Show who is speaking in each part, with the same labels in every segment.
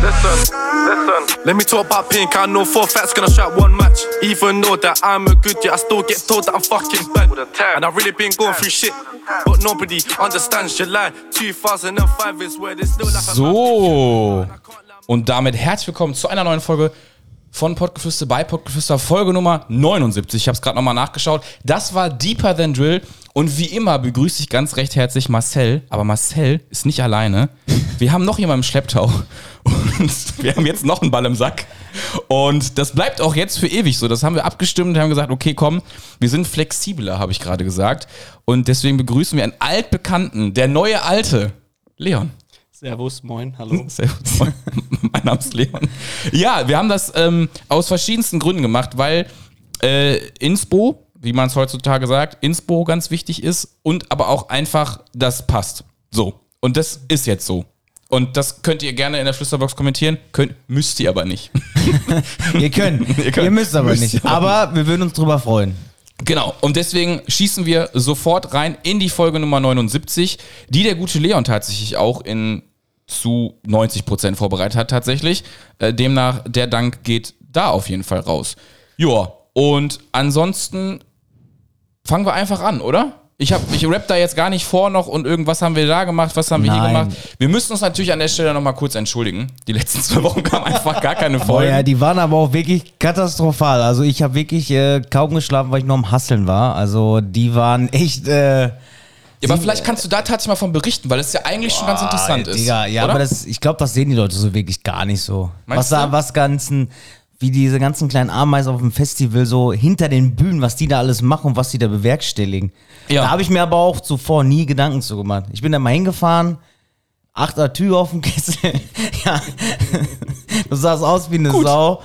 Speaker 1: Listen, listen. Let me talk about pink. I know for facts gonna shout one match. Even though that I'm a good yeah, I still get told that I'm fucking bad. And I really been going through shit, but nobody understands. July 2005 is where there's still like a-
Speaker 2: So. Und damit herzlich willkommen zu einer neuen Folge von Podgeflüster bei Podgeflüster, Folge Nummer 79. Ich habe es gerade nochmal nachgeschaut. Das war Deeper Than Drill. Und wie immer begrüße ich ganz recht herzlich Marcel. Aber Marcel ist nicht alleine. Wir haben noch jemanden im Schlepptau. Und wir haben jetzt noch einen Ball im Sack. Und das bleibt auch jetzt für ewig so. Das haben wir abgestimmt, haben gesagt, okay, komm, wir sind flexibler, habe ich gerade gesagt. Und deswegen begrüßen wir einen Altbekannten, der neue Alte, Leon.
Speaker 3: Servus, moin, hallo.
Speaker 2: Servus. mein Name ist Leon. Ja, wir haben das ähm, aus verschiedensten Gründen gemacht, weil äh, Inspo, wie man es heutzutage sagt, Inspo ganz wichtig ist und aber auch einfach, das passt. So. Und das ist jetzt so. Und das könnt ihr gerne in der Flüsterbox kommentieren. Könnt, müsst ihr aber nicht.
Speaker 4: Ihr könnt. ihr,
Speaker 2: könnt.
Speaker 4: müsst aber
Speaker 2: Müsst
Speaker 4: nicht.
Speaker 2: ihr
Speaker 4: Aber wir würden uns drüber freuen.
Speaker 2: Genau, und deswegen schießen wir sofort rein in die Folge Nummer 79, die der gute Leon tatsächlich auch in zu 90 Prozent vorbereitet hat, tatsächlich. Äh, demnach, der Dank geht da auf jeden Fall raus. Joa, und ansonsten fangen wir einfach an, oder? Ich, hab, ich rap da jetzt gar nicht vor noch und irgendwas haben wir da gemacht, was haben wir hier
Speaker 4: Nein.
Speaker 2: gemacht. Wir müssen uns natürlich an der Stelle nochmal kurz entschuldigen. Die letzten zwei Wochen kam einfach gar keine
Speaker 4: Boah,
Speaker 2: Folgen.
Speaker 4: ja, die waren aber auch wirklich katastrophal. Also ich habe wirklich äh, kaum geschlafen, weil ich nur am Hasseln war. Also die waren echt. Äh,
Speaker 2: Ja, aber vielleicht kannst du da tatsächlich mal von berichten, weil es ja eigentlich schon ganz interessant ist.
Speaker 4: Ah, Digga, ja,
Speaker 2: oder?
Speaker 4: aber das, ich glaube, das sehen die Leute so wirklich gar nicht so.
Speaker 2: Meinst
Speaker 4: was da,
Speaker 2: du?
Speaker 4: was ganzen, wie diese ganzen kleinen Ameisen auf dem Festival so hinter den Bühnen, was die da alles machen und was die da bewerkstelligen.
Speaker 2: Ja.
Speaker 4: Da habe ich mir aber auch zuvor nie Gedanken zu gemacht. Ich bin da mal hingefahren, achter Tür auf dem Kessel. ja. Du sahst aus wie eine Sau.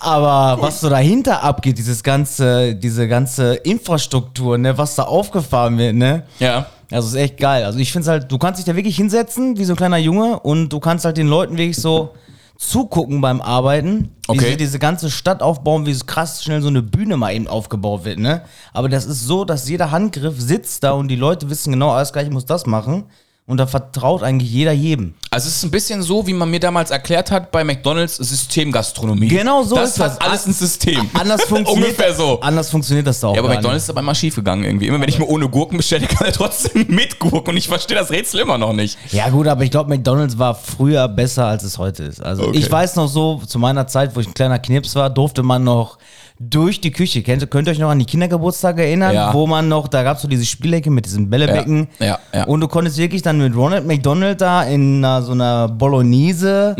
Speaker 4: Aber was so dahinter abgeht, dieses ganze, diese ganze Infrastruktur, ne, was da aufgefahren wird, ne?
Speaker 2: ja.
Speaker 4: Also ist echt geil. Also ich finde es halt, du kannst dich da wirklich hinsetzen, wie so ein kleiner Junge, und du kannst halt den Leuten wirklich so zugucken beim Arbeiten, wie
Speaker 2: Okay.
Speaker 4: sie diese ganze Stadt aufbauen, wie so krass schnell so eine Bühne mal eben aufgebaut wird, ne? Aber das ist so, dass jeder Handgriff sitzt da und die Leute wissen genau, alles gleich, ich muss das machen. Und da vertraut eigentlich jeder jedem.
Speaker 2: Also es ist ein bisschen so, wie man mir damals erklärt hat bei McDonalds Systemgastronomie.
Speaker 4: Genau so
Speaker 2: das
Speaker 4: ist
Speaker 2: hat
Speaker 4: das.
Speaker 2: alles ein System.
Speaker 4: Anders funktioniert
Speaker 2: Ungefähr so.
Speaker 4: Anders funktioniert das da auch.
Speaker 2: Ja, aber
Speaker 4: gar
Speaker 2: McDonalds ist aber immer schief gegangen irgendwie. Immer wenn ich mir ohne Gurken bestelle, kann er trotzdem mit Gurken. Und ich verstehe das Rätsel immer noch nicht.
Speaker 4: nicht. Ja gut, aber ich glaube, McDonald's war früher besser, als es heute ist. Also
Speaker 2: Okay.
Speaker 4: ich weiß noch so, zu meiner Zeit, wo ich ein kleiner Knips war, durfte man noch durch die Küche. Kennt, könnt ihr euch noch an die Kindergeburtstage erinnern,
Speaker 2: Ja.
Speaker 4: wo man noch, da gab es so diese Spielecke mit diesem Bällebecken.
Speaker 2: Ja, ja, ja.
Speaker 4: Und du konntest wirklich dann mit Ronald McDonald da in einer, so einer Bolognese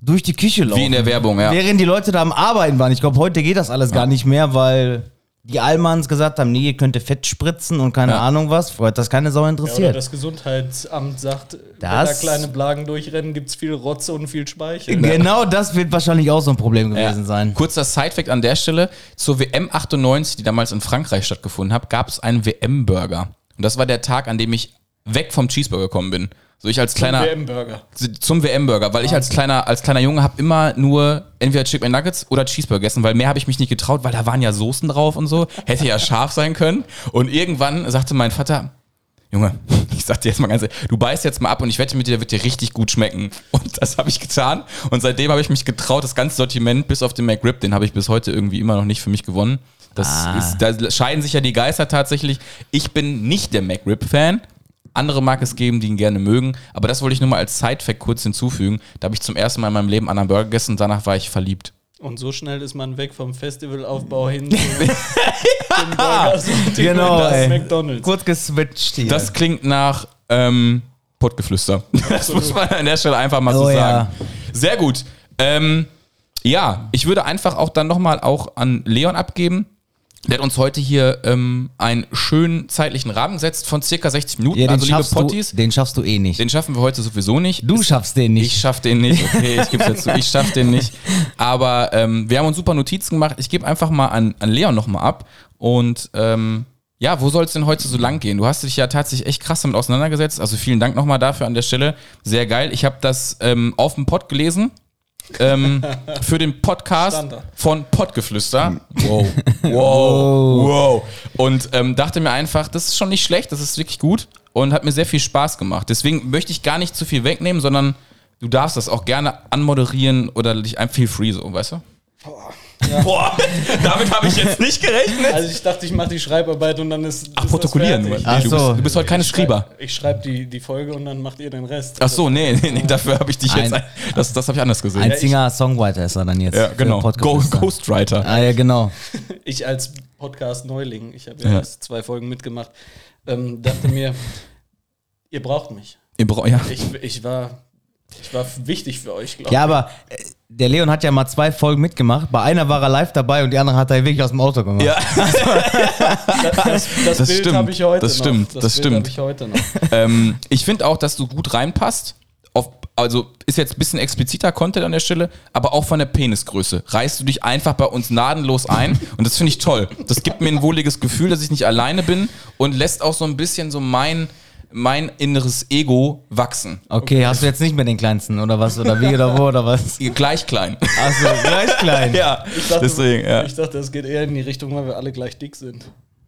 Speaker 4: durch die Küche laufen.
Speaker 2: Mhm. Wie in der Werbung, ja.
Speaker 4: Während die Leute da am Arbeiten waren. Ich glaube, heute geht das alles gar nicht mehr, weil die Allmanns gesagt haben, nee, ihr könnt ihr Fett spritzen und keine
Speaker 2: Ja.
Speaker 4: Ahnung was. Früher hat das keine Sau
Speaker 3: Ja, oder
Speaker 4: interessiert.
Speaker 3: das Gesundheitsamt sagt, wenn da
Speaker 4: Das-
Speaker 3: kleine Blagen durchrennen, gibt's viel Rotze und viel Speichel.
Speaker 4: Genau das wird wahrscheinlich auch so ein Problem gewesen sein.
Speaker 2: Kurzer Sidefact an der Stelle. Zur WM 98, die damals in Frankreich stattgefunden hat, gab es einen WM-Burger. Und das war der Tag, an dem ich weg vom Cheeseburger gekommen bin. So ich als kleiner...
Speaker 3: WM-Burger.
Speaker 2: zum WM-Burger, weil ich als kleiner, als kleiner Junge habe immer nur entweder Chicken Nuggets oder Cheeseburger gegessen, weil mehr habe ich mich nicht getraut, weil da waren ja Soßen drauf und so. Hätte ja scharf sein können. Und irgendwann sagte mein Vater, Junge, ich sag dir jetzt mal ganz ehrlich, du beißt jetzt mal ab und ich wette mit dir, der wird dir richtig gut schmecken. Und das habe ich getan. Und seitdem habe ich mich getraut, das ganze Sortiment bis auf den McRib, den habe ich bis heute irgendwie immer noch nicht für mich gewonnen. Das ist, da scheiden sich ja die Geister tatsächlich. Ich bin nicht der McRib-Fan. Andere mag es geben, die ihn gerne mögen. Aber das wollte ich nur mal als Side-Fact kurz hinzufügen. Da habe ich zum ersten Mal in meinem Leben an einem Burger gegessen und danach war ich verliebt.
Speaker 3: Und so schnell ist man weg vom Festivalaufbau hin zum zum Burger.
Speaker 4: Genau,
Speaker 3: Also, das
Speaker 4: ey.
Speaker 3: McDonalds.
Speaker 4: Kurz geswitcht hier.
Speaker 2: Das klingt nach ähm, Pottgeflüster. Das muss man an der Stelle einfach mal so
Speaker 4: Oh,
Speaker 2: sagen.
Speaker 4: ja.
Speaker 2: Sehr gut. Ähm, ja, ich würde einfach auch dann nochmal auch an Leon abgeben. Der hat uns heute hier ähm, einen schönen zeitlichen Rahmen gesetzt von circa 60 Minuten.
Speaker 4: ja, den,
Speaker 2: also liebe
Speaker 4: schaffst
Speaker 2: Potties,
Speaker 4: du, den schaffst du eh nicht.
Speaker 2: den schaffen wir heute sowieso nicht.
Speaker 4: du schaffst den nicht.
Speaker 2: Ich schaff den nicht. Okay, ich gebe es zu. Ich schaff den nicht. Aber ähm, wir haben uns super Notizen gemacht. Ich gebe einfach mal an, an Leon nochmal ab. Und ähm, ja, wo soll es denn heute so lang gehen? Du hast dich ja tatsächlich echt krass damit auseinandergesetzt. Also vielen Dank nochmal dafür an der Stelle. Sehr geil. Ich habe das ähm, auf dem Pod gelesen. ähm, für den Podcast
Speaker 3: Standard.
Speaker 2: von
Speaker 4: Hm.
Speaker 2: Pottgeflüster. Wow. Wow. wow. Und ähm, dachte mir einfach, das ist schon nicht schlecht, das ist wirklich gut und hat mir sehr viel Spaß gemacht. Deswegen möchte ich gar nicht zu viel wegnehmen, sondern Du darfst das auch gerne anmoderieren oder dich ein feel free so, weißt du? Boah, damit habe ich jetzt nicht gerechnet.
Speaker 3: Also ich dachte, ich mache die Schreibarbeit und dann ist.
Speaker 2: Ach,
Speaker 3: ist das
Speaker 2: protokollieren.
Speaker 3: fertig.
Speaker 2: Nee,
Speaker 4: Ach
Speaker 2: du,
Speaker 4: so.
Speaker 2: bist, du bist heute keine Schreiber.
Speaker 3: Ich schreibe die, die Folge und dann macht ihr den Rest. Also,
Speaker 2: Ach so, nee, nee, nee dafür habe ich dich jetzt.
Speaker 4: Ein-
Speaker 2: ein- Das, das habe ich anders gesehen.
Speaker 4: Ein Singer, Songwriter ist er dann jetzt.
Speaker 2: ja,
Speaker 4: für
Speaker 2: genau. Go,
Speaker 4: Podcast.
Speaker 2: Ghostwriter.
Speaker 4: Ah ja, genau.
Speaker 3: Ich als Podcast-Neuling, ich habe ja,
Speaker 2: Ja.
Speaker 3: erst zwei Folgen mitgemacht, ähm, dachte mir, ihr braucht mich.
Speaker 2: Ihr braucht- Ja.
Speaker 3: Ich, ich, war, ich war wichtig für euch, glaube ich.
Speaker 4: Ja, aber äh, der Leon hat ja mal zwei Folgen mitgemacht. Bei einer war er live dabei und die andere hat er wirklich aus dem Auto gemacht.
Speaker 2: Ja.
Speaker 3: Das, das,
Speaker 2: Das
Speaker 3: Bild
Speaker 2: stimmt,
Speaker 3: habe ich heute
Speaker 2: das
Speaker 3: noch.
Speaker 2: stimmt, das
Speaker 3: Bild
Speaker 2: stimmt.
Speaker 3: habe ich heute noch.
Speaker 2: ähm, ich finde auch, dass du gut reinpasst. Auf, also ist jetzt ein bisschen expliziter Content an der Stelle, aber auch von der Penisgröße reißt du dich einfach bei uns nadenlos ein und das finde ich toll. Das gibt mir ein wohliges Gefühl, dass ich nicht alleine bin und lässt auch so ein bisschen so mein, mein inneres Ego wachsen.
Speaker 4: Okay, hast du jetzt nicht mehr den kleinsten oder was? Oder wie oder wo oder was?
Speaker 2: Gleich klein.
Speaker 4: Achso, gleich klein.
Speaker 2: ja,
Speaker 3: Ich dachte,
Speaker 2: deswegen, ja.
Speaker 3: ich dachte, das geht eher in die Richtung, weil wir alle gleich dick sind.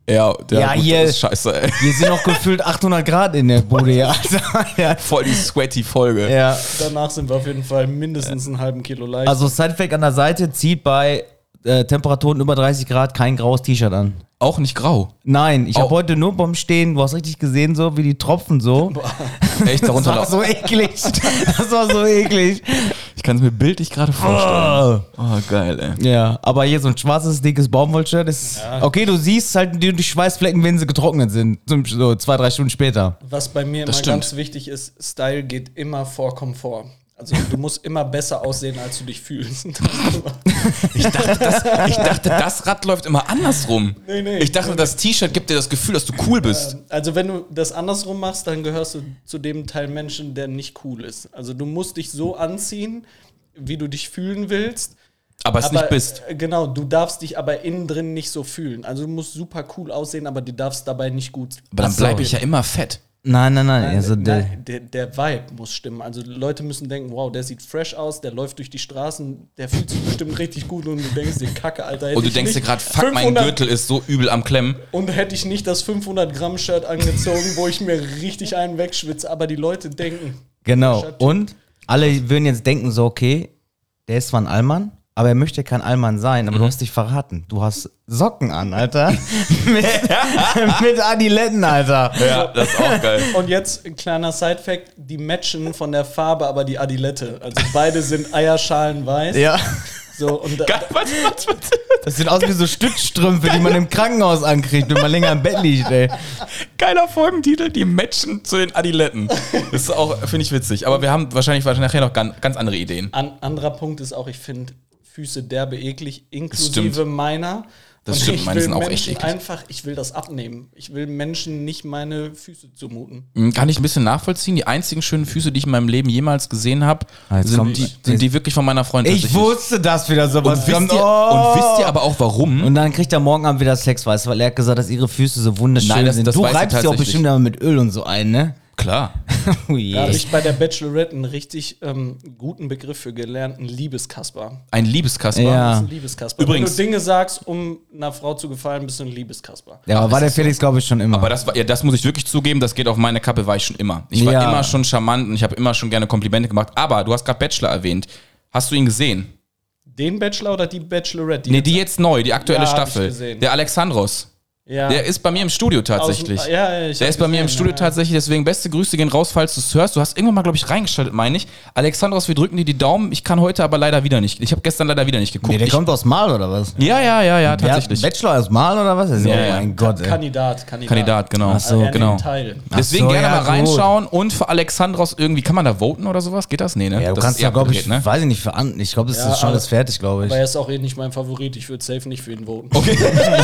Speaker 2: Ja,
Speaker 4: Ja,
Speaker 2: gut,
Speaker 4: hier-
Speaker 2: das ist scheiße, ey.
Speaker 4: Hier sind noch gefühlt 800 Grad in der Bude, ja. Alter. ja.
Speaker 2: Voll die sweaty Folge.
Speaker 4: ja.
Speaker 3: Danach sind wir auf jeden Fall mindestens einen halben Kilo leicht.
Speaker 4: Also Sidefact an der Seite zieht bei äh, Temperaturen über 30 Grad kein graues T-Shirt an.
Speaker 2: Auch nicht grau.
Speaker 4: Nein, ich hab
Speaker 2: Oh.
Speaker 4: habe heute nur Bomben stehen. Du hast richtig gesehen, so wie die Tropfen so.
Speaker 2: Echt
Speaker 4: Das
Speaker 2: darunter
Speaker 4: war
Speaker 2: laufen.
Speaker 4: so eklig. Das war so eklig.
Speaker 2: Ich kann es mir bildlich gerade vorstellen.
Speaker 3: Ah.
Speaker 4: Oh.
Speaker 2: Oh, geil, ey.
Speaker 4: Ja, aber hier so ein schwarzes, dickes Baumwollshirt ist. Okay, du siehst halt die, die Schweißflecken, wenn sie getrocknet sind. Zum- So zwei, drei Stunden später.
Speaker 3: Was bei mir immer
Speaker 2: Das stimmt.
Speaker 3: ganz wichtig ist, Style geht immer vor Komfort. Also du musst immer besser aussehen, als du dich fühlst.
Speaker 2: Ich dachte, das Rad läuft immer andersrum.
Speaker 3: Nee, nee.
Speaker 2: ich dachte, das T-Shirt gibt dir das Gefühl, dass du cool bist.
Speaker 3: also wenn du das andersrum machst, dann gehörst du zu dem Teil Menschen, der nicht cool ist. Also du musst dich so anziehen, wie du dich fühlen willst.
Speaker 2: aber es
Speaker 3: aber-
Speaker 2: nicht bist.
Speaker 3: äh, Genau, du darfst dich aber innen drin nicht so fühlen. Also du musst super cool aussehen, aber du darfst dabei nicht gut.
Speaker 2: Aber dann
Speaker 4: Ach so.
Speaker 2: bleibe ich ja eh. immer fett.
Speaker 4: Nein, nein, nein. also der-
Speaker 3: Nein, der, der Vibe muss stimmen. Also Leute müssen denken, wow, der sieht fresh aus, der läuft durch die Straßen, der fühlt sich bestimmt richtig gut und du denkst dir, Kacke, Alter. hätte
Speaker 2: Und du
Speaker 3: ich
Speaker 2: denkst dir
Speaker 3: nicht
Speaker 2: gerade, fuck, mein
Speaker 3: 500
Speaker 2: Gürtel ist so übel am Klemmen.
Speaker 3: Und hätte ich nicht das 500 Gramm Shirt angezogen, wo ich mir richtig einen wegschwitze, aber die Leute denken,
Speaker 4: Genau. Und alle würden jetzt denken so, okay, der ist zwar ein Allmann, aber er möchte kein Allmann sein, aber du hast dich verraten. Du hast Socken an, Alter. mit, mit Adiletten, Alter.
Speaker 2: Ja, das ist auch geil.
Speaker 3: und jetzt ein kleiner Side-Fact, die matchen von der Farbe, aber die Adilette. Also beide sind Eierschalenweiß.
Speaker 4: Ja.
Speaker 3: So, und da,
Speaker 2: geil was, was, was?
Speaker 4: Das sieht aus wie so Stützstrümpfe, die man im Krankenhaus ankriegt, wenn man länger im Bett liegt, ey.
Speaker 2: Geiler Folgentitel, die matchen zu den Adiletten. Das ist auch, finde ich witzig. Aber wir haben wahrscheinlich, wahrscheinlich nachher noch gan- ganz andere Ideen.
Speaker 3: An, anderer Punkt ist auch, ich finde Füße derbe eklig,
Speaker 2: Das
Speaker 3: inklusive
Speaker 2: stimmt.
Speaker 3: meiner.
Speaker 2: Das stimmt,
Speaker 3: ich
Speaker 2: meine
Speaker 3: will
Speaker 2: sind auch echt
Speaker 3: Menschen
Speaker 2: eklig.
Speaker 3: Einfach, ich will das abnehmen. Ich will Menschen nicht meine Füße zumuten.
Speaker 2: Hm, Kann ich ein bisschen nachvollziehen. Die einzigen schönen Füße, die ich in meinem Leben jemals gesehen habe,
Speaker 4: Ah, jetzt
Speaker 2: sind,
Speaker 4: kommt-
Speaker 2: die- sind die wirklich von meiner Freundin.
Speaker 4: Ich wusste, dass wieder sowas
Speaker 2: Und wisst, ihr,
Speaker 4: kommt. Oh!
Speaker 2: und wisst ihr aber auch warum?
Speaker 4: Und dann kriegt er morgen Abend wieder Sex, weißt du, weil er hat gesagt, dass ihre Füße so wunderschön
Speaker 2: Nein, das-
Speaker 4: sind.
Speaker 2: das
Speaker 4: du
Speaker 2: weiß er
Speaker 4: reibst sie auch
Speaker 2: tatsächlich.
Speaker 4: bestimmt immer mit Öl und so ein, ne?
Speaker 2: Klar.
Speaker 4: Oh
Speaker 3: Da
Speaker 4: je.
Speaker 3: habe ich bei der Bachelorette einen richtig ähm, guten Begriff für gelernt, einen Liebeskasper.
Speaker 2: Ein Liebeskasper.
Speaker 4: Ja.
Speaker 3: Das ist ein Liebeskasper.
Speaker 2: Ah. Übrigens-
Speaker 3: Wenn du Dinge sagst, um einer Frau zu gefallen, bist du ein Liebeskasper.
Speaker 4: ja, aber war
Speaker 2: ist
Speaker 4: der
Speaker 2: das
Speaker 4: Felix, glaube ich, schon immer.
Speaker 2: Aber das war, ja, das muss ich wirklich zugeben, das geht auf meine Kappe, war ich schon immer. Ich war
Speaker 4: Ja.
Speaker 2: immer schon charmant und ich habe immer schon gerne Komplimente gemacht. Aber du hast gerade Bachelor erwähnt. Hast du ihn gesehen?
Speaker 3: Den Bachelor oder die Bachelorette?
Speaker 2: Nee, die jetzt neu, die aktuelle
Speaker 3: Ja, hab ich
Speaker 2: Staffel.
Speaker 3: gesehen.
Speaker 2: Der Alexandros.
Speaker 3: ja,
Speaker 2: Der ist bei mir im Studio tatsächlich.
Speaker 3: Aus, dem- Ah, ja, ja, ich
Speaker 2: Der
Speaker 3: hab
Speaker 2: ist bei mir im
Speaker 3: gesehen,
Speaker 2: Studio
Speaker 3: ja.
Speaker 2: tatsächlich, deswegen beste Grüße gehen raus, falls du es hörst. Du hast irgendwann mal, glaube ich, reingeschaltet, meine ich. Alexandros, wir drücken dir die Daumen. Ich kann heute aber leider wieder nicht. Ich habe gestern leider wieder nicht geguckt.
Speaker 4: nee, der
Speaker 2: ich,
Speaker 4: kommt aus Mal oder was?
Speaker 2: ja, ja, ja, ja,
Speaker 4: Der hat
Speaker 2: tatsächlich.
Speaker 4: einen Bachelor aus Mal oder was?
Speaker 2: Ja,
Speaker 4: oh
Speaker 2: ja.
Speaker 4: mein Gott, ey.
Speaker 3: Kandidat, Kandidat.
Speaker 2: Kandidat, genau.
Speaker 4: Ach so,
Speaker 3: Er nimmt
Speaker 2: genau.
Speaker 3: Teil.
Speaker 4: Ach
Speaker 2: Deswegen
Speaker 4: so,
Speaker 2: gerne
Speaker 4: ja,
Speaker 2: mal
Speaker 4: gut.
Speaker 2: reinschauen und für Alexandros irgendwie, kann man da voten oder sowas? Geht das? Nee, ne?
Speaker 4: Ja, du
Speaker 2: das
Speaker 4: kannst
Speaker 2: eher
Speaker 4: ja, glaube ich,
Speaker 2: abgedreht,
Speaker 4: weiß ich nicht, für an. Ich glaube, das
Speaker 3: Ja,
Speaker 4: ist schon
Speaker 3: aber-
Speaker 4: alles fertig, glaube ich.
Speaker 3: Aber er ist auch eh nicht mein Favorit. Ich würde safe nicht für ihn voten.
Speaker 2: Okay.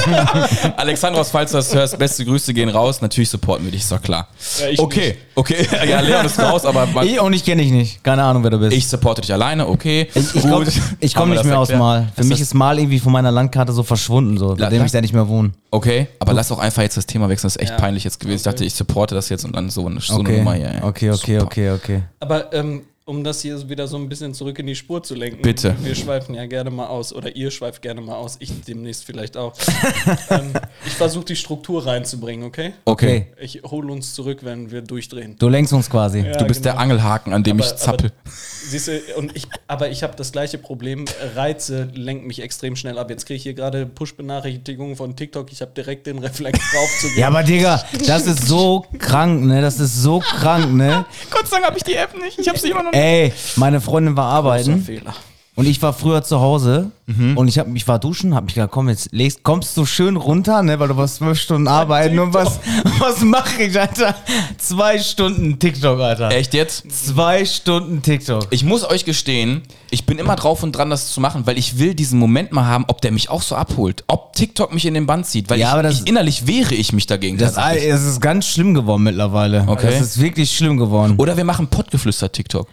Speaker 2: Alexandros, falls du das hörst, beste Grüße gehen raus. Natürlich supporten wir dich, ist doch klar.
Speaker 3: Ja, ich
Speaker 2: okay, okay. Ja, Leon ist raus, aber man, ich,
Speaker 4: Ich, und ich kenne dich nicht. Keine Ahnung, wer du bist.
Speaker 2: supporte dich alleine, okay.
Speaker 4: Ich komme
Speaker 2: Gut. Haben
Speaker 4: komm
Speaker 2: wir
Speaker 4: nicht
Speaker 2: das
Speaker 4: mehr aus
Speaker 2: erklärt?
Speaker 4: Mal. Für
Speaker 2: Ist
Speaker 4: mich
Speaker 2: das-
Speaker 4: ist Mal irgendwie von meiner Landkarte so verschwunden, so, seitdem
Speaker 2: la-
Speaker 4: ich da nicht mehr wohne.
Speaker 2: Okay, aber lass auch einfach jetzt das Thema wechseln, das ist echt
Speaker 3: Ja.
Speaker 2: peinlich jetzt gewesen. Ich dachte, ich supporte das jetzt und dann so, eine- so eine
Speaker 4: Okay.
Speaker 2: Nummer hier. ey.
Speaker 4: okay, okay,
Speaker 2: Super.
Speaker 4: okay, okay.
Speaker 3: Aber ähm, um das hier wieder so ein bisschen zurück in die Spur zu lenken.
Speaker 2: Bitte.
Speaker 3: Wir schweifen ja gerne mal aus oder ihr schweift gerne mal aus, ich demnächst vielleicht auch. ähm, ich versuche die Struktur reinzubringen, okay?
Speaker 2: Okay.
Speaker 3: Ich hole uns zurück, wenn wir durchdrehen.
Speaker 4: Du lenkst uns quasi.
Speaker 3: Ja,
Speaker 2: Du bist
Speaker 3: genau.
Speaker 2: der Angelhaken, an dem
Speaker 3: Aber-
Speaker 2: ich zappel.
Speaker 3: Aber, siehst du, und ich, aber ich habe das gleiche Problem. Reize lenken mich extrem schnell ab. Jetzt kriege ich hier gerade Push-Benachrichtigungen von TikTok. Ich habe direkt den Reflex draufzugehen.
Speaker 4: Ja, aber Digga, das ist so krank, ne? Das ist so krank, ne?
Speaker 2: Gott sei Dank habe ich die App nicht. Ich habe sie immer noch
Speaker 4: Ey, meine Freundin war
Speaker 3: Großer
Speaker 4: arbeiten
Speaker 3: Fehler.
Speaker 4: und ich war früher zu Hause und ich hab mich war duschen, hab mich gedacht, komm, jetzt legst, kommst du schön runter, ne? Weil du warst zwölf Stunden arbeiten und was, was mache ich, Alter? Zwei Stunden TikTok, Alter.
Speaker 2: Echt jetzt?
Speaker 4: Zwei Stunden TikTok.
Speaker 2: Ich muss euch gestehen, ich bin immer drauf und dran, das zu machen, weil ich will diesen Moment mal haben, ob der mich auch so abholt. Ob TikTok mich in den Bann zieht. Weil
Speaker 4: Ja,
Speaker 2: ich,
Speaker 4: aber das-
Speaker 2: ich, innerlich wehre ich mich dagegen.
Speaker 4: Das,
Speaker 2: tatsächlich.
Speaker 4: das ist ganz schlimm geworden mittlerweile.
Speaker 2: Okay.
Speaker 4: Das ist wirklich schlimm geworden.
Speaker 2: Oder wir machen Pottgeflüster TikTok.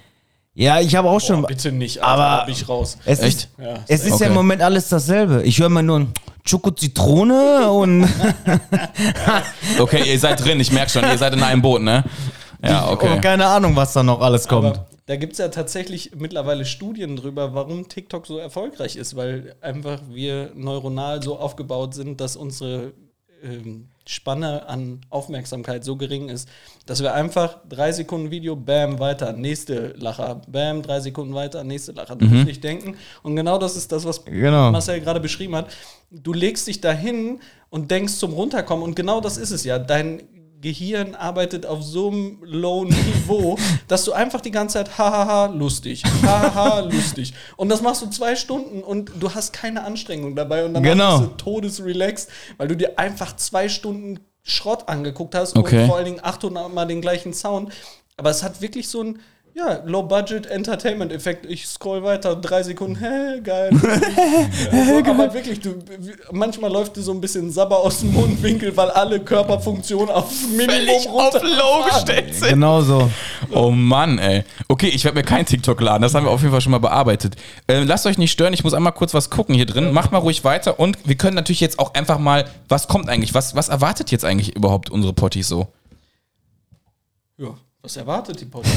Speaker 4: Ja, ich habe auch schon.
Speaker 3: Boah, bitte nicht,
Speaker 4: aber-
Speaker 3: aber bin ich raus.
Speaker 4: Es
Speaker 2: Echt?
Speaker 4: Ist,
Speaker 3: Ja.
Speaker 4: es ist
Speaker 2: Okay.
Speaker 4: ja im Moment alles dasselbe. Ich höre immer nur ein Schoko-Zitrone und.
Speaker 2: Okay, ihr seid drin, ich merke schon, ihr seid in einem Boot, ne? Ja, okay.
Speaker 4: und keine Ahnung, was da noch alles kommt.
Speaker 3: Aber da gibt es ja tatsächlich mittlerweile Studien drüber, warum TikTok so erfolgreich ist, weil einfach wir neuronal so aufgebaut sind, dass unsere ähm, Spanne an Aufmerksamkeit so gering ist, dass wir einfach drei Sekunden Video, bam, weiter, nächste Lacher, bam, drei Sekunden weiter, nächste Lacher. Du musst nicht denken. Und genau das ist das, was
Speaker 4: Mhm. Genau.
Speaker 3: Marcel gerade beschrieben hat. Du legst dich dahin und denkst zum Runterkommen. Und genau das ist es ja. Dein Gehirn arbeitet auf so einem lowen Niveau, dass du einfach die ganze Zeit hahaha lustig, hahaha lustig. Und das machst du zwei Stunden und du hast keine Anstrengung dabei. Und dann
Speaker 4: Genau.
Speaker 3: bist du todesrelaxed, weil du dir einfach zwei Stunden Schrott angeguckt hast
Speaker 2: Okay.
Speaker 3: und vor allen Dingen 800 Mal den gleichen Sound. Aber es hat wirklich so ein ja, Low-Budget-Entertainment-Effekt. Ich scroll weiter, drei Sekunden, hä, geil. ja, so,
Speaker 2: genau.
Speaker 3: aber wirklich, du, wie- manchmal läuft dir so ein bisschen Sabber aus dem Mundwinkel, weil alle Körperfunktionen aufs Minimum runter.
Speaker 2: low gestellt sind.
Speaker 4: Genau so.
Speaker 2: Oh Mann, ey. Okay, ich werde mir kein TikTok laden. Das haben wir auf jeden Fall schon mal bearbeitet. Ähm, lasst euch nicht stören. Ich muss einmal kurz was gucken hier drin. Macht mal ruhig weiter. Und wir können natürlich jetzt auch einfach mal, was kommt eigentlich? Was, was erwartet jetzt eigentlich überhaupt unsere Potties so?
Speaker 3: Ja, was erwartet die Post?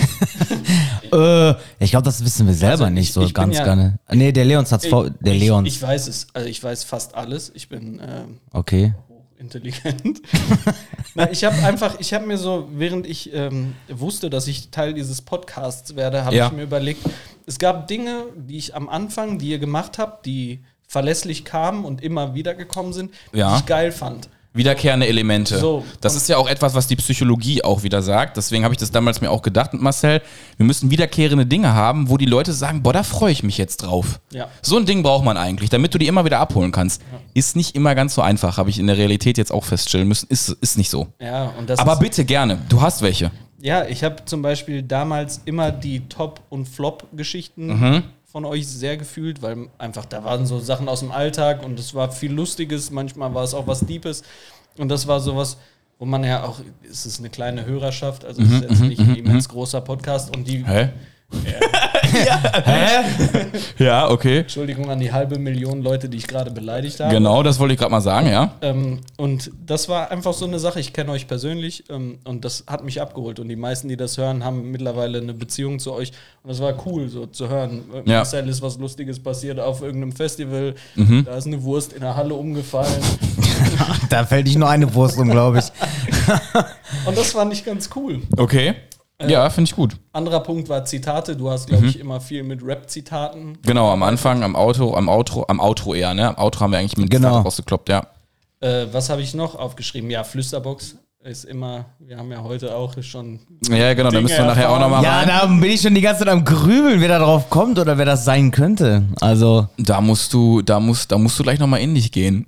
Speaker 4: Äh, ich glaube, das wissen wir selber
Speaker 3: Also,
Speaker 4: nicht
Speaker 3: ich-
Speaker 4: so
Speaker 3: ich bin
Speaker 4: ganz
Speaker 3: ja-
Speaker 4: gerne. Nee, der Leons hat's vor. Der
Speaker 3: ich,
Speaker 4: Leons.
Speaker 3: Ich weiß es. Also ich weiß fast alles. Ich bin ähm,
Speaker 4: okay.
Speaker 3: hochintelligent. Na, ich habe einfach, ich habe mir so, während ich ähm, wusste, dass ich Teil dieses Podcasts werde, habe
Speaker 2: Ja.
Speaker 3: ich mir überlegt, es gab Dinge, die ich am Anfang, die ihr gemacht habt, die verlässlich kamen und immer wieder gekommen sind,
Speaker 2: Ja.
Speaker 3: die ich geil fand.
Speaker 2: Wiederkehrende Elemente.
Speaker 3: So.
Speaker 2: Das ist ja auch etwas, was die Psychologie auch wieder sagt. Deswegen habe ich das damals mir auch gedacht mit Marcel. Wir müssen wiederkehrende Dinge haben, wo die Leute sagen, boah, da freue ich mich jetzt drauf.
Speaker 3: Ja.
Speaker 2: So ein Ding braucht man eigentlich, damit du die immer wieder abholen kannst. Ist nicht immer ganz so einfach, habe ich in der Realität jetzt auch feststellen müssen. Ist, ist nicht so.
Speaker 3: Ja, und das
Speaker 2: Aber
Speaker 3: ist,
Speaker 2: bitte gerne, du hast welche.
Speaker 3: ja, ich habe zum Beispiel damals immer die Top- und Flop-Geschichten von euch sehr gefühlt, weil einfach da waren so Sachen aus dem Alltag und es war viel Lustiges, manchmal war es auch was Deepes und das war sowas, wo man ja auch, es ist eine kleine Hörerschaft, also es ist jetzt nicht ein immens großer Podcast und die,
Speaker 2: Hä? Ja. Hä? ja, okay.
Speaker 3: Entschuldigung an die halbe Million Leute, die ich gerade beleidigt habe.
Speaker 2: Genau, das wollte ich gerade mal sagen, ja.
Speaker 3: Ähm, und das war einfach so eine Sache. Ich kenne euch persönlich ähm, und das hat mich abgeholt. Und die meisten, die das hören, haben mittlerweile eine Beziehung zu euch. Und das war cool, so zu hören. Äh,
Speaker 2: Ja.
Speaker 3: Marcel ist was Lustiges passiert auf irgendeinem Festival.
Speaker 2: Mhm.
Speaker 3: Da ist eine Wurst in der Halle umgefallen.
Speaker 4: Da fällt nicht nur eine Wurst um, glaube ich.
Speaker 3: und das fand ich ganz cool.
Speaker 2: Okay. Ja, finde ich gut.
Speaker 3: Anderer Punkt war Zitate. Du hast,
Speaker 2: Mhm.
Speaker 3: glaube ich, immer viel mit Rap-Zitaten.
Speaker 2: Genau, am Anfang, am Auto, am Outro, am Outro eher, ne? Am Outro haben wir eigentlich mit
Speaker 4: Genau.
Speaker 2: Zitat rausgekloppt, ja.
Speaker 3: Äh, was habe ich noch aufgeschrieben? Ja, Flüsterbox ist immer, wir haben ja heute auch schon
Speaker 2: Ja, genau, da
Speaker 3: Dinge
Speaker 2: müssen wir nachher auch nochmal
Speaker 4: Ja,
Speaker 2: rein.
Speaker 4: da bin ich schon die ganze Zeit am Grübeln, wer da drauf kommt oder wer das sein könnte. Also,
Speaker 2: Da musst du, da musst, da musst du gleich nochmal in dich gehen.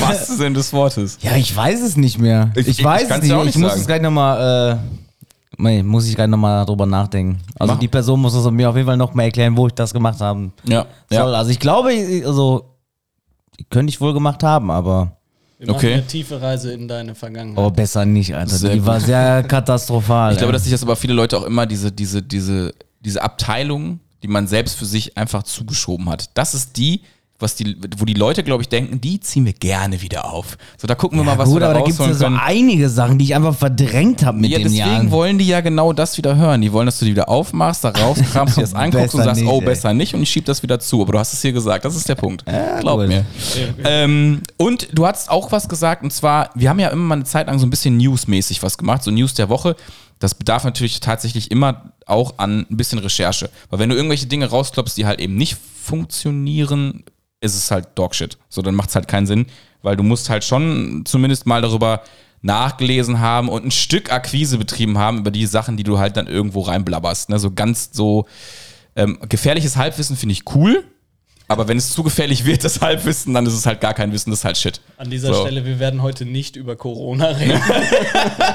Speaker 2: Was Sinn des Wortes?
Speaker 4: ja, ich weiß es nicht mehr.
Speaker 2: Ich-
Speaker 4: Ich,
Speaker 2: ich
Speaker 4: weiß es
Speaker 2: kann's
Speaker 4: nicht.
Speaker 2: dir auch
Speaker 4: mehr.
Speaker 2: nicht
Speaker 4: ich muss
Speaker 2: sagen.
Speaker 4: es gleich nochmal, äh, nee, muss ich gleich nochmal drüber nachdenken. Also,
Speaker 2: Mach.
Speaker 4: die Person muss es mir auf jeden Fall nochmal erklären, wo ich das gemacht haben
Speaker 2: Ja,
Speaker 4: soll.
Speaker 2: ja.
Speaker 4: Also, ich glaube, ich- also, könnte ich wohl gemacht haben, aber.
Speaker 3: wir machen
Speaker 2: Okay.
Speaker 3: eine tiefe Reise in deine Vergangenheit.
Speaker 4: Oh, besser nicht, Alter.
Speaker 2: Sehr
Speaker 4: die
Speaker 2: gut.
Speaker 4: war sehr katastrophal.
Speaker 2: Ich glaube,
Speaker 4: ey.
Speaker 2: dass sich das aber viele Leute auch immer diese, diese, diese, diese Abteilung, die man selbst für sich einfach zugeschoben hat. Das ist die, was die, wo die Leute, glaube ich, denken, die ziehen wir gerne wieder auf. So, da gucken wir mal, was
Speaker 4: Gut,
Speaker 2: wir da
Speaker 4: aber da gibt es ja
Speaker 2: rausholen
Speaker 4: so
Speaker 2: können.
Speaker 4: einige Sachen, die ich einfach verdrängt habe mit
Speaker 2: ja,
Speaker 4: den
Speaker 2: deswegen
Speaker 4: Jahren.
Speaker 2: wollen die ja genau das wieder hören. Die wollen, dass du die wieder aufmachst, da rauskramst, dir das anguckst und
Speaker 4: Besser
Speaker 2: sagst,
Speaker 4: nicht,
Speaker 2: oh,
Speaker 4: ey.
Speaker 2: besser nicht und ich schieb das wieder zu. Aber du hast es hier gesagt, das ist der Punkt. Glaub
Speaker 4: gut.
Speaker 2: mir. ähm, und du hast auch was gesagt und zwar, wir haben ja immer mal eine Zeit lang so ein bisschen newsmäßig was gemacht, so News der Woche. Das bedarf natürlich tatsächlich immer auch an ein bisschen Recherche. Weil wenn du irgendwelche Dinge rausklopfst, die halt eben nicht funktionieren, ist es halt Dogshit. So, dann macht es halt keinen Sinn, weil du musst halt schon zumindest mal darüber nachgelesen haben und ein Stück Akquise betrieben haben über die Sachen, die du halt dann irgendwo reinblabberst. Ne? So ganz so ähm, gefährliches Halbwissen finde ich cool, aber wenn es zu gefährlich wird, das Halbwissen, dann ist es halt gar kein Wissen, das ist halt Shit.
Speaker 3: An dieser
Speaker 2: So.
Speaker 3: Stelle, wir werden heute nicht über Corona reden.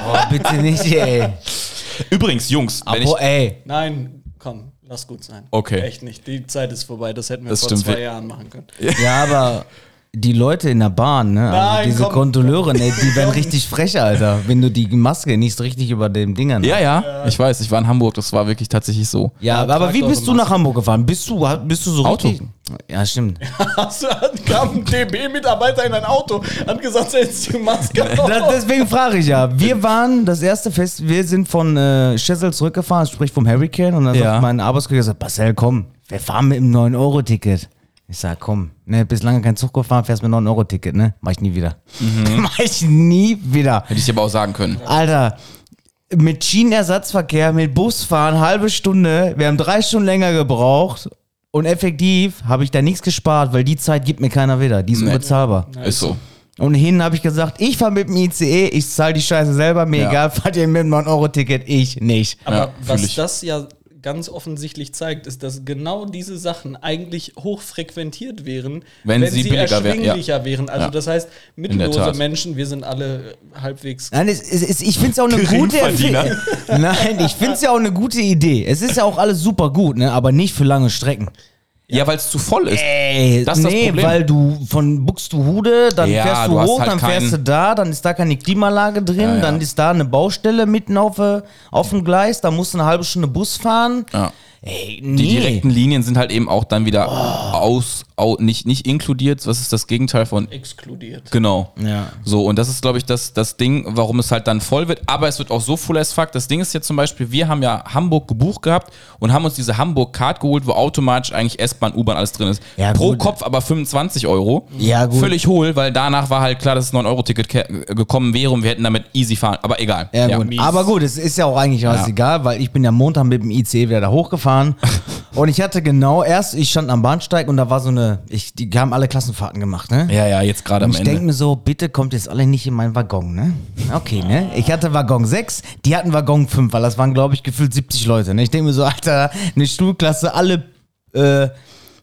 Speaker 4: Oh, bitte nicht, ey.
Speaker 2: Übrigens, Jungs, wenn ich,
Speaker 4: Apro, ey.
Speaker 3: Nein, komm, lass gut sein.
Speaker 2: Okay.
Speaker 3: Echt nicht. Die Zeit ist vorbei. Das hätten wir
Speaker 2: Das
Speaker 3: vor
Speaker 2: stimmt,
Speaker 3: zwei
Speaker 2: wir-
Speaker 3: Jahren machen können.
Speaker 4: Ja, aber die Leute in der Bahn, ne?
Speaker 3: Nein,
Speaker 4: also diese
Speaker 3: komm.
Speaker 4: Kontrolleure, ne? Die werden richtig frech, Alter. Wenn du die Maske nicht richtig über den Dingern
Speaker 2: ja, ja, ich weiß, ich war in Hamburg, das war wirklich tatsächlich so.
Speaker 4: Ja, aber, aber
Speaker 3: tragt
Speaker 4: wie
Speaker 3: eure
Speaker 4: bist du nach Hamburg gefahren? Bist du, bist du so
Speaker 2: Auto.
Speaker 4: richtig? Ja, stimmt.
Speaker 3: Hast du, kam ein DB-Mitarbeiter in ein Auto, hat gesagt, setz die Maske auf.
Speaker 4: Das, deswegen frage ich ja. Wir waren das erste Fest, wir sind von äh, Schessel zurückgefahren, sprich vom Hurricane. Und dann
Speaker 2: Ja.
Speaker 4: sagt mein Arbeitskollege, sagt, Marcel, komm, wir fahren mit einem 9-Euro-Ticket. Ich sag, komm, ne, bist lange kein Zug gefahren, fährst mit 9-Euro-Ticket, ne? Mach ich nie wieder.
Speaker 2: Mhm.
Speaker 4: Mach ich nie wieder.
Speaker 2: Hätte ich dir aber auch sagen können.
Speaker 4: Alter, mit Schienenersatzverkehr, mit Busfahren, halbe Stunde. Wir haben drei Stunden länger gebraucht. Und effektiv habe ich da nichts gespart, weil die Zeit gibt mir keiner wieder. Die ist
Speaker 2: Nee.
Speaker 4: unbezahlbar.
Speaker 2: Ist so.
Speaker 4: Und hin habe ich gesagt, ich fahre mit dem ICE, ich zahle die Scheiße selber, mir
Speaker 2: Ja.
Speaker 4: egal, fahrt ihr mit dem 9-Euro-Ticket, ich nicht.
Speaker 3: Aber
Speaker 2: Ja, fühl
Speaker 3: was
Speaker 2: ich.
Speaker 3: das ja ganz offensichtlich zeigt, ist, dass genau diese Sachen eigentlich hochfrequentiert wären,
Speaker 2: Wenn sie billiger wären, ja.
Speaker 3: erschwinglicher wären. Also
Speaker 2: Ja.
Speaker 3: das heißt,
Speaker 2: der
Speaker 3: mittellose
Speaker 2: Tat.
Speaker 3: Menschen, wir sind alle halbwegs
Speaker 4: Nein, es, es, es, ich finde es ja auch eine gute
Speaker 2: Geringverdiener.
Speaker 4: Nein, ich finde es ja auch eine gute Idee. Es ist ja auch alles super gut, ne? aber nicht für lange Strecken.
Speaker 2: Ja, weil es zu voll ist.
Speaker 4: Äh. Ey,
Speaker 2: Das ist das
Speaker 4: nee,
Speaker 2: Problem.
Speaker 4: weil du von Buxtehude, dann
Speaker 2: Ja,
Speaker 4: fährst
Speaker 2: du
Speaker 4: du
Speaker 2: hast
Speaker 4: hoch,
Speaker 2: halt
Speaker 4: dann fährst du
Speaker 2: keinen-
Speaker 4: da, dann ist da keine Klimaanlage drin,
Speaker 2: Ja, ja.
Speaker 4: dann ist da eine Baustelle mitten auf, äh, auf dem Gleis, da musst du eine halbe Stunde Bus fahren.
Speaker 2: Ja.
Speaker 4: Ey,
Speaker 2: Die
Speaker 4: nee. Oh.
Speaker 2: direkten Linien sind halt eben auch dann wieder aus, au, nicht, nicht inkludiert. Was ist das Gegenteil von
Speaker 3: exkludiert.
Speaker 2: Genau.
Speaker 4: Ja.
Speaker 2: So, und das ist, glaube ich, das, das Ding, warum es halt dann voll wird. Aber es wird auch so full as fuck. Das Ding ist jetzt zum Beispiel, wir haben ja Hamburg gebucht gehabt und haben uns diese Hamburg-Card geholt, wo automatisch eigentlich S-Bahn, U-Bahn alles drin ist.
Speaker 4: Ja,
Speaker 2: Pro
Speaker 4: gut.
Speaker 2: Kopf aber 25 Euro.
Speaker 4: Ja, gut.
Speaker 2: Völlig hohl, weil danach war halt klar, dass das 9-Euro-Ticket ke- gekommen wäre und wir hätten damit easy fahren. Aber egal.
Speaker 4: Ja, gut.
Speaker 3: mies.
Speaker 4: Aber gut, es ist ja auch eigentlich alles
Speaker 2: Ja.
Speaker 4: egal, weil ich bin ja Montag mit dem ICE wieder da hochgefahren. und ich hatte genau erst, ich stand am Bahnsteig und da war so eine, ich, die haben alle Klassenfahrten gemacht, ne?
Speaker 2: Ja, ja, jetzt gerade am
Speaker 4: Und ich denke
Speaker 2: Ende.
Speaker 4: mir so, bitte kommt jetzt alle nicht in meinen Waggon, ne? Okay, ne? Ich hatte Waggon 6, die hatten Waggon 5, weil das waren, glaube ich, gefühlt 70 Leute, ne? Ich denke mir so, Alter, eine Schulklasse, alle, äh,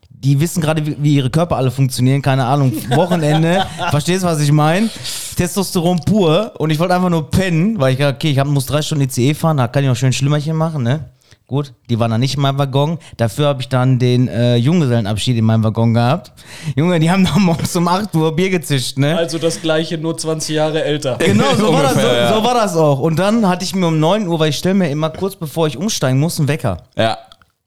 Speaker 4: die wissen gerade, wie, wie ihre Körper alle funktionieren, keine Ahnung, Wochenende, verstehst du, was ich meine? Testosteron pur und ich wollte einfach nur pennen, weil ich dachte, okay, ich hab, muss drei Stunden ICE fahren, da kann ich auch schön Schlimmerchen machen, ne? Gut, die waren dann nicht in meinem Waggon. Dafür habe ich dann den äh, Junggesellenabschied in meinem Waggon gehabt. Junge, die haben da morgens um 8 Uhr Bier gezischt, ne?
Speaker 3: Also das gleiche, nur 20 Jahre älter.
Speaker 4: Genau, so, war das, so,
Speaker 2: Ungefähr, ja.
Speaker 4: so war das auch. Und dann hatte ich mir um 9 Uhr, weil ich stelle mir immer kurz bevor ich umsteigen muss, einen Wecker.
Speaker 2: Ja.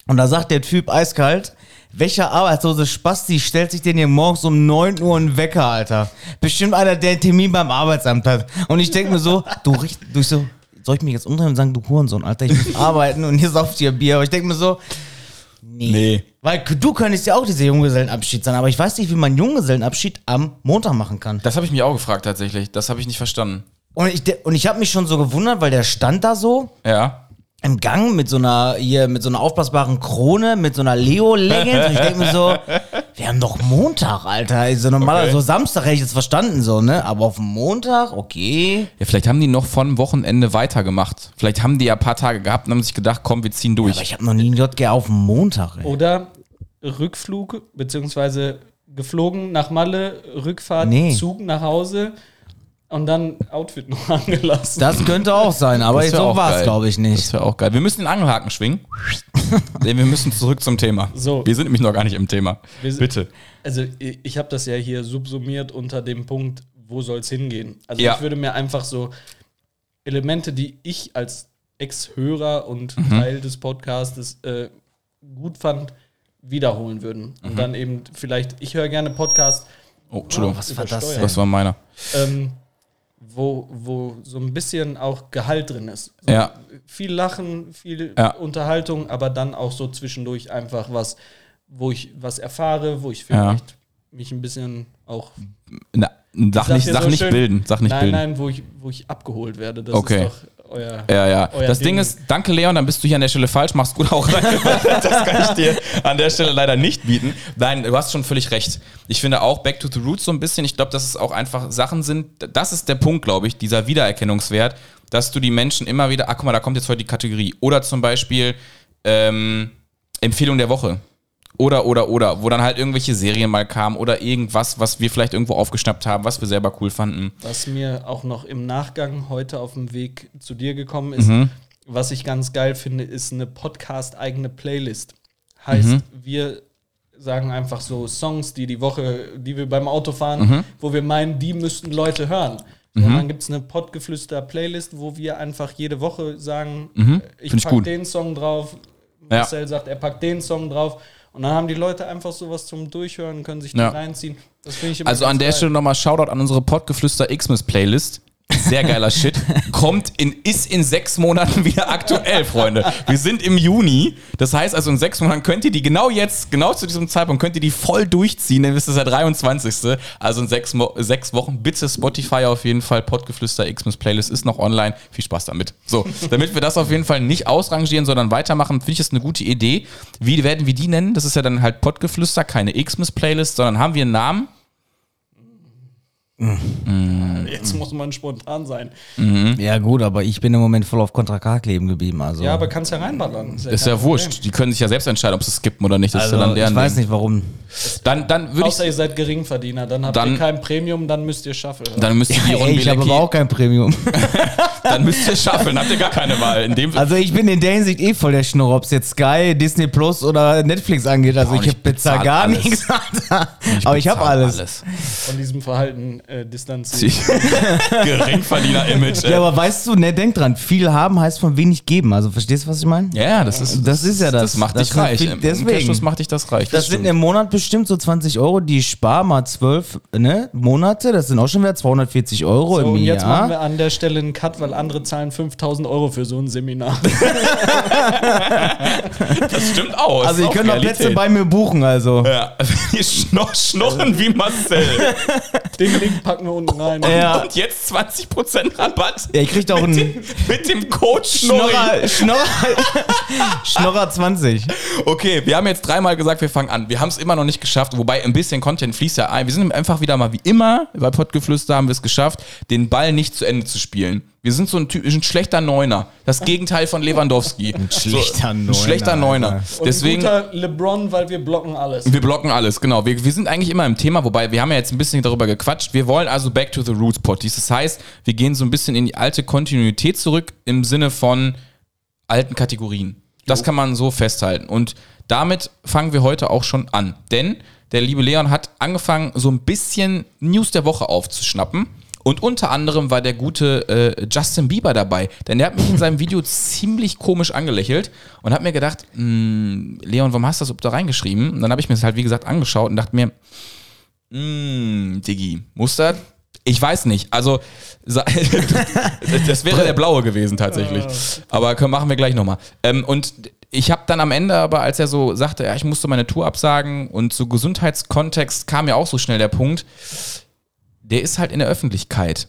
Speaker 4: Und da sagt der Typ eiskalt, welcher arbeitslose Spasti stellt sich denn hier morgens um 9 Uhr einen Wecker, Alter? Bestimmt einer, der einen Termin beim Arbeitsamt hat. Und ich denke mir so, du, richt- du ich so, soll ich mich jetzt umdrehen und sagen, du Hurensohn, Alter, ich muss arbeiten und hier sauft ihr Bier. Aber ich denke mir so, nee.
Speaker 2: Nee.
Speaker 4: Weil du könntest ja auch dieser Junggesellenabschied sein, aber ich weiß nicht, wie man einen Junggesellenabschied am Montag machen kann.
Speaker 2: Das habe ich mich auch gefragt, tatsächlich. Das habe ich nicht verstanden.
Speaker 4: Und ich, de- und ich habe mich schon so gewundert, weil der stand da so
Speaker 2: Ja.
Speaker 4: im Gang mit so einer hier mit so einer aufblasbaren Krone, mit so einer Leo Leggings. Und ich denke mir so, wir haben doch Montag, Alter. Also normal,
Speaker 2: Okay.
Speaker 4: so Samstag hätte ich jetzt verstanden so, ne? Aber auf dem Montag, okay.
Speaker 2: Ja, vielleicht haben die noch vom Wochenende weitergemacht. Vielleicht haben die ja ein paar Tage gehabt und haben sich gedacht, komm, wir ziehen durch.
Speaker 4: Aber ich habe noch nie einen JG auf dem Montag.
Speaker 2: Oh.
Speaker 4: Ey.
Speaker 3: Oder Rückflug, beziehungsweise geflogen nach Malle, Rückfahrt,
Speaker 4: Nee.
Speaker 3: Zug nach Hause und dann Outfit noch angelassen.
Speaker 4: Das könnte auch sein, aber
Speaker 2: Das wär
Speaker 4: so
Speaker 2: auch
Speaker 4: war es,
Speaker 2: geil.
Speaker 4: glaube ich,
Speaker 2: Das
Speaker 4: nicht.
Speaker 2: wäre auch geil. Wir müssen den Angelhaken schwingen. Denn wir müssen zurück zum Thema.
Speaker 3: So.
Speaker 2: Wir sind nämlich noch gar nicht im Thema.
Speaker 3: Wir sind-
Speaker 2: Bitte.
Speaker 3: Also i- ich habe das ja hier subsumiert unter dem Punkt, wo soll es hingehen? Also
Speaker 2: Ja.
Speaker 3: ich würde mir einfach so Elemente, die ich
Speaker 2: Mhm.
Speaker 3: als Ex-Hörer und Teil des Podcastes äh, gut fand, wiederholen würden.
Speaker 2: Mhm.
Speaker 3: Und dann eben vielleicht, ich höre gerne Podcasts,
Speaker 2: Oh, Entschuldigung.
Speaker 4: Was war das
Speaker 3: Übersteuern.
Speaker 4: denn?
Speaker 2: Das war meiner.
Speaker 3: ähm, wo, wo so ein bisschen auch Gehalt drin ist. So
Speaker 2: Ja.
Speaker 3: Viel Lachen, viel
Speaker 2: Ja.
Speaker 3: Unterhaltung, aber dann auch so zwischendurch einfach was, wo ich was erfahre, wo ich vielleicht mich ein bisschen auch
Speaker 2: Na, sag
Speaker 3: Sagt
Speaker 2: nicht,
Speaker 3: ihr
Speaker 2: sag
Speaker 3: so
Speaker 2: nicht
Speaker 3: schön,
Speaker 2: bilden. Sag nicht
Speaker 3: nein,
Speaker 2: bilden.
Speaker 3: Nein, wo ich, wo ich abgeholt werde. Das
Speaker 2: Okay.
Speaker 3: ist doch euer.
Speaker 2: Ja, ja.
Speaker 3: Euer
Speaker 2: das Ding,
Speaker 3: Ding.
Speaker 2: ist, danke Leon, dann bist du hier an der Stelle falsch, mach's gut auch rein. das kann ich dir an der Stelle leider nicht bieten. Nein, du hast schon völlig recht. Ich finde auch Back to the Roots so ein bisschen, ich glaube, dass es auch einfach Sachen sind, das ist der Punkt, glaube ich, dieser Wiedererkennungswert, dass du die Menschen immer wieder, ah guck mal, da kommt jetzt heute die Kategorie. Oder zum Beispiel ähm, Empfehlung der Woche. Oder, oder, oder, wo dann halt irgendwelche Serien mal kamen oder irgendwas, was wir vielleicht irgendwo aufgeschnappt haben, was wir selber cool fanden.
Speaker 3: Was mir auch noch im Nachgang heute auf dem Weg zu dir gekommen ist,
Speaker 2: Mhm.
Speaker 3: was ich ganz geil finde, ist eine Podcast-eigene Playlist. Heißt,
Speaker 2: Mhm.
Speaker 3: wir sagen einfach so Songs, die die Woche, die wir beim Auto fahren,
Speaker 2: Mhm.
Speaker 3: wo wir meinen, die müssten Leute hören. Und dann gibt es eine Pottgeflüster-Playlist, wo wir einfach jede Woche sagen, äh, ich
Speaker 2: Mhm. Find ich
Speaker 3: pack
Speaker 2: gut.
Speaker 3: den Song drauf,
Speaker 2: Ja.
Speaker 3: Marcel sagt, er packt den Song drauf. Und dann haben die Leute einfach sowas zum Durchhören, können sich
Speaker 2: Ja.
Speaker 3: da reinziehen. Das finde ich immer
Speaker 2: Also an
Speaker 3: ganz
Speaker 2: der
Speaker 3: geil.
Speaker 2: Stelle nochmal Shoutout an unsere Podgeflüster Xmas Playlist. Sehr geiler Shit. Kommt in, ist in sechs Monaten wieder aktuell, Freunde. Wir sind im Juni. Das heißt also, in sechs Monaten könnt ihr die genau jetzt, genau zu diesem Zeitpunkt, könnt ihr die voll durchziehen, denn es ist der 23. Also in sechs, Mo sechs Wochen. Bitte Spotify auf jeden Fall. Podgeflüster Xmas Playlist ist noch online. Viel Spaß damit. So, damit wir das auf jeden Fall nicht ausrangieren, sondern weitermachen, finde ich es eine gute Idee. Wie werden wir die nennen? Das ist ja dann halt Podgeflüster, keine Xmas Playlist, sondern haben wir einen Namen?
Speaker 3: Jetzt muss man spontan sein.
Speaker 4: Ja, gut, aber ich bin im Moment voll auf Kontra K kleben geblieben. Also,
Speaker 3: Ja, aber kannst ja reinballern.
Speaker 2: Das ist
Speaker 3: kein
Speaker 2: ja
Speaker 3: Problem.
Speaker 2: wurscht. Die können sich ja selbst entscheiden, ob sie skippen oder nicht. Das
Speaker 4: also
Speaker 2: ist ja dann
Speaker 4: ich
Speaker 2: deren
Speaker 4: weiß
Speaker 2: Ding.
Speaker 4: nicht warum.
Speaker 2: Dann, dann würde
Speaker 3: Außer
Speaker 2: ich.
Speaker 3: ihr seid Geringverdiener, dann habt
Speaker 2: Dann-
Speaker 3: ihr kein Premium, dann müsst ihr Shuffle. hören.
Speaker 2: Dann müsst ihr die
Speaker 4: Ey, ich habe aber
Speaker 2: Runde
Speaker 4: auch kein Premium.
Speaker 2: Dann müsst ihr schaffen. Habt ihr gar keine Wahl. In dem
Speaker 4: Also ich bin in der Hinsicht eh voll der Schnurr, ob es jetzt Sky, Disney Plus oder Netflix angeht. Also
Speaker 2: Ja, und
Speaker 4: ich
Speaker 2: Oh, ich
Speaker 4: hab bezahlt
Speaker 2: bezahl
Speaker 4: gar
Speaker 2: alles.
Speaker 4: nichts. Alter. aber ich habe alles.
Speaker 3: Von diesem Verhalten äh, distanziert.
Speaker 2: Geringverdiener-Image.
Speaker 4: Ja,
Speaker 2: ey.
Speaker 4: aber weißt du, ne, denk dran, viel haben heißt von wenig geben. Also verstehst du, was ich meine?
Speaker 2: Ja, ja, das ist.
Speaker 4: Das ist ja das.
Speaker 2: Das macht
Speaker 4: Das
Speaker 2: dich
Speaker 4: sind
Speaker 2: reich.
Speaker 4: viel-
Speaker 2: Im
Speaker 4: deswegen.
Speaker 2: Umkehrschluss macht dich das reich.
Speaker 4: Das sind
Speaker 2: stimmt.
Speaker 4: im Monat bestimmt so 20 Euro, die ich spare mal 12 ne, Monate. Das sind auch schon wieder 240 Euro
Speaker 3: So,
Speaker 4: im
Speaker 3: und
Speaker 4: Jahr.
Speaker 3: jetzt machen wir an der Stelle einen Cut, weil andere zahlen 5000 Euro für so ein Seminar.
Speaker 2: das stimmt auch. Das
Speaker 4: also
Speaker 2: ist
Speaker 4: ihr
Speaker 2: auch
Speaker 4: könnt auch
Speaker 2: Realität.
Speaker 4: Plätze bei mir buchen. Also
Speaker 2: Ja, wenn ihr schno schnorren wie Marcel.
Speaker 3: Den Link packen wir unten rein.
Speaker 4: Ja.
Speaker 2: Und jetzt 20% Rabatt.
Speaker 4: Ja, ihr kriegt auch
Speaker 2: mit
Speaker 4: einen-
Speaker 2: dem, mit dem Code Schnorri.
Speaker 4: Schnorrer, Schnorrer, Schnorrer 20.
Speaker 2: Okay, wir haben jetzt dreimal gesagt, wir fangen an. Wir haben es immer noch nicht geschafft, wobei ein bisschen Content fließt ja ein. Wir sind einfach wieder mal wie immer, bei Pottgeflüster haben wir es geschafft, den Ball nicht zu Ende zu spielen. Wir sind so ein, typ, ein schlechter Neuner. Das Gegenteil von Lewandowski. Ein
Speaker 4: schlechter
Speaker 2: Ein schlechter
Speaker 4: Neuner,
Speaker 2: Neuner.
Speaker 3: Und
Speaker 2: Deswegen.
Speaker 3: guter LeBron, weil wir blocken alles.
Speaker 2: Wir blocken alles, genau. Wir, wir sind eigentlich immer im Thema, wobei wir haben ja jetzt ein bisschen darüber gequatscht. Wir wollen also back to the roots Potties. Das heißt, wir gehen so ein bisschen in die alte Kontinuität zurück im Sinne von alten Kategorien. Das kann man so festhalten. Und damit fangen wir heute auch schon an. Denn der liebe Leon hat angefangen, so ein bisschen News der Woche aufzuschnappen. Und unter anderem war der gute äh, Justin Bieber dabei. Denn der hat mich in seinem Video ziemlich komisch angelächelt und hat mir gedacht, "Hm, Leon, warum hast du das überhaupt da reingeschrieben? Und dann habe ich mir das halt, wie gesagt, angeschaut und dachte mir, "Hm, Diggi, Mustard? Ich weiß nicht. Also, sa- das wäre der blaue gewesen tatsächlich. Aber können, machen wir gleich nochmal. Ähm, und ich habe dann am Ende aber, als er so sagte, ja, ich musste meine Tour absagen und zu Gesundheitskontext kam ja auch so schnell der Punkt, der ist halt in der Öffentlichkeit.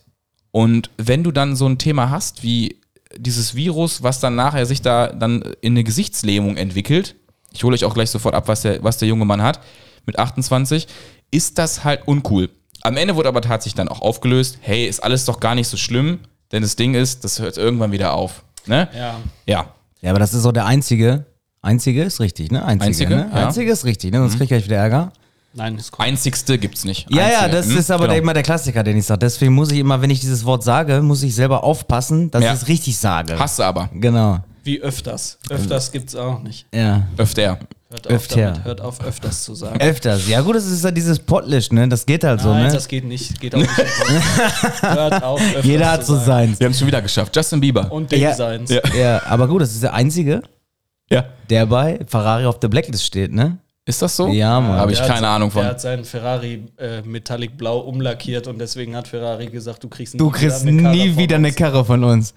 Speaker 2: Und wenn du dann so ein Thema hast wie dieses Virus, was dann nachher sich da dann in eine Gesichtslähmung entwickelt, ich hole euch auch gleich sofort ab, was der, was der junge Mann hat, mit 28, ist das halt uncool. Am Ende wurde aber tatsächlich dann auch aufgelöst, hey, ist alles doch gar nicht so schlimm, denn das Ding ist, das hört irgendwann wieder auf. Ne?
Speaker 3: Ja.
Speaker 2: Ja.
Speaker 4: Ja, aber das ist so der einzige. Einzige ist richtig, ne? Einzige,
Speaker 2: Einzige,
Speaker 4: ne?
Speaker 2: ja.
Speaker 4: Einzige ist richtig, ne? Sonst krieg ich gleich wieder Ärger. Mhm,
Speaker 3: Nein, ist cool.
Speaker 2: Einzigste gibt's nicht.
Speaker 4: Ja, ja,
Speaker 2: Einzige.
Speaker 4: das
Speaker 2: Hm,
Speaker 4: ist aber der,
Speaker 2: genau.
Speaker 4: immer der Klassiker, den ich sage. Deswegen muss ich immer, wenn ich dieses Wort sage, muss ich selber aufpassen, dass
Speaker 2: Ja.
Speaker 4: ich es richtig sage.
Speaker 2: Hast du aber.
Speaker 4: Genau.
Speaker 3: Wie öfters. Öfters gibt's auch nicht.
Speaker 4: Ja.
Speaker 2: Öfter.
Speaker 3: Hört auf
Speaker 4: Öfter.
Speaker 3: damit. Hört auf, öfters zu sagen.
Speaker 4: Öfters. Ja, gut, das ist ja dieses Potlish, ne? Das geht halt so,
Speaker 3: Nein,
Speaker 4: ne?
Speaker 3: das geht nicht. Geht auch nicht. Hört auf, öfters
Speaker 4: Jeder hat so seins.
Speaker 2: Wir haben es schon wieder geschafft. Justin Bieber.
Speaker 3: Und den
Speaker 4: Ja.
Speaker 3: seins.
Speaker 2: Ja.
Speaker 4: Ja, aber gut, das ist der einzige,
Speaker 2: ja.
Speaker 4: der bei Ferrari auf der Blacklist steht, ne?
Speaker 2: Ist das so?
Speaker 4: Ja, Mann.
Speaker 2: Habe ich
Speaker 3: Der hat-
Speaker 2: keine Ahnung von.
Speaker 3: Der hat seinen Ferrari äh, Metallic Blau umlackiert und deswegen hat Ferrari gesagt, du kriegst,
Speaker 4: Du kriegst nie wieder eine Karre von uns.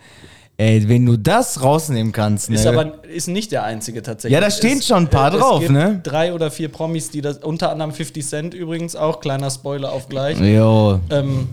Speaker 4: Ey, wenn du das rausnehmen kannst, ne?
Speaker 3: Ist aber ist nicht der einzige tatsächlich.
Speaker 4: Ja, da stehen
Speaker 3: es,
Speaker 4: schon ein paar
Speaker 3: äh,
Speaker 4: drauf,
Speaker 3: es gibt
Speaker 4: ne?
Speaker 3: Drei oder vier Promis, die das, unter anderem 50 Cent übrigens auch, kleiner Spoiler auf gleich.
Speaker 4: jo,
Speaker 3: Ähm,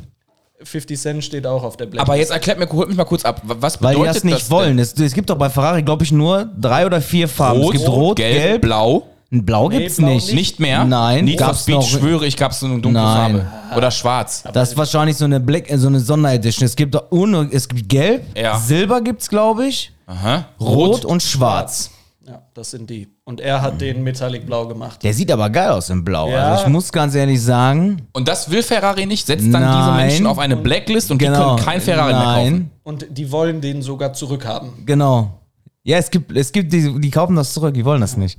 Speaker 3: 50 Cent steht auch auf der Blacklist.
Speaker 2: Aber jetzt erklärt mir, holt mich mal kurz ab. wa- Was
Speaker 4: weil
Speaker 2: bedeutet
Speaker 4: die das nicht
Speaker 2: denn?
Speaker 4: wollen. Es, es gibt doch bei Ferrari, glaube ich, nur drei oder vier Farben.
Speaker 2: Rot,
Speaker 4: es gibt Rot, Gelb,
Speaker 2: Blau.
Speaker 4: Ein Blau
Speaker 3: Nee,
Speaker 4: gibt's
Speaker 3: Blau
Speaker 4: nicht.
Speaker 3: nicht.
Speaker 2: Nicht mehr?
Speaker 4: Nein,
Speaker 2: Need for
Speaker 4: gab's
Speaker 2: Speed,
Speaker 4: noch-
Speaker 2: schwöre ich, gab es so eine dunkle
Speaker 4: Nein.
Speaker 2: Farbe. Oder schwarz.
Speaker 4: Das ist wahrscheinlich so eine Black, äh, so eine Sonderedition. Es gibt doch nur, es gibt Gelb,
Speaker 2: Ja.
Speaker 4: Silber gibt's, glaube ich,
Speaker 2: Aha.
Speaker 4: Rot, und Schwarz.
Speaker 3: ja, das sind die. Und er hat den Metallic Blau gemacht.
Speaker 4: Der sieht aber geil aus im Blau.
Speaker 3: Ja.
Speaker 4: Also ich muss ganz ehrlich sagen,
Speaker 2: Und das will Ferrari nicht, setzt dann diese
Speaker 4: Nein.
Speaker 2: Menschen auf eine Blacklist und
Speaker 4: genau.
Speaker 2: die können kein Ferrari mehr kaufen.
Speaker 4: Nein,
Speaker 3: Und die wollen den sogar zurückhaben.
Speaker 4: genau. Ja, es gibt, es gibt die, die kaufen das zurück, die wollen das nicht.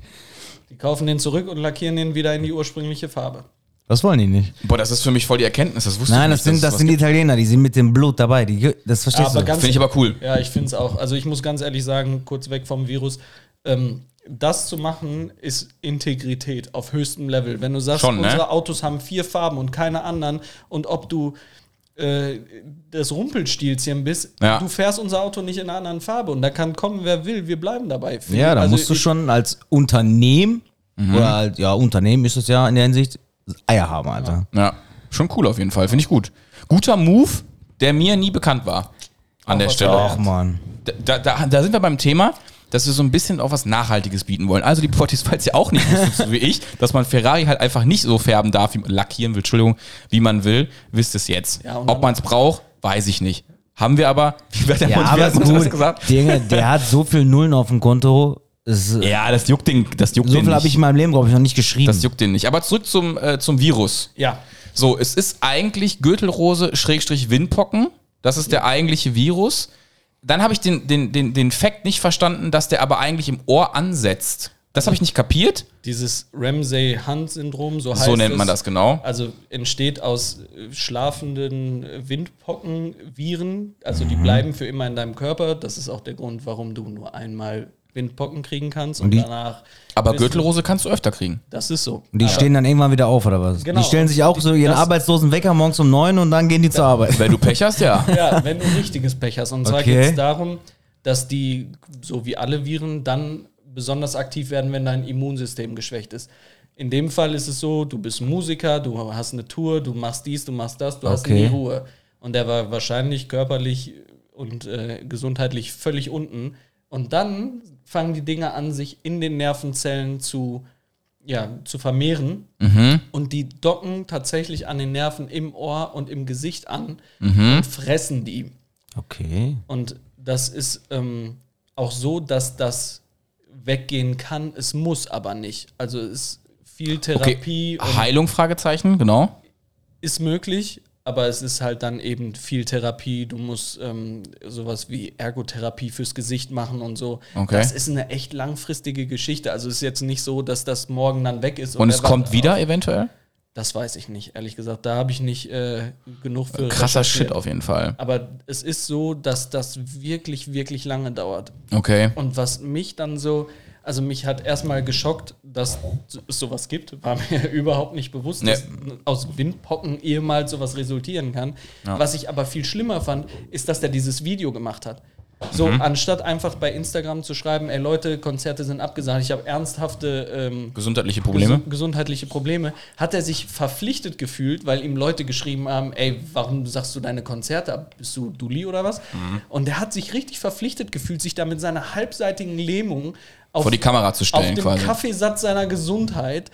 Speaker 3: Die kaufen den zurück und lackieren den wieder in die ursprüngliche Farbe.
Speaker 4: Das wollen die nicht.
Speaker 2: Boah, das ist für mich voll die Erkenntnis, das wusste
Speaker 4: Nein,
Speaker 2: ich
Speaker 4: das
Speaker 2: nicht.
Speaker 4: sind, das sind die Italiener, die sind mit dem Blut dabei. Die, das verstehst
Speaker 3: Aber
Speaker 4: du.
Speaker 3: ganz-
Speaker 2: Finde ich aber cool.
Speaker 3: Ja, ich finde es auch. Also ich muss ganz ehrlich sagen, kurz weg vom Virus, ähm, das zu machen ist Integrität auf höchstem Level. Wenn du sagst,
Speaker 2: Schon, ne?
Speaker 3: unsere Autos haben vier Farben und keine anderen und ob du äh, das Rumpelstilzchen bist,
Speaker 2: Ja.
Speaker 3: du fährst unser Auto nicht in einer anderen Farbe und da kann kommen, wer will, wir bleiben dabei.
Speaker 4: Ja, da
Speaker 3: Also
Speaker 4: musst du
Speaker 3: ich-
Speaker 4: schon als Unternehmen, oder halt, ja, Unternehmen ist es ja in der Hinsicht, Eier haben, Alter.
Speaker 2: Ja, schon cool auf jeden Fall, finde ich gut. Guter Move, der mir nie bekannt war an der
Speaker 3: was
Speaker 2: Stelle.
Speaker 4: Ach, Mann.
Speaker 2: Da, da, da sind wir beim Thema, dass wir so ein bisschen auch was Nachhaltiges bieten wollen. Also die Portis, falls ihr auch nicht wisst, so wie ich, dass man Ferrari halt einfach nicht so färben darf, wie, lackieren will, Entschuldigung, wie man will, wisst es jetzt.
Speaker 3: Ja, und
Speaker 2: Ob
Speaker 3: dann-
Speaker 2: man es braucht, weiß ich nicht. Haben wir aber, wie wird der
Speaker 4: Ja,
Speaker 2: Mund- wie
Speaker 4: aber
Speaker 2: hat
Speaker 4: ist
Speaker 2: man das
Speaker 4: gut. Der, der hat so viel Nullen auf dem Konto. Es,
Speaker 2: Ja, das juckt den, das juckt
Speaker 4: so
Speaker 2: den
Speaker 4: viel
Speaker 2: nicht.
Speaker 4: habe ich in meinem Leben, glaube ich, noch nicht geschrieben.
Speaker 2: das juckt den nicht. Aber zurück zum, äh, zum Virus.
Speaker 3: Ja,
Speaker 2: So, es ist eigentlich Gürtelrose Schrägstrich Windpocken. Das ist der eigentliche Virus. Dann habe ich den, den, den, den Fact nicht verstanden, dass der aber eigentlich im Ohr ansetzt. Das habe ich nicht kapiert.
Speaker 3: dieses Ramsay-Hunt-Syndrom, so heißt
Speaker 2: So nennt
Speaker 3: es.
Speaker 2: man das genau.
Speaker 3: Also entsteht aus äh, schlafenden äh, Windpockenviren, also
Speaker 4: Mhm.
Speaker 3: die bleiben für immer in deinem Körper. Das ist auch der Grund, warum du nur einmal Windpocken kriegen kannst und,
Speaker 4: die-
Speaker 3: danach.
Speaker 2: Aber
Speaker 3: bist du-
Speaker 2: Gürtelrose kannst du öfter kriegen.
Speaker 3: Das ist so.
Speaker 4: Und die
Speaker 3: Aber
Speaker 4: stehen dann irgendwann wieder auf, oder was?
Speaker 3: Genau.
Speaker 4: Die stellen sich auch so ihren
Speaker 3: Das-
Speaker 4: arbeitslosen Wecker morgens um neun und dann gehen die zur Arbeit.
Speaker 2: Wenn du Pech hast, ja.
Speaker 3: Ja, wenn du richtiges Pech hast. Und zwar
Speaker 4: Okay.
Speaker 3: geht es darum, dass die, so wie alle Viren, dann besonders aktiv werden, wenn dein Immunsystem geschwächt ist. In dem Fall ist es so, du bist Musiker, du hast eine Tour, du machst dies, du machst das, du hast nie
Speaker 4: Okay.
Speaker 3: Ruhe. Und der war wahrscheinlich körperlich und äh, gesundheitlich völlig unten. Und dann fangen die Dinge an, sich in den Nervenzellen zu, ja, zu vermehren. Und die docken tatsächlich an den Nerven im Ohr und im Gesicht an und fressen die.
Speaker 4: Okay.
Speaker 3: Und das ist ähm, auch so, dass das weggehen kann. Es muss aber nicht. Also es ist viel Therapie
Speaker 2: Okay.
Speaker 3: und
Speaker 2: Heilung, Fragezeichen, genau.
Speaker 3: ist möglich, aber es ist halt dann eben viel Therapie. Du musst ähm, sowas wie Ergotherapie fürs Gesicht machen und so.
Speaker 2: Okay.
Speaker 3: Das ist eine echt langfristige Geschichte. Also es ist jetzt nicht so, dass das morgen dann weg ist.
Speaker 2: Und
Speaker 3: wer
Speaker 2: es kommt
Speaker 3: wacht
Speaker 2: wieder
Speaker 3: auf.
Speaker 2: eventuell.
Speaker 3: Das weiß ich nicht, ehrlich gesagt. Da habe ich nicht äh, genug für.
Speaker 2: Krasser
Speaker 3: recherchiert.
Speaker 2: Shit auf jeden Fall.
Speaker 3: Aber es ist so, dass das wirklich, wirklich lange dauert.
Speaker 2: Okay.
Speaker 3: Und was mich dann so, also mich hat erstmal geschockt, dass es sowas gibt, war mir überhaupt nicht bewusst,
Speaker 2: Nee.
Speaker 3: dass aus Windpocken ehemals sowas resultieren kann. Was ich aber viel schlimmer fand, ist, dass der dieses Video gemacht hat. So,
Speaker 2: Mhm.
Speaker 3: anstatt einfach bei Instagram zu schreiben, ey Leute, Konzerte sind abgesagt, ich habe ernsthafte ähm,
Speaker 2: Gesundheitliche Probleme.
Speaker 3: Gesu- gesundheitliche Probleme, hat er sich verpflichtet gefühlt, weil ihm Leute geschrieben haben, ey, warum sagst du deine Konzerte ab? Bist du Dulli oder was?
Speaker 2: Mhm.
Speaker 3: Und er hat sich richtig verpflichtet gefühlt, sich da mit seiner halbseitigen Lähmung auf,
Speaker 2: Vor die Kamera zu
Speaker 3: auf
Speaker 2: stellen
Speaker 3: dem
Speaker 2: quasi.
Speaker 3: Kaffeesatz seiner Gesundheit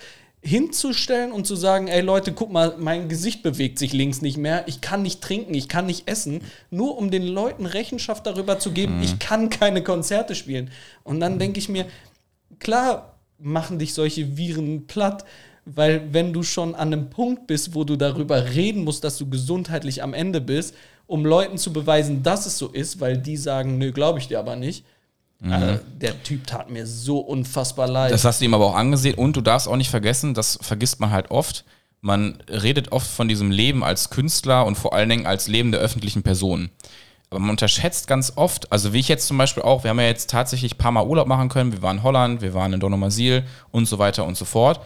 Speaker 3: hinzustellen und zu sagen, ey Leute, guck mal, mein Gesicht bewegt sich links nicht mehr, ich kann nicht trinken, ich kann nicht essen, nur um den Leuten Rechenschaft darüber zu geben,
Speaker 2: Mhm.
Speaker 3: ich kann keine Konzerte spielen. Und dann denke ich mir, klar machen dich solche Viren platt, weil wenn du schon an einem Punkt bist, wo du darüber reden musst, dass du gesundheitlich am Ende bist, um Leuten zu beweisen, dass es so ist, weil die sagen, nö, glaube ich dir aber nicht. Äh, der Typ tat mir so unfassbar leid.
Speaker 2: Mhm. Das hast du ihm aber auch angesehen und du darfst auch nicht vergessen, das vergisst man halt oft. Man redet oft von diesem Leben als Künstler und vor allen Dingen als Leben der öffentlichen Person. Aber man unterschätzt ganz oft, also wie ich jetzt zum Beispiel auch, wir haben ja jetzt tatsächlich ein paar Mal Urlaub machen können, wir waren in Holland, wir waren in Donomasil und so weiter und so fort.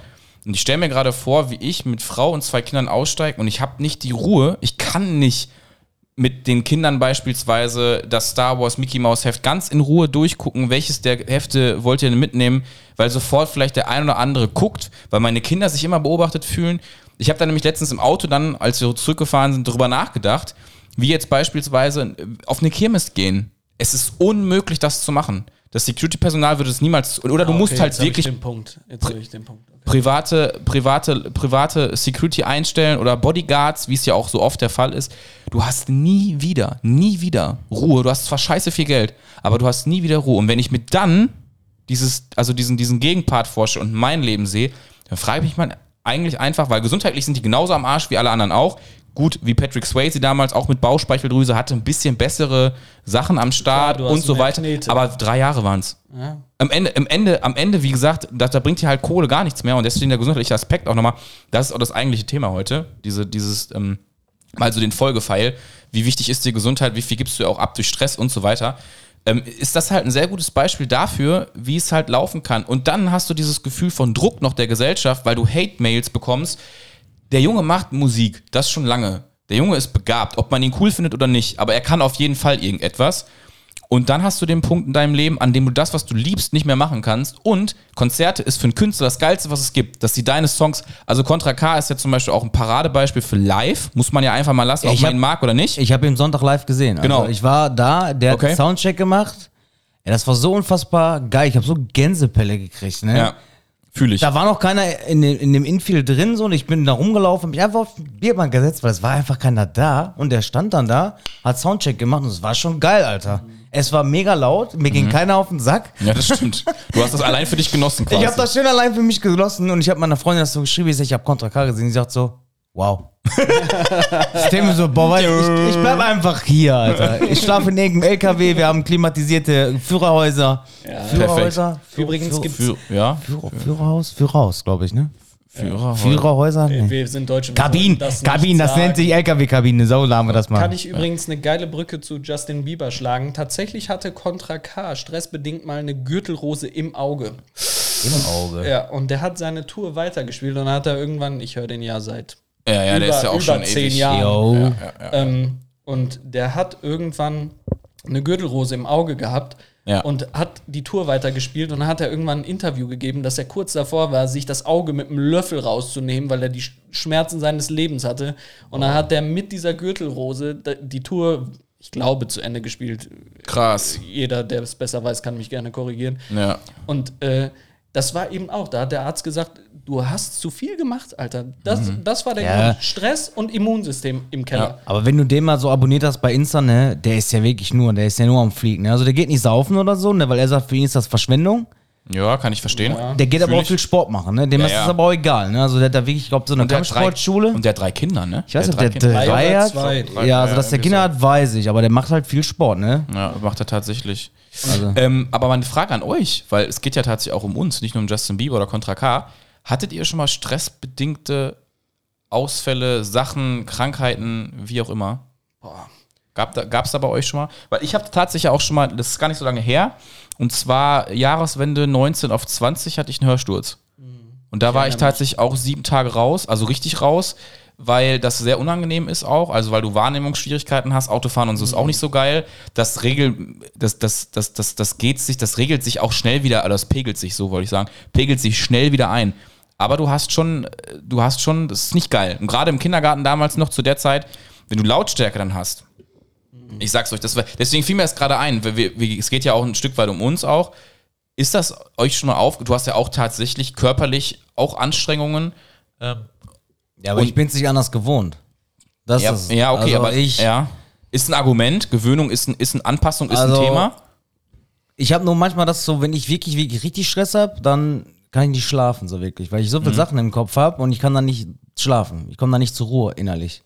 Speaker 2: Und ich stelle mir gerade vor, wie ich mit Frau und zwei Kindern aussteige und ich habe nicht die Ruhe, ich kann nicht mit den Kindern beispielsweise das Star Wars Mickey Mouse Heft ganz in Ruhe durchgucken, welches der Hefte wollt ihr denn mitnehmen, weil sofort vielleicht der ein oder andere guckt, weil meine Kinder sich immer beobachtet fühlen. Ich habe da nämlich letztens im Auto dann, als wir zurückgefahren sind, drüber nachgedacht, wie jetzt beispielsweise auf eine Kirmes gehen. Es ist unmöglich, das zu machen. Das Security-Personal würde es niemals, oder du
Speaker 3: Ah,
Speaker 2: musst
Speaker 3: okay,
Speaker 2: halt
Speaker 3: jetzt hab ich
Speaker 2: wirklich
Speaker 3: den Punkt. Jetzt sehe ich den Punkt. Okay.
Speaker 2: private, private, private Security einstellen oder Bodyguards, wie es ja auch so oft der Fall ist. Du hast nie wieder, nie wieder Ruhe. Du hast zwar scheiße viel Geld, aber du hast nie wieder Ruhe. Und wenn ich mir dann dieses, also diesen, diesen Gegenpart forsche und mein Leben sehe, dann frage ich mich mal eigentlich einfach, weil gesundheitlich sind die genauso am Arsch wie alle anderen auch. Gut, wie Patrick Swayze damals auch mit Bauchspeicheldrüse hatte ein bisschen bessere Sachen am Start
Speaker 3: du hast
Speaker 2: und so
Speaker 3: mehr
Speaker 2: weiter.
Speaker 3: Knete.
Speaker 2: Aber drei Jahre waren es.
Speaker 3: Ja.
Speaker 2: Am Ende, am Ende, am Ende, wie gesagt, da, da bringt dir halt Kohle gar nichts mehr und deswegen der gesundheitliche Aspekt auch nochmal, das ist auch das eigentliche Thema heute, diese, dieses, ähm, mal so den Folgepfeil, wie wichtig ist dir Gesundheit, wie viel gibst du auch ab durch Stress und so weiter, ähm, ist das halt ein sehr gutes Beispiel dafür, wie es halt laufen kann. Und dann hast du dieses Gefühl von Druck noch der Gesellschaft, weil du Hate-Mails bekommst, der Junge macht Musik, das schon lange. Der Junge ist begabt, ob man ihn cool findet oder nicht, aber er kann auf jeden Fall irgendetwas. Und dann hast du den Punkt in deinem Leben, an dem du das, was du liebst, nicht mehr machen kannst. Und Konzerte ist für einen Künstler das Geilste, was es gibt, dass sie deine Songs, also Contra K ist ja zum Beispiel auch ein Paradebeispiel für live, muss man ja einfach mal lassen,
Speaker 4: Ja,
Speaker 2: ob
Speaker 4: ich
Speaker 2: man
Speaker 4: hab-
Speaker 2: ihn mag oder nicht.
Speaker 4: Ich habe ihn Sonntag live gesehen.
Speaker 2: Genau.
Speaker 4: Also ich war da, der hat
Speaker 2: Okay.
Speaker 4: einen Soundcheck gemacht. Ja, das war so unfassbar geil. Ich habe so Gänsepelle gekriegt. Ne?
Speaker 2: ja, fühle ich.
Speaker 4: Da war noch keiner in, dem- in dem Infield drin so und ich bin da rumgelaufen, hab mich einfach auf die Bierbank gesetzt, weil es war einfach keiner da und der stand dann da, hat Soundcheck gemacht und es war schon geil, Alter. Es war mega laut, mir ging keiner auf den Sack.
Speaker 2: Ja, das stimmt. Du hast das allein für dich genossen quasi.
Speaker 4: Ich habe das schön allein für mich genossen und ich habe meiner Freundin das so geschrieben, ich, sag, ich habe Contra K gesehen, die sagt so, wow. ich denke mir so, boah, weißt du, ich, ich bleib einfach hier, Alter. Ich schlafe in irgendeinem LKW, wir haben klimatisierte Führerhäuser. Führerhäuser?
Speaker 3: Übrigens gibt's
Speaker 2: für, ja,
Speaker 4: Führer, Führerhaus? Führerhaus, glaube ich, ne?
Speaker 2: Führer.
Speaker 4: Führerhäuser? Nee.
Speaker 3: Wir sind Deutsche. wir
Speaker 4: Kabinen,
Speaker 3: sollten das nicht
Speaker 4: Kabinen, das
Speaker 3: sagen.
Speaker 4: nennt sich LKW-Kabine, so lahm wir das mal.
Speaker 3: Kann ich übrigens eine geile Brücke zu Justin Bieber schlagen. Tatsächlich hatte Contra K stressbedingt mal eine Gürtelrose im Auge.
Speaker 4: im Auge.
Speaker 3: Ja, und der hat seine Tour weitergespielt und dann hat er irgendwann, ich höre den ja seit
Speaker 2: Ja, ja, der
Speaker 3: über-
Speaker 2: ist ja auch
Speaker 3: über
Speaker 2: schon
Speaker 3: zehn
Speaker 2: ewig.
Speaker 3: Jahre.
Speaker 4: Yo.
Speaker 3: Ähm, und der hat irgendwann eine Gürtelrose im Auge gehabt
Speaker 2: Ja.
Speaker 3: und hat die Tour weitergespielt und dann hat er irgendwann ein Interview gegeben, dass er kurz davor war, sich das Auge mit einem Löffel rauszunehmen, weil er die Sch- Schmerzen seines Lebens hatte. Und
Speaker 2: Oh.
Speaker 3: dann hat er mit dieser Gürtelrose da- die Tour, ich glaube, zu Ende gespielt.
Speaker 2: Krass.
Speaker 3: Jeder, der es besser weiß, kann mich gerne korrigieren.
Speaker 2: Ja.
Speaker 3: Und äh, das war eben auch, da hat der Arzt gesagt, du hast zu viel gemacht, Alter. Das,
Speaker 2: Mhm.
Speaker 3: das war der
Speaker 4: Ja.
Speaker 3: Grund. Stress und Immunsystem im Keller.
Speaker 4: Aber wenn du den mal so abonniert hast bei Insta, ne, der ist ja wirklich nur, der ist ja nur am Fliegen. Ne? Also der geht nicht saufen oder so, ne, weil er sagt, für ihn ist das Verschwendung.
Speaker 2: Ja, kann ich verstehen.
Speaker 4: Der geht aber
Speaker 2: Fühl
Speaker 4: auch
Speaker 2: ich.
Speaker 4: viel Sport machen, ne? Dem
Speaker 2: Ja,
Speaker 4: ist
Speaker 2: ja.
Speaker 4: das aber auch egal, ne? Also der hat da wirklich, ich glaube, so eine
Speaker 2: Und der hat drei-
Speaker 4: Kampfsportschule.
Speaker 2: Und der hat drei Kinder, ne?
Speaker 4: Ich weiß nicht, ob der
Speaker 2: hat drei Kinder.
Speaker 3: Drei
Speaker 4: drei
Speaker 3: oder
Speaker 4: hat.
Speaker 3: zwei?
Speaker 4: Ja, also dass der Kinder hat, weiß ich, aber der macht halt viel Sport, ne?
Speaker 2: Ja, macht er tatsächlich.
Speaker 4: Also.
Speaker 2: Ähm, aber meine Frage an euch, weil es geht ja tatsächlich auch um uns, nicht nur um Justin Bieber oder Contra K. Hattet ihr schon mal stressbedingte Ausfälle, Sachen, Krankheiten, wie auch immer? Gab da, gab's da bei euch schon mal? Weil ich habe tatsächlich auch schon mal, das ist gar nicht so lange her, und zwar Jahreswende 19 auf 20 hatte ich einen Hörsturz. Und da war ich tatsächlich auch sieben Tage raus, also richtig raus, weil das sehr unangenehm ist auch, also weil du Wahrnehmungsschwierigkeiten hast, Autofahren und so ist auch nicht so geil. Das regelt, das, das, das, das, das geht sich, das regelt sich auch schnell wieder, also das pegelt sich, so wollte ich sagen, pegelt sich schnell wieder ein. Aber du hast schon, äh, du hast schon, das ist nicht geil. Und gerade im Kindergarten damals noch zu der Zeit, wenn du Lautstärke dann hast, ich sag's euch, das war, deswegen fiel mir das gerade ein, weil wir, wir, es geht ja auch ein Stück weit um uns auch. Ist das euch schon mal auf? Du hast ja auch tatsächlich körperlich auch Anstrengungen.
Speaker 4: Ja, aber
Speaker 2: Und-
Speaker 4: ich bin's nicht anders gewohnt. Das
Speaker 2: Ja,
Speaker 4: ist
Speaker 2: ja okay,
Speaker 4: also
Speaker 2: aber
Speaker 4: ich
Speaker 2: ja. ist ein Argument. Gewöhnung ist ein, ist ein Anpassung, ist
Speaker 4: Also-
Speaker 2: ein Thema.
Speaker 4: ich habe nur manchmal das so, wenn ich wirklich, wirklich richtig Stress habe, dann kann ich nicht schlafen, so wirklich, weil ich
Speaker 2: Mhm.
Speaker 4: so viele Sachen im Kopf habe und ich kann dann nicht schlafen. Ich komme dann nicht zur Ruhe innerlich.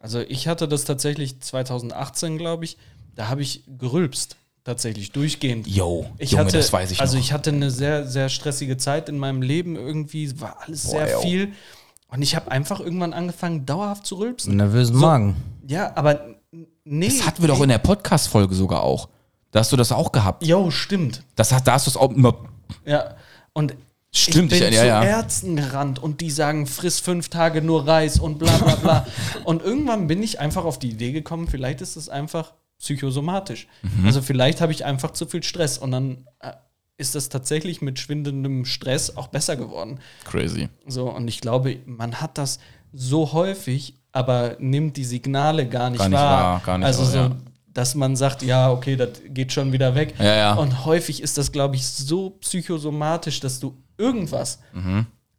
Speaker 3: Also ich hatte das tatsächlich 2018, glaube ich. Da habe ich gerülpst. Tatsächlich, durchgehend.
Speaker 2: Yo,
Speaker 3: ich
Speaker 2: Junge,
Speaker 3: hatte,
Speaker 2: das weiß ich
Speaker 3: Also
Speaker 2: noch.
Speaker 3: ich hatte eine sehr, sehr stressige Zeit in meinem Leben. Irgendwie war alles sehr
Speaker 2: yo.
Speaker 3: viel. Und ich habe einfach irgendwann angefangen, dauerhaft zu rülpsen.
Speaker 4: Einen nervösen Magen.
Speaker 3: Ja, aber Nee.
Speaker 2: Ne. Das hatten wir doch in der Podcast-Folge sogar auch. Da hast du das auch gehabt.
Speaker 3: Jo, stimmt.
Speaker 2: Das hat, da hast du es auch. immer-
Speaker 3: Ja. Und
Speaker 2: Stimmt,
Speaker 3: ich bin
Speaker 2: ich- ja,
Speaker 3: zu
Speaker 2: ja.
Speaker 3: Ärzten gerannt und die sagen, friss fünf Tage nur Reis und bla bla bla. und irgendwann bin ich einfach auf die Idee gekommen, vielleicht ist es einfach psychosomatisch.
Speaker 2: Mhm.
Speaker 3: Also vielleicht habe ich einfach zu viel Stress und dann äh, ist das tatsächlich mit schwindendem Stress auch besser geworden.
Speaker 2: Crazy.
Speaker 3: So, und ich glaube, man hat das so häufig, aber nimmt die Signale gar nicht,
Speaker 2: Gar nicht
Speaker 3: wahr.
Speaker 2: wahr, gar nicht
Speaker 3: also
Speaker 2: wahr,
Speaker 3: so,
Speaker 2: ja.
Speaker 3: dass man sagt, ja, okay, das geht schon wieder weg.
Speaker 2: Ja, ja.
Speaker 3: Und häufig ist das, glaube ich, so psychosomatisch, dass du irgendwas,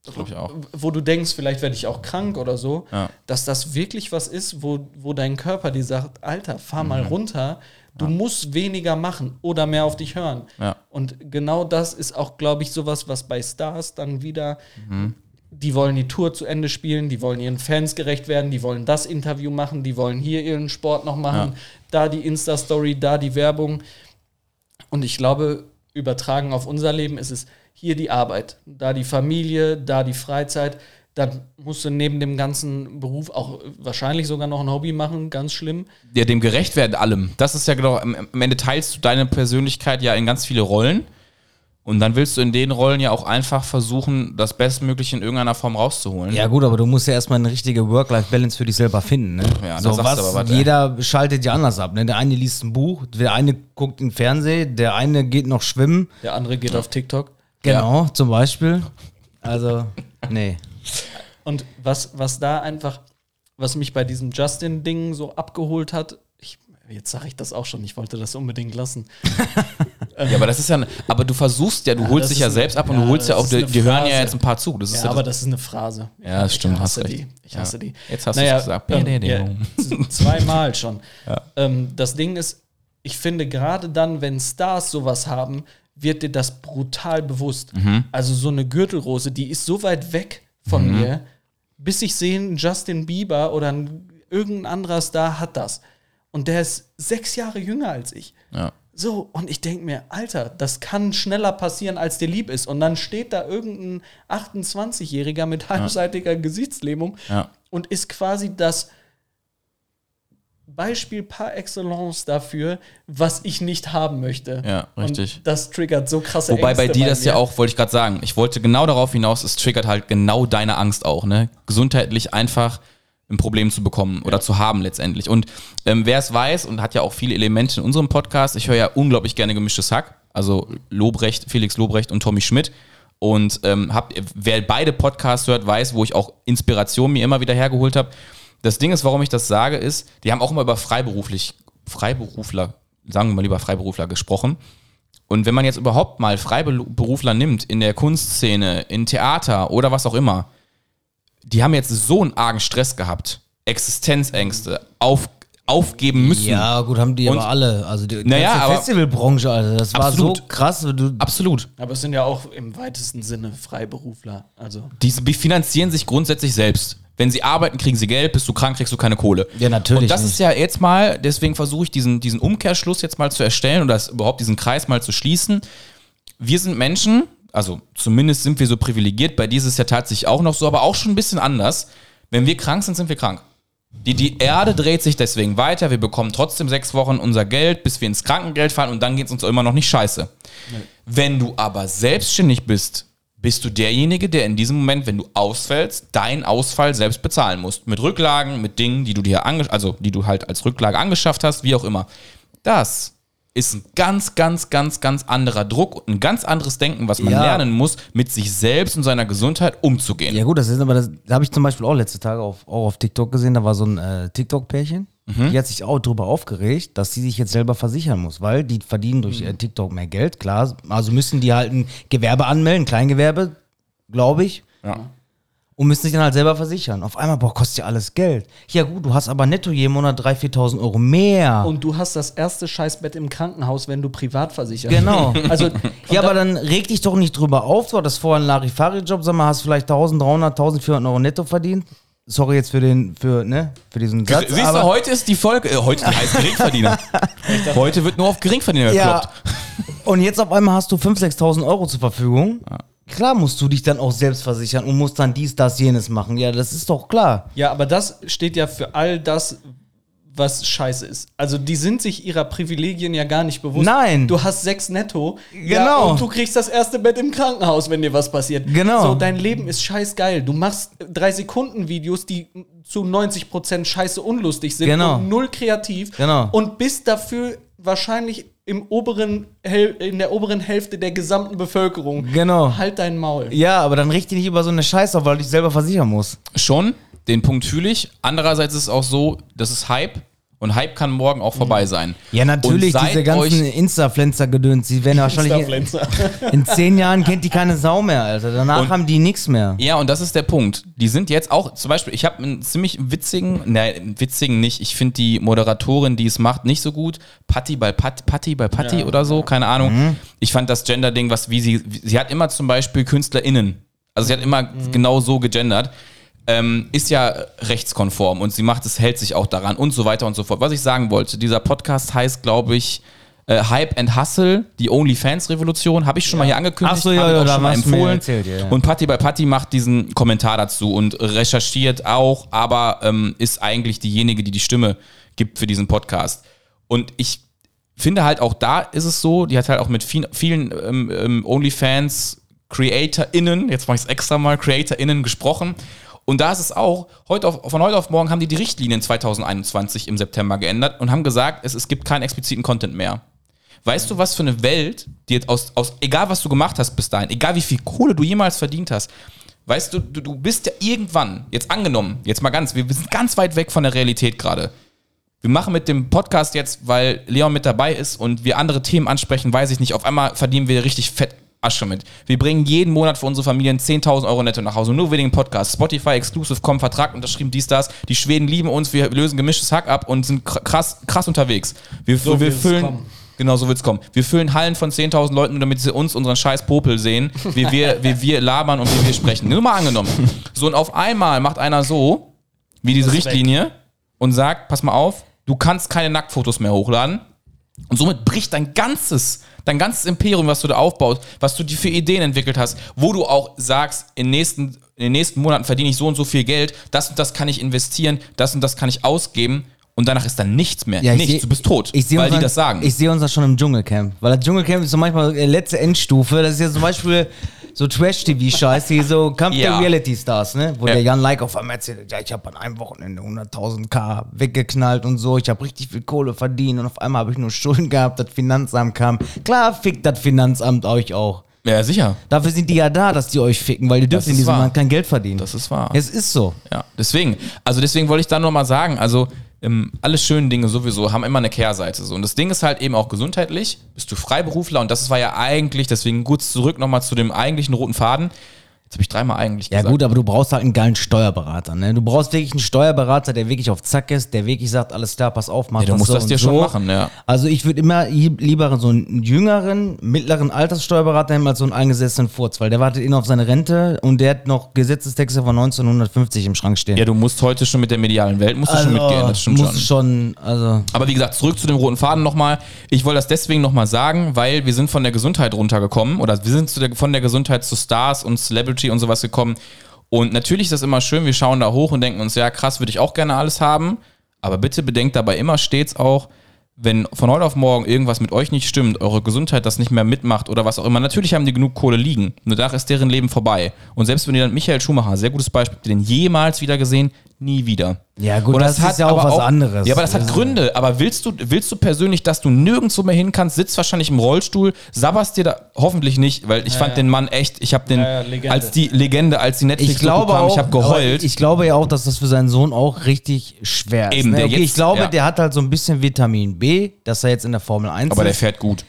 Speaker 2: Das glaube ich auch.
Speaker 3: wo du denkst, vielleicht werde ich auch krank oder so,
Speaker 2: Ja.
Speaker 3: dass das wirklich was ist, wo, wo dein Körper dir sagt, Alter, fahr
Speaker 2: Mhm.
Speaker 3: mal runter, du musst weniger machen oder mehr auf dich hören.
Speaker 2: Ja.
Speaker 3: Und genau das ist auch, glaube ich, sowas, was bei Stars dann wieder,
Speaker 2: Mhm.
Speaker 3: die wollen die Tour zu Ende spielen, die wollen ihren Fans gerecht werden, die wollen das Interview machen, die wollen hier ihren Sport noch machen, da die Insta-Story, da die Werbung. Und ich glaube, übertragen auf unser Leben ist es hier die Arbeit, da die Familie, da die Freizeit. Dann musst du neben dem ganzen Beruf auch wahrscheinlich sogar noch ein Hobby machen, ganz schlimm.
Speaker 2: Ja, dem gerecht werden allem. Das ist ja genau, am am Ende teilst du deine Persönlichkeit ja in ganz viele Rollen. Und dann willst du in den Rollen ja auch einfach versuchen, das Bestmögliche in irgendeiner Form rauszuholen.
Speaker 4: Ja gut, aber du musst ja erstmal eine richtige Work-Life-Balance für dich selber finden. Ne?
Speaker 2: Ja, da
Speaker 4: so
Speaker 2: sagst
Speaker 4: was,
Speaker 2: du aber was, ey.
Speaker 4: jeder schaltet ja anders ab. Ne? Der eine liest ein Buch, der eine guckt den Fernseher, der eine geht noch schwimmen.
Speaker 3: Der andere geht auf TikTok.
Speaker 4: Genau, zum Beispiel. Also, nee.
Speaker 3: Und was, was da einfach, was mich bei diesem Justin-Ding so abgeholt hat, ich, jetzt sage ich das auch schon, ich wollte das unbedingt lassen.
Speaker 2: Ja, aber das ist ja, ein- aber du versuchst ja, du holst
Speaker 3: das
Speaker 2: dich
Speaker 3: ist
Speaker 2: ja
Speaker 3: eine-
Speaker 2: selbst ab und
Speaker 3: ja,
Speaker 2: du holst ja
Speaker 3: das
Speaker 2: auch,
Speaker 3: ist
Speaker 2: die,
Speaker 3: eine
Speaker 2: die hören ja
Speaker 3: Phrase.
Speaker 2: jetzt ein paar zu. Das ist
Speaker 3: Ja,
Speaker 2: ja,
Speaker 3: aber
Speaker 2: das,
Speaker 3: das ist eine Phrase.
Speaker 2: Ja, stimmt,
Speaker 3: ich hasse
Speaker 2: hast recht.
Speaker 3: die. Ich hasse
Speaker 2: Ja.
Speaker 3: die.
Speaker 2: Jetzt hast du's gesagt.
Speaker 3: Ähm, ja,
Speaker 2: Beerdigung.
Speaker 3: z- zweimal schon. Ähm, das Ding ist, ich finde, gerade dann, wenn Stars sowas haben, wird dir das brutal bewusst.
Speaker 2: Mhm.
Speaker 3: Also so eine Gürtelrose, die ist so weit weg von mir, bis ich sehe, ein Justin Bieber oder ein, irgendein anderer Star hat das. Und der ist sechs Jahre jünger als ich.
Speaker 2: ja.
Speaker 3: So, und ich denke mir, Alter, das kann schneller passieren, als dir lieb ist. Und dann steht da irgendein 28-Jähriger mit halbseitiger Gesichtslähmung
Speaker 2: Ja.
Speaker 3: und ist quasi das Beispiel par excellence dafür, was ich nicht haben möchte.
Speaker 2: Ja, richtig.
Speaker 3: Und das triggert so krasse
Speaker 2: Wobei bei
Speaker 3: Ängste
Speaker 2: dir das ja
Speaker 3: mir.
Speaker 2: auch, wollte ich gerade sagen, ich wollte genau darauf hinaus, es triggert halt genau deine Angst auch, ne? Gesundheitlich einfach ein Problem zu bekommen oder zu haben letztendlich. Und ähm, wer es weiß und hat ja auch viele Elemente in unserem Podcast, ich höre ja unglaublich gerne gemischtes Hack, also Lobrecht, Felix Lobrecht und Tommy Schmidt. Und ähm, hab, wer beide Podcasts hört, weiß, wo ich auch Inspiration mir immer wieder hergeholt habe. Das Ding ist, warum ich das sage, ist, die haben auch immer über freiberuflich, Freiberufler, sagen wir mal lieber Freiberufler gesprochen. Und wenn man jetzt überhaupt mal Freiberufler nimmt, in der Kunstszene, in Theater oder was auch immer, die haben jetzt so einen argen Stress gehabt. Existenzängste, auf, aufgeben müssen.
Speaker 4: Ja, gut, haben die
Speaker 2: Hm. Und-
Speaker 4: aber alle. Also die
Speaker 2: Naja,
Speaker 4: ganze
Speaker 2: aber-
Speaker 4: Festivalbranche, Alter, das war so
Speaker 2: Absolut.
Speaker 4: krass. Du,
Speaker 2: Absolut.
Speaker 3: Aber es sind ja auch im weitesten Sinne Freiberufler. Also
Speaker 2: Diese be- finanzieren sich grundsätzlich selbst. Wenn sie arbeiten, kriegen sie Geld, bist du krank, kriegst du keine Kohle.
Speaker 4: Ja, natürlich
Speaker 2: Und das
Speaker 4: nicht.
Speaker 2: ist ja jetzt mal, deswegen versuche ich diesen, diesen Umkehrschluss jetzt mal zu erstellen oder das, überhaupt diesen Kreis mal zu schließen. Wir sind Menschen, also zumindest sind wir so privilegiert, bei dir ist es ja tatsächlich auch noch so, aber auch schon ein bisschen anders. Wenn wir krank sind, sind wir krank. Die, die Erde dreht sich deswegen weiter, wir bekommen trotzdem sechs Wochen unser Geld, bis wir ins Krankengeld fahren und dann geht es uns immer noch nicht scheiße. Wenn du aber selbstständig bist, bist du derjenige, der in diesem Moment, wenn du ausfällst, deinen Ausfall selbst bezahlen musst. Mit Rücklagen, mit Dingen, die du dir ange also die du halt als Rücklage angeschafft hast, wie auch immer. Das ist ein ganz, ganz, ganz, ganz anderer Druck und ein ganz anderes Denken, was man
Speaker 4: Ja.
Speaker 2: lernen muss, mit sich selbst und seiner Gesundheit umzugehen.
Speaker 4: Ja gut, das ist aber das habe ich zum Beispiel auch letzte Tage auf, auch auf TikTok gesehen. Da war so ein äh, TikTok-Pärchen, die hat sich auch darüber aufgeregt, dass sie sich jetzt selber versichern muss, weil die verdienen durch äh, TikTok mehr Geld, klar. Also müssen die halt ein Gewerbe anmelden, Kleingewerbe, glaube ich.
Speaker 2: Ja.
Speaker 4: Und müssen sich dann halt selber versichern. Auf einmal, boah, kostet ja alles Geld. Ja gut, du hast aber netto jeden Monat 3.000, 4.000 Euro
Speaker 2: Ah.
Speaker 4: mehr.
Speaker 3: Und du hast das erste Scheißbett im Krankenhaus, wenn du privat versichert
Speaker 4: Genau.
Speaker 3: bist. Also,
Speaker 4: ja, aber dann reg dich doch nicht drüber auf. Du hattest vorher einen Larifari-Job, sag mal, hast vielleicht 1300, 1400 Euro netto verdient. Sorry jetzt für den, für, ne, für diesen Satz.
Speaker 2: Siehst du,
Speaker 4: aber,
Speaker 2: heute ist die Folge, äh, heute die heißt Geringverdiener. heute wird nur auf Geringverdiener
Speaker 4: ja,
Speaker 2: gekloppt.
Speaker 4: und jetzt auf einmal hast du 5.000, 6.000 Euro zur Verfügung. Klar musst du dich dann auch selbst versichern und musst dann dies, das, jenes machen. Ja, das ist doch klar.
Speaker 3: Ja, aber das steht ja für all das, was scheiße ist. Also die sind sich ihrer Privilegien ja gar nicht bewusst.
Speaker 4: Nein.
Speaker 3: Du hast sechs netto.
Speaker 4: Genau.
Speaker 3: und du kriegst das erste Bett im Krankenhaus, wenn dir was passiert.
Speaker 4: Genau.
Speaker 3: So, dein Leben ist scheißgeil. Du machst drei Sekunden Videos, die zu 90 Prozent scheiße unlustig sind
Speaker 4: Genau.
Speaker 3: und null kreativ
Speaker 4: Genau.
Speaker 3: und bist dafür wahrscheinlich im oberen Hel in der oberen Hälfte der gesamten Bevölkerung.
Speaker 4: Genau.
Speaker 3: Halt dein Maul.
Speaker 4: Ja, aber dann richte nicht über so eine Scheiße auf, weil du dich selber versichern musst.
Speaker 2: Schon, den Punkt fühle ich. Andererseits ist es auch so, das ist Hype und Hype kann morgen auch vorbei sein.
Speaker 4: Ja, natürlich,
Speaker 2: Und seid
Speaker 4: diese ganzen
Speaker 2: euch-
Speaker 4: Insta-Pflänzer-Gedöns, die werden wahrscheinlich.
Speaker 3: Flänzer.
Speaker 4: In zehn Jahren kennt die keine Sau mehr, Alter. Danach
Speaker 2: Und-
Speaker 4: haben die nichts mehr.
Speaker 2: Ja, und das ist der Punkt. Die sind jetzt auch, zum Beispiel, ich habe einen ziemlich witzigen, nein, witzigen nicht. Ich finde die Moderatorin, die es macht, nicht so gut. Patti bei Pat, Patti bei Patti oder so, keine Ahnung.
Speaker 4: Mhm.
Speaker 2: Ich fand das Gender-Ding, was wie sie, wie- sie hat immer zum Beispiel KünstlerInnen. Also sie hat immer genau so gegendert. Ähm, ist ja rechtskonform und sie macht es, hält sich auch daran und so weiter und so fort. Was ich sagen wollte, dieser Podcast heißt, glaube ich, äh, Hype and Hustle, die OnlyFans-Revolution, habe ich schon mal hier angekündigt,
Speaker 4: Ach so, ja,
Speaker 2: habe ich
Speaker 4: ja,
Speaker 2: auch
Speaker 4: da
Speaker 2: schon mal
Speaker 4: hast du mir
Speaker 2: empfohlen.
Speaker 4: erzählt, ja, ja.
Speaker 2: Und Patti bei Patti macht diesen Kommentar dazu und recherchiert auch, aber ähm, ist eigentlich diejenige, die die Stimme gibt für diesen Podcast. Und ich finde halt auch da ist es so, die hat halt auch mit vielen, vielen ähm, ähm, OnlyFans CreatorInnen, jetzt mache ich es extra mal, CreatorInnen gesprochen. Und da ist es auch, heute auf, von heute auf morgen haben die die Richtlinien 2021 im September geändert und haben gesagt, es, es gibt keinen expliziten Content mehr. Weißt du, was für eine Welt dir aus, aus, egal was du gemacht hast bis dahin, egal wie viel Kohle du jemals verdient hast, weißt du, du, du bist ja irgendwann, jetzt angenommen, jetzt mal ganz, wir sind ganz weit weg von der Realität gerade. Wir machen mit dem Podcast jetzt, weil Leon mit dabei ist und wir andere Themen ansprechen, weiß ich nicht. Auf einmal verdienen wir richtig fett Asche mit. Wir bringen jeden Monat für unsere Familien 10.000 Euro netto nach Hause, nur wegen dem Podcast. Spotify Exclusive, komm, Vertrag unterschrieben, dies, das. Die Schweden lieben uns, wir lösen gemischtes Hack ab und sind kr- krass, krass unterwegs. Wir,
Speaker 3: So
Speaker 2: wir
Speaker 3: wird's
Speaker 2: füllen.
Speaker 3: kommen.
Speaker 2: Genau, so wird's kommen. Wir füllen Hallen von 10.000 Leuten, nur damit sie uns, unseren scheiß Popel sehen, wie wir, wie wir labern und wie wir sprechen. Nur mal angenommen. So, und auf einmal macht einer so, wie diese
Speaker 3: Das ist weg.
Speaker 2: Richtlinie und sagt, pass mal auf, du kannst keine Nacktfotos mehr hochladen. Und somit bricht dein ganzes, dein ganzes Imperium, was du da aufbaust, was du dir für Ideen entwickelt hast, wo du auch sagst, in, nächsten, in den nächsten Monaten verdiene ich so und so viel Geld, das und das kann ich investieren, das und das kann ich ausgeben und danach ist dann nichts mehr.
Speaker 4: Ja, ich
Speaker 2: nichts,
Speaker 4: seh-
Speaker 2: du bist tot,
Speaker 4: Ich sehe
Speaker 2: weil
Speaker 4: uns
Speaker 2: die
Speaker 4: dann-
Speaker 2: das sagen.
Speaker 4: Ich sehe uns das schon im Dschungelcamp. Weil das Dschungelcamp ist so manchmal äh, letzte Endstufe. Das ist ja zum Beispiel so Trash-TV-Scheiß, wie so Kampf
Speaker 2: Ja.
Speaker 4: der Reality-Stars, ne? Wo
Speaker 2: Ja.
Speaker 4: der Jan Like auf einmal erzählt, ja, ich habe an einem Wochenende 100.000 K weggeknallt und so. Ich habe richtig viel Kohle verdient und auf einmal habe ich nur Schulden gehabt. Das Finanzamt kam. Klar, fickt das Finanzamt euch auch.
Speaker 2: ja, sicher,
Speaker 4: Dafür sind die ja da, dass die euch ficken, weil die
Speaker 2: Das
Speaker 4: dürfen in
Speaker 2: ist
Speaker 4: diesem
Speaker 2: wahr.
Speaker 4: Land kein Geld verdienen.
Speaker 2: das ist wahr.
Speaker 4: es ist so.
Speaker 2: Ja, deswegen. Also deswegen wollte ich da nur mal sagen, also ähm, alle schönen Dinge sowieso haben immer eine Kehrseite. So. Und das Ding ist halt eben auch gesundheitlich, bist du Freiberufler und das war ja eigentlich, deswegen kurz zurück nochmal zu dem eigentlichen roten Faden. Jetzt habe ich dreimal eigentlich
Speaker 4: Ja
Speaker 2: gesagt.
Speaker 4: gut, aber du brauchst halt einen geilen Steuerberater, ne? Du brauchst wirklich einen Steuerberater, der wirklich auf Zack ist, der wirklich sagt, alles klar, pass auf, mach
Speaker 2: Ja, du
Speaker 4: das
Speaker 2: musst
Speaker 4: so
Speaker 2: das
Speaker 4: und
Speaker 2: dir
Speaker 4: so.
Speaker 2: schon machen, ja.
Speaker 4: Also ich würde immer hi- lieber so einen jüngeren, mittleren Alterssteuerberater nehmen als so einen eingesessenen Furz, weil der wartet eh noch auf seine Rente und der hat noch Gesetzestexte von 1950 im Schrank stehen.
Speaker 2: Ja, du musst heute schon mit der medialen Welt, musst du
Speaker 4: also,
Speaker 2: schon mitgehen, das stimmt
Speaker 4: musst
Speaker 2: schon.
Speaker 4: schon. also
Speaker 2: Aber wie gesagt, zurück zu dem roten Faden nochmal. Ich wollte das deswegen nochmal sagen, weil wir sind von der Gesundheit runtergekommen oder wir sind zu der, von der Gesundheit zu Stars und Celebrity und sowas gekommen. Und natürlich ist das immer schön, wir schauen da hoch und denken uns, ja krass, würde ich auch gerne alles haben. Aber bitte bedenkt dabei immer stets auch, wenn von heute auf morgen irgendwas mit euch nicht stimmt, eure Gesundheit das nicht mehr mitmacht oder was auch immer, natürlich haben die genug Kohle liegen. Nur danach ist deren Leben vorbei. Und selbst wenn ihr dann Michael Schumacher, sehr gutes Beispiel, habt ihr den jemals wieder gesehen, nie wieder.
Speaker 4: Ja, gut,
Speaker 2: Und
Speaker 4: das ist ja auch
Speaker 2: aber
Speaker 4: was anderes.
Speaker 2: Ja, aber das hat
Speaker 4: Also-
Speaker 2: Gründe. Aber willst du, willst du persönlich, dass du nirgendwo mehr hin kannst, sitzt wahrscheinlich im Rollstuhl, sabberst dir da, hoffentlich nicht, weil ich fand den Mann echt, ich habe den,
Speaker 3: Ja, ja, Legende.
Speaker 2: als die Legende, als die Netflix
Speaker 4: ich glaube
Speaker 2: kam,
Speaker 4: auch,
Speaker 2: ich habe geheult.
Speaker 4: aber Ich glaube ja auch, dass das für seinen Sohn auch richtig schwer ist.
Speaker 2: Eben,
Speaker 4: ne?
Speaker 2: der
Speaker 4: okay,
Speaker 2: jetzt-
Speaker 4: ich glaube,
Speaker 2: ja.
Speaker 4: der hat halt so ein bisschen Vitamin B, dass er jetzt in der Formel 1
Speaker 2: aber
Speaker 4: ist.
Speaker 2: der fährt gut.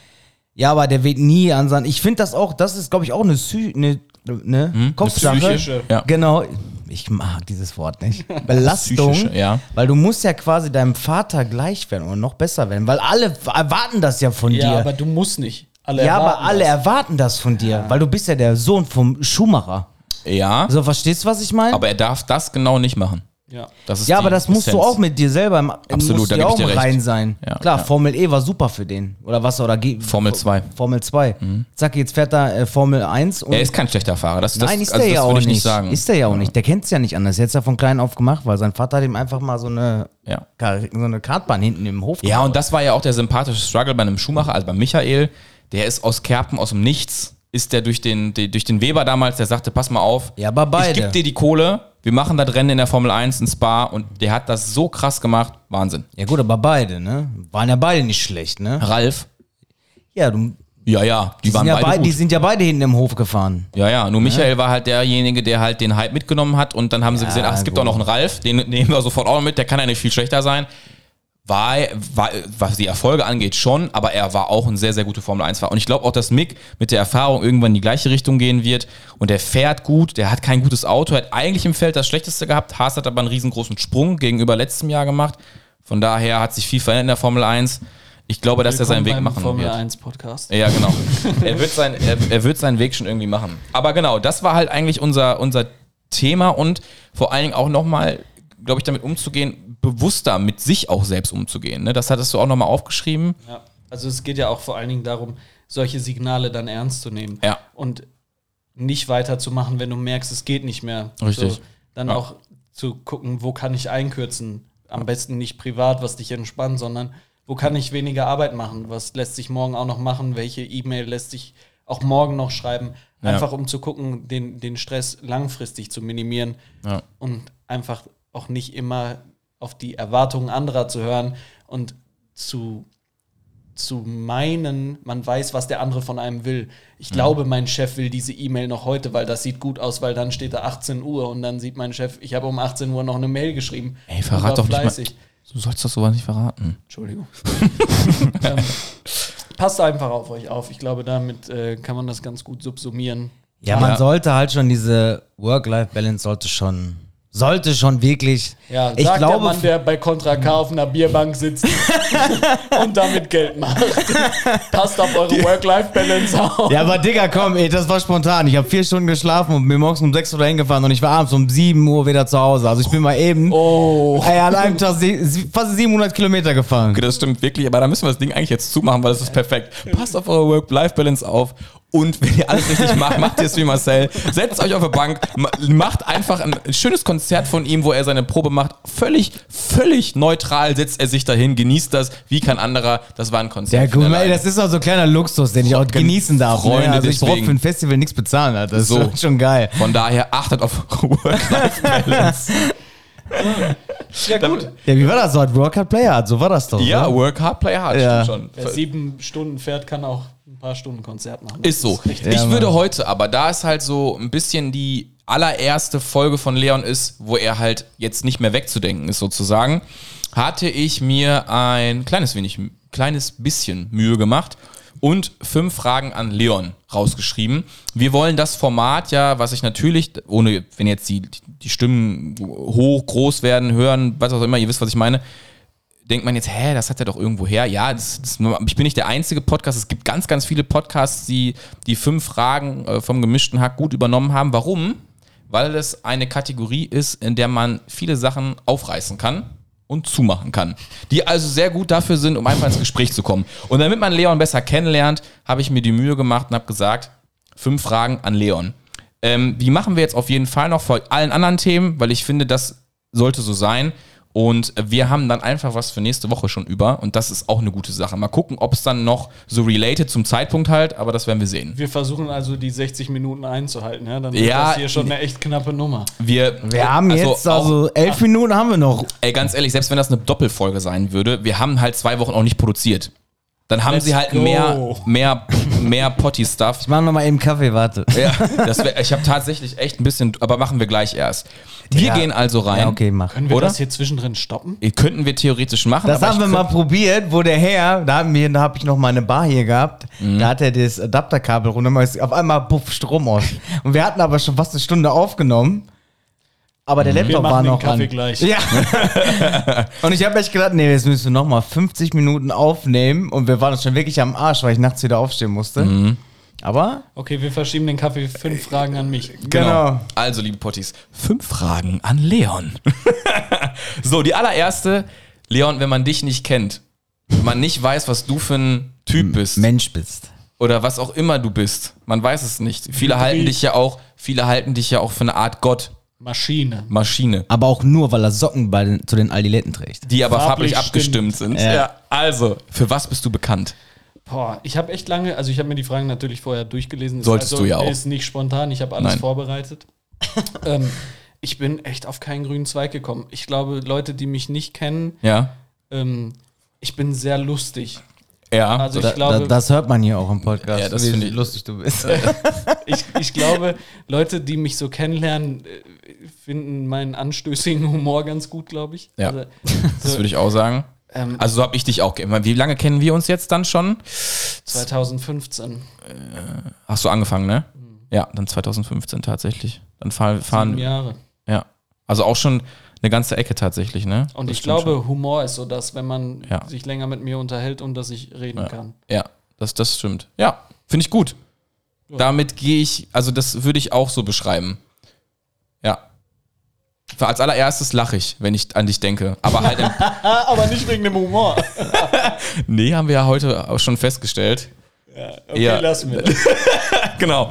Speaker 4: Ja, aber der wird nie an sein. Ich finde das auch, das ist, glaube ich, auch eine, Psy ne, ne? Kopfsache.
Speaker 2: Hm? psychische, ja.
Speaker 4: Genau. Ich mag dieses Wort nicht. Belastung.
Speaker 2: Psychische, ja.
Speaker 4: Weil du musst ja quasi deinem Vater gleich werden oder noch besser werden. Weil alle f- erwarten das ja von
Speaker 3: Ja,
Speaker 4: dir.
Speaker 3: aber du musst nicht. Alle
Speaker 4: ja, aber
Speaker 3: erwarten
Speaker 4: alle
Speaker 3: das.
Speaker 4: erwarten das von dir. Weil du bist ja der Sohn vom Schumacher.
Speaker 2: Ja,
Speaker 4: So, verstehst du, was ich meine?
Speaker 2: aber er darf das genau nicht machen.
Speaker 3: Ja.
Speaker 2: Das ist
Speaker 4: Ja,
Speaker 2: die
Speaker 4: aber das musst du
Speaker 2: Essenz.
Speaker 4: auch mit dir selber im,
Speaker 2: Absolut,
Speaker 4: musst
Speaker 2: da
Speaker 4: du
Speaker 2: geb
Speaker 4: ja
Speaker 2: ich
Speaker 4: auch
Speaker 2: dir recht.
Speaker 4: im rein sein.
Speaker 2: Ja,
Speaker 4: Klar,
Speaker 2: ja.
Speaker 4: Formel E war super für den. Oder was? Oder G
Speaker 2: Formel 2.
Speaker 4: Formel 2. Zack, jetzt fährt er äh, Formel 1 und.
Speaker 2: Mhm. Er ist kein schlechter Fahrer. Das, das,
Speaker 4: Nein, ist
Speaker 2: also das
Speaker 4: der ja
Speaker 2: würde
Speaker 4: auch
Speaker 2: ich
Speaker 4: nicht.
Speaker 2: nicht sagen.
Speaker 4: Ist der ja auch nicht. Der kennt es ja nicht anders. Er hat ja von klein auf gemacht, weil sein Vater hat ihm einfach mal so eine,
Speaker 2: Ja.
Speaker 4: Kar- so eine Kartbahn hinten im Hof
Speaker 2: Ja, und das war ja auch der sympathische Struggle bei einem Schuhmacher, also bei Michael. Der ist aus Kerpen, aus dem Nichts, ist der durch den, die, durch den Weber damals, der sagte, pass mal auf,
Speaker 4: Ja, aber
Speaker 2: ich
Speaker 4: beide.
Speaker 2: geb dir die Kohle, wir machen das Rennen in der Formel 1 in Spa und der hat das so krass gemacht, Wahnsinn.
Speaker 4: Ja gut, aber beide, ne? Waren ja beide nicht schlecht, ne?
Speaker 2: Ralf,
Speaker 4: Ja, du,
Speaker 2: ja, ja, die,
Speaker 4: die,
Speaker 2: waren
Speaker 4: sind ja
Speaker 2: beide
Speaker 4: beide, die
Speaker 2: gut.
Speaker 4: sind ja beide hinten im Hof gefahren.
Speaker 2: Ja, ja, nur Michael war halt derjenige, der halt den Hype mitgenommen hat und dann haben sie gesehen, ach, es gibt
Speaker 4: gut.
Speaker 2: auch noch einen Ralf, den nehmen wir sofort auch mit, der kann ja nicht viel schlechter sein. War, war, was die Erfolge angeht, schon, aber er war auch ein sehr, sehr guter Formel-1-Fahrer. Und ich glaube auch, dass Mick mit der Erfahrung irgendwann in die gleiche Richtung gehen wird. Und der fährt gut, der hat kein gutes Auto, hat eigentlich im Feld das Schlechteste gehabt. Haas hat aber einen riesengroßen Sprung gegenüber letztem Jahr gemacht. Von daher hat sich viel verändert in der Formel 1. Ich glaube, dass er seinen Weg machen
Speaker 3: Formel
Speaker 2: wird.
Speaker 3: 1 Podcast.
Speaker 2: Ja, genau. er, wird sein, er, er wird seinen Weg schon irgendwie machen. Aber genau, das war halt eigentlich unser, unser Thema und vor allen Dingen auch nochmal, glaube ich, damit umzugehen, bewusster mit sich auch selbst umzugehen. Ne? Das hattest du auch nochmal aufgeschrieben.
Speaker 3: Ja. Also es geht ja auch vor allen Dingen darum, solche Signale dann ernst zu nehmen
Speaker 2: Ja.
Speaker 3: und nicht weiterzumachen, wenn du merkst, es geht nicht mehr.
Speaker 2: Richtig.
Speaker 3: So, dann
Speaker 2: Ja.
Speaker 3: auch zu gucken, wo kann ich einkürzen? Am besten nicht privat, was dich entspannt, sondern wo kann ich weniger Arbeit machen? Was lässt sich morgen auch noch machen? Welche E-Mail lässt sich auch morgen noch schreiben?
Speaker 2: Ja.
Speaker 3: Einfach um zu gucken, den, den Stress langfristig zu minimieren
Speaker 2: Ja.
Speaker 3: und einfach auch nicht immer auf die Erwartungen anderer zu hören und zu, zu meinen, man weiß, was der andere von einem will. Ich
Speaker 2: Mhm.
Speaker 3: glaube, mein Chef will diese E-Mail noch heute, weil das sieht gut aus, weil dann steht da 18 Uhr und dann sieht mein Chef, ich habe um 18 Uhr noch eine Mail geschrieben.
Speaker 2: Ey, verrat
Speaker 3: Und war
Speaker 2: doch nicht mal-
Speaker 3: fleißig.
Speaker 2: Du sollst doch sowas nicht verraten.
Speaker 3: Entschuldigung. ähm, passt einfach auf euch auf. Ich glaube, damit äh, kann man das ganz gut subsumieren.
Speaker 4: Ja, man
Speaker 2: Ja.
Speaker 4: sollte halt schon diese Work-Life-Balance sollte schon, sollte schon wirklich.
Speaker 3: Ja,
Speaker 4: ich
Speaker 3: sagt der
Speaker 4: glaube,
Speaker 3: Mann, der bei Contra K auf einer Bierbank sitzt und damit Geld macht. Passt auf eure Work-Life-Balance auf.
Speaker 4: ja, aber Digga, komm, ey, das war spontan. Ich habe vier Stunden geschlafen und bin morgens um 6 Uhr dahin gefahren und ich war abends um 7 Uhr wieder zu Hause. Also ich bin mal eben
Speaker 3: Oh.
Speaker 4: ey, an einem Tag sie- sie- fast 700 Kilometer gefahren.
Speaker 2: Okay, das stimmt wirklich, aber da müssen wir das Ding eigentlich jetzt zumachen, weil das ist perfekt. Passt auf eure Work-Life-Balance auf und wenn ihr alles richtig macht, macht ihr es wie Marcel. Setzt euch auf eine Bank, ma- macht einfach ein schönes Konzert von ihm, wo er seine Probe macht. Völlig, völlig neutral setzt er sich dahin, genießt das wie kein anderer. Das war ein Konzert.
Speaker 4: Ja,
Speaker 2: von
Speaker 4: guck
Speaker 2: der
Speaker 4: mal, ey,
Speaker 2: Leyen.
Speaker 4: das ist auch so ein kleiner Luxus, den ich auch genießen darf.
Speaker 2: Freunde,
Speaker 4: ne? Also ich brauche
Speaker 2: deswegen.
Speaker 4: für ein Festival nichts bezahlen, Alter. Das
Speaker 2: So.
Speaker 4: ist schon geil.
Speaker 2: von daher achtet auf eure Work-Life-Balance.
Speaker 3: Ja, gut.
Speaker 4: Ja, wie war das so? Hat Work Hard Player Hard, so war das doch.
Speaker 2: ja,
Speaker 4: oder?
Speaker 2: work hard, play hard.
Speaker 4: Ja.
Speaker 2: Stimmt
Speaker 3: Wer
Speaker 2: schon.
Speaker 3: sieben Stunden fährt, kann auch ein paar Stunden Konzert machen.
Speaker 2: Ist so.
Speaker 3: richtig.
Speaker 2: ich
Speaker 4: Ja,
Speaker 2: würde
Speaker 4: Mann.
Speaker 2: heute aber, da es halt so ein bisschen die allererste Folge von Leon ist, wo er halt jetzt nicht mehr wegzudenken ist sozusagen, hatte ich mir ein kleines wenig, kleines bisschen Mühe gemacht und fünf Fragen an Leon rausgeschrieben. Wir wollen das Format ja, was ich natürlich, ohne, wenn jetzt die, die Stimmen hoch, groß werden, hören, was auch immer, ihr wisst, was ich meine, denkt man jetzt, hä, das hat er doch irgendwo her. Ja, das, das, ich bin nicht der einzige Podcast. Es gibt ganz, ganz viele Podcasts, die die fünf Fragen äh, vom gemischten Hack gut übernommen haben. Warum? Weil es eine Kategorie ist, in der man viele Sachen aufreißen kann und zumachen kann. Die also sehr gut dafür sind, um einfach ins Gespräch zu kommen. Und damit man Leon besser kennenlernt, habe ich mir die Mühe gemacht und habe gesagt, fünf Fragen an Leon. Ähm, die machen wir jetzt auf jeden Fall noch vor allen anderen Themen, weil ich finde, das sollte so sein. Und wir haben dann einfach was für nächste Woche schon über. Und das ist auch eine gute Sache. Mal gucken, ob es dann noch so related zum Zeitpunkt halt, aber das werden wir sehen.
Speaker 3: Wir versuchen also die 60 Minuten einzuhalten. Ja? Dann
Speaker 2: Ja,
Speaker 3: ist das hier schon eine echt knappe Nummer.
Speaker 2: Wir,
Speaker 4: Wir haben jetzt
Speaker 2: auch-
Speaker 4: also elf Minuten haben wir noch.
Speaker 2: Ey, ganz ehrlich, selbst wenn das eine Doppelfolge sein würde, wir haben halt zwei Wochen auch nicht produziert. Dann haben
Speaker 3: Let's
Speaker 2: sie halt
Speaker 3: go.
Speaker 2: mehr, mehr, mehr Potty-Stuff.
Speaker 4: Ich mach noch mal eben Kaffee, warte.
Speaker 2: Ja, das wär, ich habe tatsächlich echt ein bisschen, aber machen wir gleich erst. Wir
Speaker 4: Ja.
Speaker 2: gehen also rein.
Speaker 4: Ja, okay, mach.
Speaker 3: Können wir
Speaker 2: Oder?
Speaker 3: das hier zwischendrin stoppen?
Speaker 2: Könnten wir theoretisch machen.
Speaker 4: Das
Speaker 2: aber
Speaker 4: haben
Speaker 2: ich
Speaker 4: wir mal
Speaker 2: könnt-
Speaker 4: probiert, wo der Herr, da haben wir, da habe ich noch mal eine Bar hier gehabt,
Speaker 2: Mhm.
Speaker 4: da hat er das Adapterkabel runter, mal ist auf einmal puff Strom aus. Und wir hatten aber schon fast eine Stunde aufgenommen, aber
Speaker 2: Mhm.
Speaker 4: der
Speaker 3: Wir
Speaker 4: Laptop
Speaker 3: machen
Speaker 4: war
Speaker 3: den
Speaker 4: noch
Speaker 3: Kaffee
Speaker 4: an.
Speaker 3: gleich.
Speaker 4: Ja. und ich habe echt gedacht, nee, jetzt müssen wir
Speaker 2: Mhm.
Speaker 4: noch mal 50 Minuten aufnehmen und wir waren schon wirklich am Arsch, weil ich nachts wieder aufstehen musste. Aber
Speaker 3: Okay, wir verschieben den Kaffee. Fünf Fragen an mich.
Speaker 4: Genau.
Speaker 2: Also, liebe Potties, fünf Fragen an Leon. so, die allererste. Leon, wenn man dich nicht kennt, wenn man nicht weiß, was du für ein Typ bist
Speaker 4: Mensch bist.
Speaker 2: oder was auch immer du bist, man weiß es nicht. Viele halten dich ja auch, viele halten dich ja auch für eine Art Gott,
Speaker 3: Maschine.
Speaker 2: Maschine,
Speaker 4: Aber auch nur, weil er Socken bei den, zu den Aldiletten trägt.
Speaker 2: die aber farblich,
Speaker 3: Farblich
Speaker 2: abgestimmt sind.
Speaker 4: Ja.
Speaker 2: Also, für was bist du bekannt?
Speaker 3: Boah, ich habe echt lange, also ich habe mir die Fragen natürlich vorher durchgelesen. Das
Speaker 2: Solltest
Speaker 3: also,
Speaker 2: du ja auch.
Speaker 3: Ist nicht spontan, ich habe alles
Speaker 2: Nein.
Speaker 3: vorbereitet. ähm, ich bin echt auf keinen grünen Zweig gekommen. Ich glaube, Leute, die mich nicht kennen,
Speaker 2: Ja.
Speaker 3: ähm, ich bin sehr lustig.
Speaker 2: Ja.
Speaker 3: Also
Speaker 4: Da,
Speaker 3: ich glaube,
Speaker 4: da, das hört man hier auch im Podcast.
Speaker 2: Ja, das
Speaker 4: wie
Speaker 2: finde ich-
Speaker 4: lustig, du bist.
Speaker 3: ich, ich glaube, Leute, die mich so kennenlernen, äh, finden meinen anstößigen Humor ganz gut, glaube ich.
Speaker 2: Ja.
Speaker 3: Also,
Speaker 2: das
Speaker 3: so,
Speaker 2: würde ich auch sagen.
Speaker 3: ähm,
Speaker 2: Also, so habe ich dich auch kennen. Wie lange kennen wir uns jetzt dann schon?
Speaker 3: 2015.
Speaker 2: Hast du angefangen, ne?
Speaker 3: Mhm.
Speaker 2: Ja, dann 2015 tatsächlich. Dann fahr, fahren
Speaker 3: Sieben um Jahre.
Speaker 2: Ja. Also auch schon eine ganze Ecke tatsächlich, ne?
Speaker 3: Und
Speaker 2: Das
Speaker 3: ich
Speaker 2: stimmt
Speaker 3: glaube, Humor ist so das, wenn man
Speaker 2: Ja.
Speaker 3: sich länger mit mir unterhält und dass ich reden kann.
Speaker 2: Schon. Ja, das, das stimmt. Ja, finde ich gut. Damit gehe ich, also das würde ich auch so beschreiben. Ja. Für- Als allererstes lache ich, wenn ich an dich denke. Aber halt, im,
Speaker 3: Aber nicht wegen dem Humor.
Speaker 2: nee, haben wir ja heute auch schon festgestellt.
Speaker 3: Okay,
Speaker 2: Ja.
Speaker 3: lassen wir das.
Speaker 2: Genau.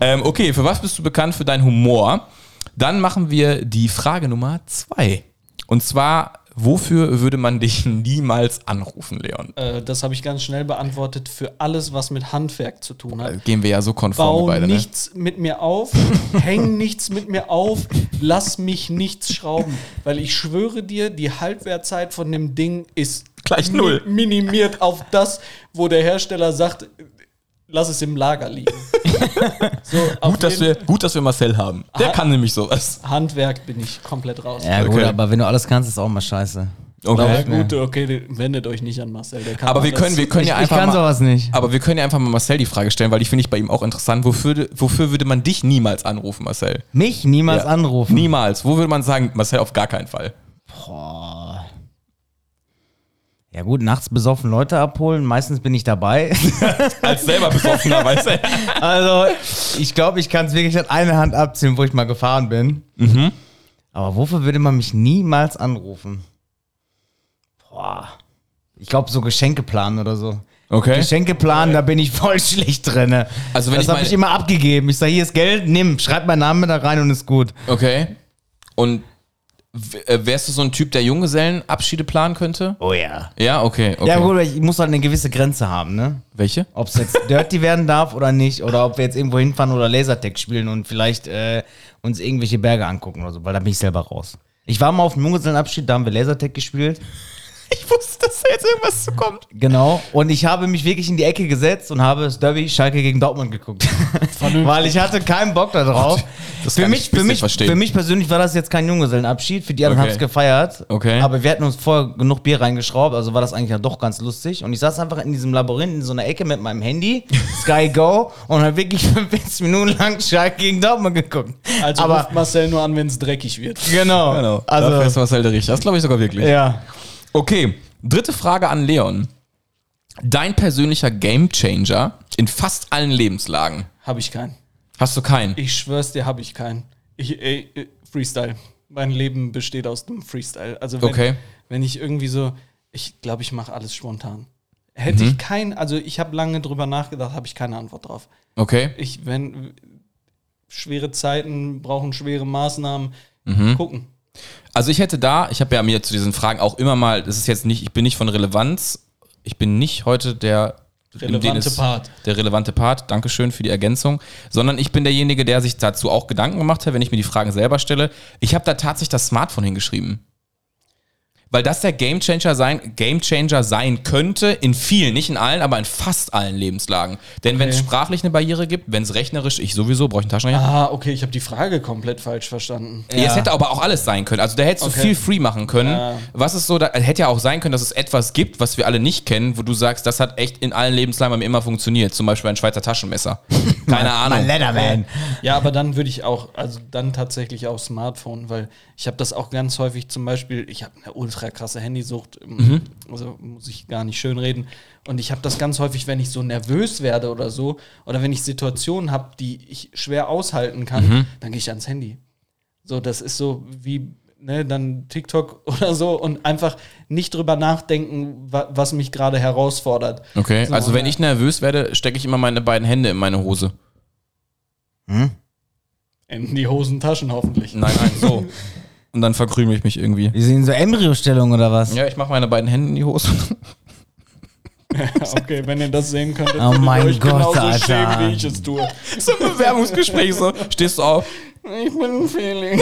Speaker 2: Ähm, okay, für was bist du bekannt für deinen Humor? Dann machen wir die Frage Nummer zwei. Und zwar, wofür würde man dich niemals anrufen, Leon?
Speaker 3: Äh, das habe ich ganz schnell beantwortet für alles, was mit Handwerk zu tun hat.
Speaker 2: Gehen wir ja so konform
Speaker 3: Bau
Speaker 2: beide, ne?
Speaker 3: nichts mit mir auf, häng nichts mit mir auf, lass mich nichts schrauben. Weil ich schwöre dir, die Halbwertzeit von dem Ding ist
Speaker 2: Gleich
Speaker 3: mi-
Speaker 2: null.
Speaker 3: minimiert auf das, wo der Hersteller sagt, lass es im Lager liegen. so, auf
Speaker 2: Gut dass,
Speaker 3: jeden
Speaker 2: wir, gut, dass wir Marcel haben. Der kann nämlich sowas.
Speaker 3: Handwerk bin ich komplett raus.
Speaker 4: Ja,
Speaker 2: Okay.
Speaker 4: gut, aber wenn du alles kannst, ist auch mal scheiße.
Speaker 3: Ja,
Speaker 2: Okay.
Speaker 3: gut, okay, wendet euch nicht an Marcel. Der kann
Speaker 2: Aber wir
Speaker 3: alles.
Speaker 2: können, wir können ja
Speaker 4: ich
Speaker 2: einfach
Speaker 4: kann
Speaker 2: mal, Ah.
Speaker 4: sowas nicht.
Speaker 2: aber wir können ja einfach mal Marcel die Frage stellen, weil die finde ich bei ihm auch interessant. Wofür, wofür würde man dich niemals anrufen, Marcel?
Speaker 4: Mich niemals
Speaker 2: Ja.
Speaker 4: anrufen.
Speaker 2: Niemals. Wo würde man sagen, Marcel auf gar keinen Fall?
Speaker 4: Boah. Ja gut, nachts besoffen Leute abholen, meistens bin ich dabei.
Speaker 2: Als selber besoffener, weißt du?
Speaker 4: Also, ich glaube, ich kann es wirklich an einer Hand abziehen, wo ich mal gefahren bin.
Speaker 2: Mhm.
Speaker 4: Aber wofür würde man mich niemals anrufen? Boah. Ich glaube, so Geschenke planen oder so.
Speaker 2: Okay.
Speaker 4: Geschenke planen, da bin ich voll schlecht drin.
Speaker 2: Also wenn
Speaker 4: das
Speaker 2: ich
Speaker 4: habe
Speaker 2: meine-
Speaker 4: ich immer abgegeben. Ich sage, hier ist Geld, nimm, schreib meinen Namen da rein und ist gut.
Speaker 2: Okay. Und w- äh, wärst du so ein Typ, der Junggesellenabschiede planen könnte?
Speaker 4: Oh ja.
Speaker 2: Ja, okay. okay.
Speaker 4: Ja gut, aber ich muss halt eine gewisse Grenze haben, ne?
Speaker 2: Welche?
Speaker 4: Ob es jetzt dirty werden darf oder nicht, oder ob wir jetzt irgendwo hinfahren oder Lasertag spielen und vielleicht äh, uns irgendwelche Berge angucken oder so, weil da bin ich selber raus. Ich war mal auf dem Junggesellenabschied, da haben wir Lasertag gespielt.
Speaker 2: Ich wusste, dass da jetzt irgendwas zukommt.
Speaker 4: Genau. Und ich habe mich wirklich in die Ecke gesetzt und habe das Derby Schalke gegen Dortmund geguckt. Weil ich hatte keinen Bock darauf.
Speaker 2: Das
Speaker 4: Für
Speaker 2: kann
Speaker 4: mich,
Speaker 2: ich ein
Speaker 4: für,
Speaker 2: bisschen
Speaker 4: mich,
Speaker 2: verstehen.
Speaker 4: für mich persönlich war das jetzt kein Junggesellenabschied. Für die anderen
Speaker 2: Okay.
Speaker 4: haben es gefeiert.
Speaker 2: Okay.
Speaker 4: Aber wir hatten uns vorher genug Bier reingeschraubt, also war das eigentlich ja doch ganz lustig. Und ich saß einfach in diesem Labyrinth in so einer Ecke mit meinem Handy, Sky Go, und habe wirklich 45 Minuten lang Schalke gegen Dortmund geguckt.
Speaker 3: Also
Speaker 4: aber
Speaker 3: ruft Marcel nur an, wenn es dreckig wird.
Speaker 4: genau.
Speaker 2: Genau. Dafür ist
Speaker 4: Also
Speaker 2: Marcel der Richter. Das glaube ich sogar wirklich.
Speaker 4: ja.
Speaker 2: Okay, dritte Frage an Leon. Dein persönlicher Gamechanger in fast allen Lebenslagen.
Speaker 3: Habe ich keinen.
Speaker 2: Hast du keinen?
Speaker 3: Ich schwör's dir, habe ich keinen. Ich, ey, äh, Freestyle. Mein Leben besteht aus dem Freestyle. Also wenn,
Speaker 2: Okay.
Speaker 3: wenn ich irgendwie so, ich glaube, ich mache alles spontan. Hätte ich keinen, also ich habe lange drüber nachgedacht, habe ich keine Antwort drauf.
Speaker 2: Okay.
Speaker 3: Ich, wenn schwere Zeiten brauchen schwere Maßnahmen, gucken.
Speaker 2: Also ich hätte da, ich habe ja mir zu diesen Fragen auch immer mal, das ist jetzt nicht, ich bin nicht von Relevanz, ich bin nicht heute der
Speaker 3: Relevante
Speaker 2: um den es-
Speaker 3: Part.
Speaker 2: Der relevante Part, Dankeschön für die Ergänzung, sondern ich bin derjenige, der sich dazu auch Gedanken gemacht hat, wenn ich mir die Fragen selber stelle. Ich habe da tatsächlich das Smartphone hingeschrieben. Weil das der Gamechanger sein, Gamechanger sein könnte, in vielen, nicht in allen, aber in fast allen Lebenslagen. Denn wenn es
Speaker 3: Okay.
Speaker 2: sprachlich eine Barriere gibt, wenn es rechnerisch, ich sowieso brauche ich einen Taschenrechner,
Speaker 3: Ah, okay, ich habe die Frage komplett falsch verstanden.
Speaker 2: ja. Es hätte aber auch alles sein können. Also da hättest du
Speaker 3: Okay.
Speaker 2: viel free machen können.
Speaker 3: Ja.
Speaker 2: Was ist so, da hätte ja auch sein können, dass es etwas gibt, was wir alle nicht kennen, wo du sagst, das hat echt in allen Lebenslagen bei mir immer funktioniert. Zum Beispiel ein Schweizer Taschenmesser. Keine
Speaker 4: Mein
Speaker 2: Ahnung.
Speaker 4: Letterman.
Speaker 3: Ja, aber dann würde ich auch, also dann tatsächlich auch Smartphone, weil ich habe das auch ganz häufig zum Beispiel, ich habe eine ultra ultra krasse Handysucht. Also muss ich gar nicht schön reden. Und ich habe das ganz häufig, wenn ich so nervös werde oder so, oder wenn ich Situationen habe, die ich schwer aushalten kann, dann gehe ich ans Handy. So, das ist so wie ne, dann TikTok oder so und einfach nicht drüber nachdenken, wa was mich gerade herausfordert.
Speaker 2: Okay,
Speaker 3: So,
Speaker 2: also wenn
Speaker 3: ja.
Speaker 2: ich nervös werde, stecke ich immer meine beiden Hände in meine Hose.
Speaker 3: In die Hosentaschen hoffentlich.
Speaker 2: Nein, nein, so. Und dann verkrümel ich mich irgendwie.
Speaker 4: Wir sind in so Embryostellung oder was?
Speaker 2: Ja, ich mache meine beiden Hände in die Hose.
Speaker 3: okay, wenn ihr das sehen könntet,
Speaker 4: Oh
Speaker 3: würdet ihr
Speaker 4: mein
Speaker 3: euch
Speaker 4: Gott,
Speaker 3: genauso
Speaker 4: Alter.
Speaker 3: schämen, wie ich es tue.
Speaker 2: So ein Bewerbungsgespräch, so stehst du auf.
Speaker 3: Ich bin ein Feeling.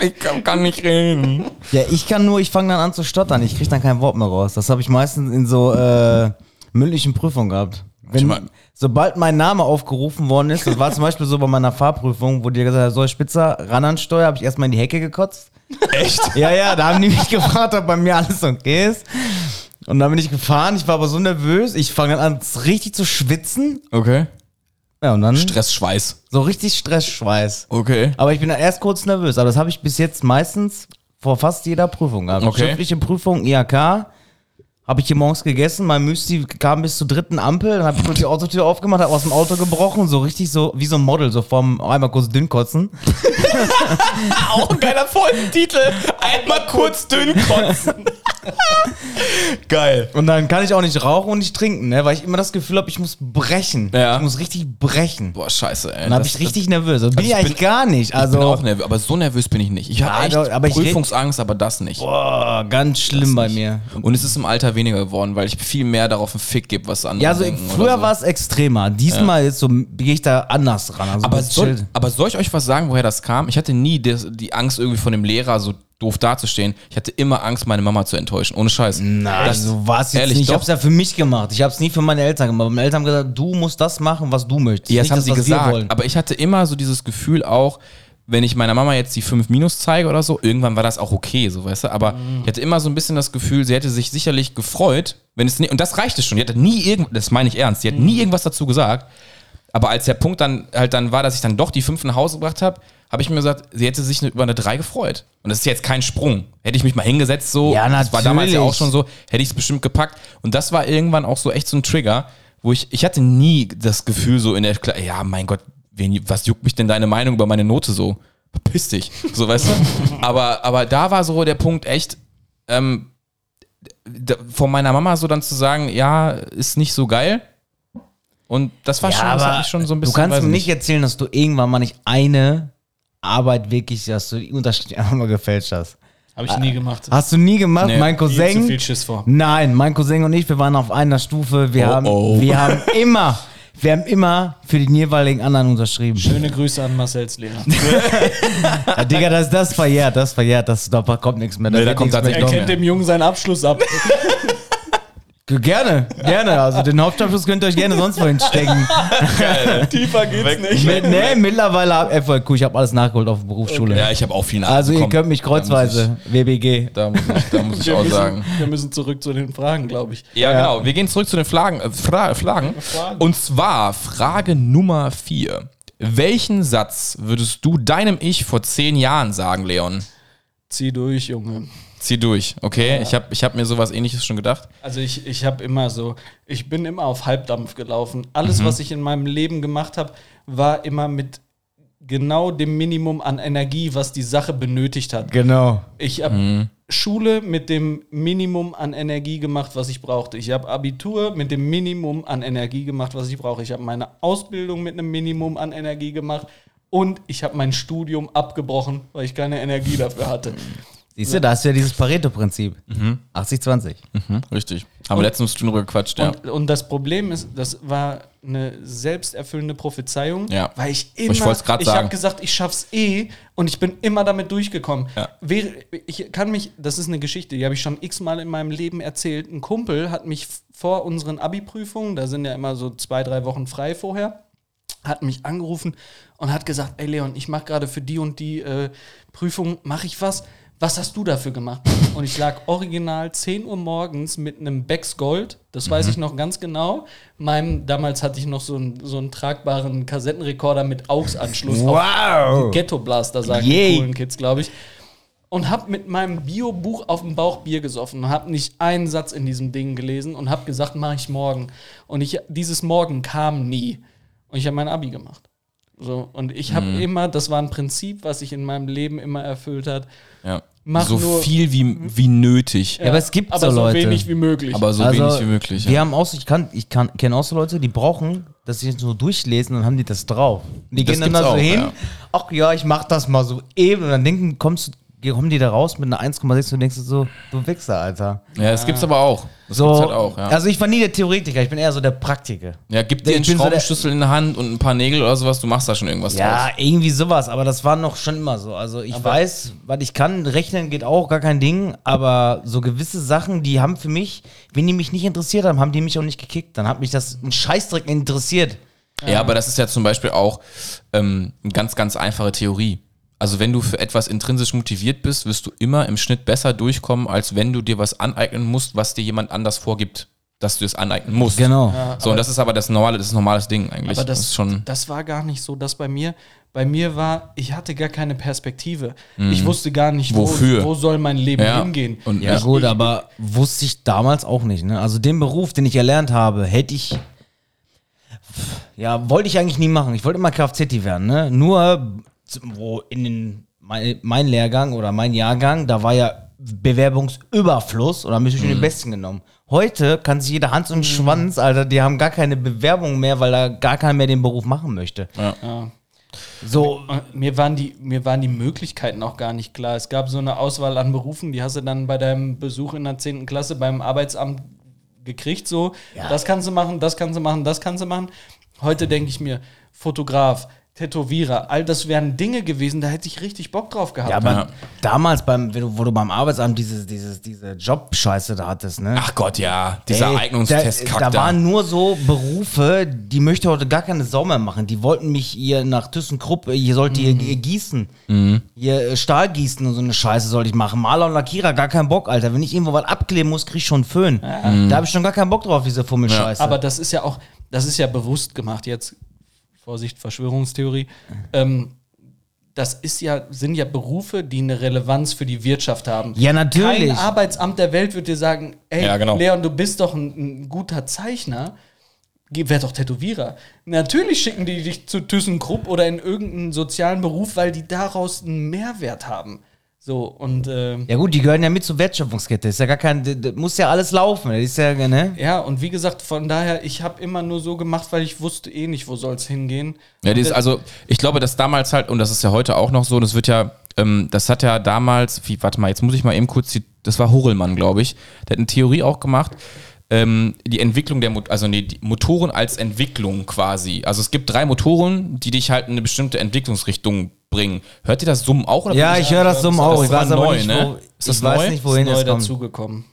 Speaker 2: Ich kann, kann nicht reden.
Speaker 4: Ja, ich kann nur, ich fange dann an zu stottern. Ich krieg dann kein Wort mehr raus. Das habe ich meistens in so äh, mündlichen Prüfungen gehabt. Wenn,
Speaker 2: mal.
Speaker 4: sobald mein Name aufgerufen worden ist, das war zum Beispiel so bei meiner Fahrprüfung, wo die gesagt haben, soll Spitzer ran an Steuer, habe ich erstmal in die Hecke gekotzt.
Speaker 2: Echt?
Speaker 4: Ja, ja, da haben die mich gefragt, ob bei mir alles okay ist. Und dann bin ich gefahren, ich war aber so nervös, ich fange dann an, richtig zu schwitzen.
Speaker 2: Okay.
Speaker 4: Ja, und dann
Speaker 2: Stressschweiß.
Speaker 4: so richtig Stressschweiß.
Speaker 2: Okay.
Speaker 4: Aber ich bin dann erst kurz nervös. Aber das habe ich bis jetzt meistens vor fast jeder Prüfung gehabt.
Speaker 2: Okay.
Speaker 4: Schriftliche Prüfung, IHK. Habe ich hier morgens gegessen, mein Müsli kam bis zur dritten Ampel, dann habe ich kurz die Autotür aufgemacht, habe aus dem Auto gebrochen, so richtig so, wie so ein Model, so vorm einmal kurz dünn kotzen.
Speaker 2: Auch ein geiler Folgentitel. Einmal kurz dünn kotzen. Geil.
Speaker 4: Und dann kann ich auch nicht rauchen und nicht trinken, ne? weil ich immer das Gefühl habe, ich muss brechen.
Speaker 2: Ja.
Speaker 4: Ich muss richtig brechen.
Speaker 2: Boah, scheiße, ey.
Speaker 4: Dann habe
Speaker 2: Das- Also
Speaker 4: ich richtig nervös. Das bin ich
Speaker 2: ich bin-
Speaker 4: eigentlich gar nicht.
Speaker 2: Ich bin
Speaker 4: Also,
Speaker 2: auch ne- nervös, aber so nervös bin ich nicht. Ich
Speaker 4: Ja,
Speaker 2: habe echt
Speaker 4: doch, aber ich red-
Speaker 2: Prüfungsangst, aber das nicht.
Speaker 4: boah, ganz schlimm bei mir.
Speaker 2: Und es ist im Alter weniger geworden, weil ich viel mehr darauf einen Fick gebe, was andere
Speaker 4: Ja, so
Speaker 2: denken
Speaker 4: früher
Speaker 2: oder so.
Speaker 4: war es extremer. Diesmal ist so, gehe ich da anders ran. Also
Speaker 2: Aber
Speaker 4: das
Speaker 2: soll,
Speaker 4: Schild.
Speaker 2: aber soll ich euch was sagen, woher das kam? Ich hatte nie des, die Angst, irgendwie von dem Lehrer so doof dazustehen. Ich hatte immer Angst, meine Mama zu enttäuschen. Ohne Scheiß.
Speaker 4: Nein,
Speaker 2: das,
Speaker 4: so war es jetzt
Speaker 2: ehrlich,
Speaker 4: nicht. Ich
Speaker 2: doch.
Speaker 4: hab's ja für mich gemacht. Ich hab's nie für meine Eltern gemacht. Meine Eltern haben gesagt, du musst das machen, was du möchtest.
Speaker 2: Ja, das
Speaker 4: Nicht
Speaker 2: haben sie
Speaker 4: was wir
Speaker 2: gesagt.
Speaker 4: wollen.
Speaker 2: Aber ich hatte immer so dieses Gefühl auch, wenn ich meiner Mama jetzt die 5 Minus zeige oder so, irgendwann war das auch okay, so weißt du. Aber
Speaker 4: Mhm.
Speaker 2: ich hatte immer so ein bisschen das Gefühl, sie hätte sich sicherlich gefreut, wenn es nie, und das reichte schon. Die hatte nie irgend, das meine ich ernst,
Speaker 4: Mhm.
Speaker 2: die hat nie irgendwas dazu gesagt. Aber als der Punkt dann halt dann war, dass ich dann doch die 5 nach Hause gebracht habe, habe ich mir gesagt, sie hätte sich über eine 3 gefreut. Und das ist jetzt kein Sprung. Hätte ich mich mal hingesetzt so,
Speaker 4: Ja,
Speaker 2: das war damals ja
Speaker 4: natürlich.
Speaker 2: auch schon so, hätte ich es bestimmt gepackt. Und das war irgendwann auch so echt so ein Trigger, wo ich, ich hatte nie das Gefühl so in der, Kle ja, mein Gott, wen, was juckt mich denn deine Meinung über meine Note so? Verpiss dich, so weißt du. Aber, aber da war so der Punkt echt, ähm, d- von meiner Mama so dann zu sagen, ja, ist nicht so geil. Und das war
Speaker 4: Ja,
Speaker 2: schon, das
Speaker 4: aber
Speaker 2: hat mich schon so ein bisschen.
Speaker 4: du kannst
Speaker 2: weiß
Speaker 4: mir nicht erzählen, dass du irgendwann mal nicht eine Arbeit wirklich, dass du die Unterschicht einmal gefälscht hast.
Speaker 3: Habe ich nie gemacht.
Speaker 4: Hast du nie gemacht,
Speaker 2: Nee,
Speaker 4: mein
Speaker 3: Viel zu
Speaker 4: Cousin?
Speaker 3: viel Schiss vor.
Speaker 4: Nein, mein Cousin und ich, wir waren auf einer Stufe. Wir,
Speaker 2: Oh,
Speaker 4: haben,
Speaker 2: oh.
Speaker 4: wir haben immer, wir haben immer für den jeweiligen anderen unterschrieben.
Speaker 3: Schöne Grüße an Marcells Lehrer.
Speaker 4: Ja, Ah, Digga, das, das verjährt, das verjährt, das, da kommt nichts mehr.
Speaker 2: Nee, da
Speaker 4: wird
Speaker 2: kommt
Speaker 4: nichts mehr.
Speaker 2: tatsächlich
Speaker 3: Er
Speaker 2: Doch,
Speaker 3: kennt
Speaker 2: ja.
Speaker 3: dem Jungen seinen Abschluss ab.
Speaker 4: Gerne, gerne. Also den Hauptschulabschluss könnt ihr euch gerne sonst wohin stecken.
Speaker 3: Tiefer geht's nicht.
Speaker 4: Mit, nee, mittlerweile ab FAQ, ich habe alles nachgeholt auf der Berufsschule.
Speaker 2: Ja, ich habe auch viel
Speaker 4: Also ihr
Speaker 2: nachbekommen.
Speaker 4: könnt mich kreuzweise, WBG.
Speaker 2: Da muss ich, da muss ich
Speaker 3: Wir
Speaker 2: auch
Speaker 3: müssen,
Speaker 2: sagen.
Speaker 3: wir müssen zurück zu den Fragen, glaube ich.
Speaker 2: Ja, genau. Wir gehen zurück zu den Fragen. Äh, Fra Fragen.
Speaker 3: Fragen.
Speaker 2: Und zwar Frage Nummer 4. Welchen Satz würdest du deinem Ich vor zehn Jahren sagen, Leon?
Speaker 3: Zieh durch, Junge.
Speaker 2: Zieh durch, okay? Ich habe ich hab mir sowas ähnliches schon gedacht.
Speaker 3: Also ich, ich habe immer so, ich bin immer auf Halbdampf gelaufen.
Speaker 2: Mhm.
Speaker 3: Alles, was ich in meinem Leben gemacht habe, war immer mit genau dem Minimum an Energie, was die Sache benötigt hat.
Speaker 4: Genau.
Speaker 3: Ich habe Schule mit dem Minimum an Energie gemacht, was ich brauchte. Ich habe Abitur mit dem Minimum an Energie gemacht, was ich brauche. Ich habe meine Ausbildung mit einem Minimum an Energie gemacht. Und ich habe mein Studium abgebrochen, weil ich keine Energie dafür hatte.
Speaker 4: Siehst du, da ist ja Mhm. dieses Pareto-Prinzip. 80-20.
Speaker 2: Hm? Richtig. Haben wir letztens schon drüber gequatscht, ja.
Speaker 3: Und, und das Problem ist, das war eine selbsterfüllende Prophezeiung,
Speaker 2: Ja.
Speaker 3: weil ich
Speaker 2: Ich
Speaker 3: immer,
Speaker 2: wollt's grad
Speaker 3: ich habe
Speaker 2: sagen.
Speaker 3: gesagt, ich schaff's eh und ich bin immer damit durchgekommen.
Speaker 2: Ja.
Speaker 3: Wäre- Ich kann mich, das ist eine Geschichte, die habe ich schon x-mal in meinem Leben erzählt. Ein Kumpel hat mich vor unseren Abi-Prüfungen, da sind ja immer so zwei, drei Wochen frei vorher, hat mich angerufen und hat gesagt, ey Leon, ich mache gerade für die und die äh, Prüfung, mache ich was? Was hast du dafür gemacht? Und ich lag original 10 Uhr morgens mit einem Becks Gold, das weiß ich noch ganz genau. Meinem, damals hatte ich noch so einen, so einen tragbaren Kassettenrekorder mit AUX-Anschluss. auf
Speaker 4: Wow.
Speaker 2: Oh.
Speaker 3: Ghetto Blaster, sagen
Speaker 4: Yay.
Speaker 3: die coolen Kids, glaube ich. und hab mit meinem Bio-Buch auf dem Bauch Bier gesoffen und hab nicht einen Satz in diesem Ding gelesen und hab gesagt, mache ich morgen. Und ich dieses Morgen kam nie. Und ich habe mein Abi gemacht. So, und ich habe
Speaker 2: Mhm.
Speaker 3: immer, das war ein Prinzip, was sich in meinem Leben immer erfüllt hat.
Speaker 2: Ja.
Speaker 3: Mach
Speaker 2: so
Speaker 3: nur-
Speaker 2: viel
Speaker 4: Mhm.
Speaker 2: wie, wie nötig,
Speaker 4: aber es gibt so Leute.
Speaker 3: wenig wie möglich.
Speaker 2: aber so
Speaker 4: Also,
Speaker 2: wenig wie möglich.
Speaker 4: Wir
Speaker 2: Ja.
Speaker 4: haben auch so, ich kann, ich kann, kenne auch so Leute, die brauchen, dass sie jetzt nur durchlesen, dann haben die das drauf. Die
Speaker 2: Das
Speaker 4: gehen dann
Speaker 2: gibt's
Speaker 4: da so
Speaker 2: auch,
Speaker 4: hin,
Speaker 2: ja.
Speaker 4: ach ja, ich mach das mal so eben und dann denken, kommst du, kommen die da raus mit einer 1,6 und denkst du so, du Wichser, Alter.
Speaker 2: ja, das gibt's aber auch. Das
Speaker 4: So,
Speaker 2: gibt's halt auch, ja.
Speaker 4: Also ich war nie der Theoretiker, ich bin eher so der Praktiker.
Speaker 2: ja, gib dir
Speaker 4: ich
Speaker 2: einen
Speaker 4: bin so der-
Speaker 2: Schraubenschlüssel in der Hand und ein paar Nägel oder sowas, du machst da schon irgendwas
Speaker 4: Ja,
Speaker 2: draus.
Speaker 4: irgendwie sowas, aber das war noch schon immer so. Also ich weiß, was ich kann, rechnen geht auch, gar kein Ding, aber so gewisse Sachen, die haben für mich, wenn die mich nicht interessiert haben, haben die mich auch nicht gekickt. Dann hat mich das ein Scheißdreck interessiert.
Speaker 2: Ja, aber das ist ja zum Beispiel auch ähm, eine ganz, ganz einfache Theorie. Also wenn du für etwas intrinsisch motiviert bist, wirst du immer im Schnitt besser durchkommen, als wenn du dir was aneignen musst, was dir jemand anders vorgibt, dass du es aneignen musst.
Speaker 4: Genau.
Speaker 2: So, und das ist aber das normale, das ist ein normales Ding eigentlich.
Speaker 3: Aber
Speaker 2: das,
Speaker 3: das,
Speaker 2: ist schon.
Speaker 3: das war gar nicht so, dass bei mir, bei mir war, ich hatte gar keine Perspektive. Ich wusste gar nicht, wo,
Speaker 2: Mhm. Wofür?
Speaker 3: wo soll mein Leben
Speaker 2: Ja.
Speaker 3: hingehen.
Speaker 2: Und-
Speaker 4: Ja,
Speaker 2: Ich-
Speaker 4: gut, aber wusste ich damals auch nicht. Ne? Also den Beruf, den ich erlernt habe, hätte ich. Ja, wollte ich eigentlich nie machen. Ich wollte immer Kfz werden. Ne? Nur, z- wo in den. Mein, mein Lehrgang oder mein Jahrgang, da war ja Bewerbungsüberfluss und da haben mich
Speaker 2: Mhm.
Speaker 4: schon den Besten genommen. Heute kann sich jeder Hans und Schwanz, Alter, die haben gar keine Bewerbung mehr, weil da gar keiner mehr den Beruf machen möchte. So,
Speaker 3: äh, mir waren, die, mir waren die Möglichkeiten auch gar nicht klar. Es gab so eine Auswahl an Berufen, die hast du dann bei deinem Besuch in der 10. Klasse beim Arbeitsamt gekriegt. So, das kannst du machen, das kannst du machen, das kannst du machen. Heute denke ich mir, Fotograf, Tätowierer, all das wären Dinge gewesen, da hätte ich richtig Bock drauf gehabt.
Speaker 4: ja, aber
Speaker 2: Ja.
Speaker 4: damals, beim, wenn du- wo du beim Arbeitsamt dieses, dieses, diese Job-Scheiße da hattest, ne?
Speaker 2: Ach Gott, ja, dieser
Speaker 4: Ey,
Speaker 2: Eignungstest-Kack
Speaker 4: da,
Speaker 2: da.
Speaker 4: da waren nur so Berufe, die möchte heute gar keine Sau mehr machen. Die wollten mich hier nach ThyssenKrupp, äh, hier sollte
Speaker 2: Mhm.
Speaker 4: ihr ihr gießen. Hier äh, Stahl gießen und so eine Scheiße sollte ich machen. Maler und Lackierer, gar keinen Bock, Alter. Wenn ich irgendwo was abkleben muss, krieg ich schon einen Föhn. Da habe ich schon gar keinen Bock drauf, diese Fummelscheiße.
Speaker 3: Aber das ist ja auch, das ist ja bewusst gemacht jetzt. Vorsicht, Verschwörungstheorie. Ähm, das ist ja, sind ja Berufe, die eine Relevanz für die Wirtschaft haben.
Speaker 4: Ja, natürlich.
Speaker 3: Kein Arbeitsamt der Welt wird dir sagen, ey,
Speaker 2: Ja, genau.
Speaker 3: Leon, du bist doch ein, ein guter Zeichner. Geh- Werd doch Tätowierer. Natürlich schicken die dich zu ThyssenKrupp oder in irgendeinen sozialen Beruf, weil die daraus einen Mehrwert haben. So, und ähm,
Speaker 4: ja gut, die gehören ja mit zur Wertschöpfungskette. Ist ja gar kein, d- d- muss ja alles laufen. Das ist ja, ne?
Speaker 3: ja, und wie gesagt, von daher, ich habe immer nur so gemacht, weil ich wusste eh nicht, wo soll's hingehen.
Speaker 2: Ja, die ist, also ich glaube, dass damals halt, und das ist ja heute auch noch so, das wird ja, ähm, das hat ja damals, wie, warte mal, jetzt muss ich mal eben kurz, die, das war Horelmann, glaube ich, der hat eine Theorie auch gemacht, ähm, die Entwicklung der, Mo- also nee, die Motoren als Entwicklung quasi. Also es gibt drei Motoren, die dich halt in eine bestimmte Entwicklungsrichtung bringen. Hört ihr das Summen auch? Oder
Speaker 4: Ja,
Speaker 2: bin Also,
Speaker 4: ich höre das so auch.
Speaker 2: das
Speaker 4: Ich
Speaker 2: war
Speaker 4: weiß aber
Speaker 2: neu,
Speaker 4: nicht,
Speaker 2: ne?
Speaker 4: wo,
Speaker 2: Ist das
Speaker 4: ich weiß
Speaker 2: neu?
Speaker 4: nicht, wohin
Speaker 3: neu
Speaker 4: es kommt.
Speaker 3: dazugekommen.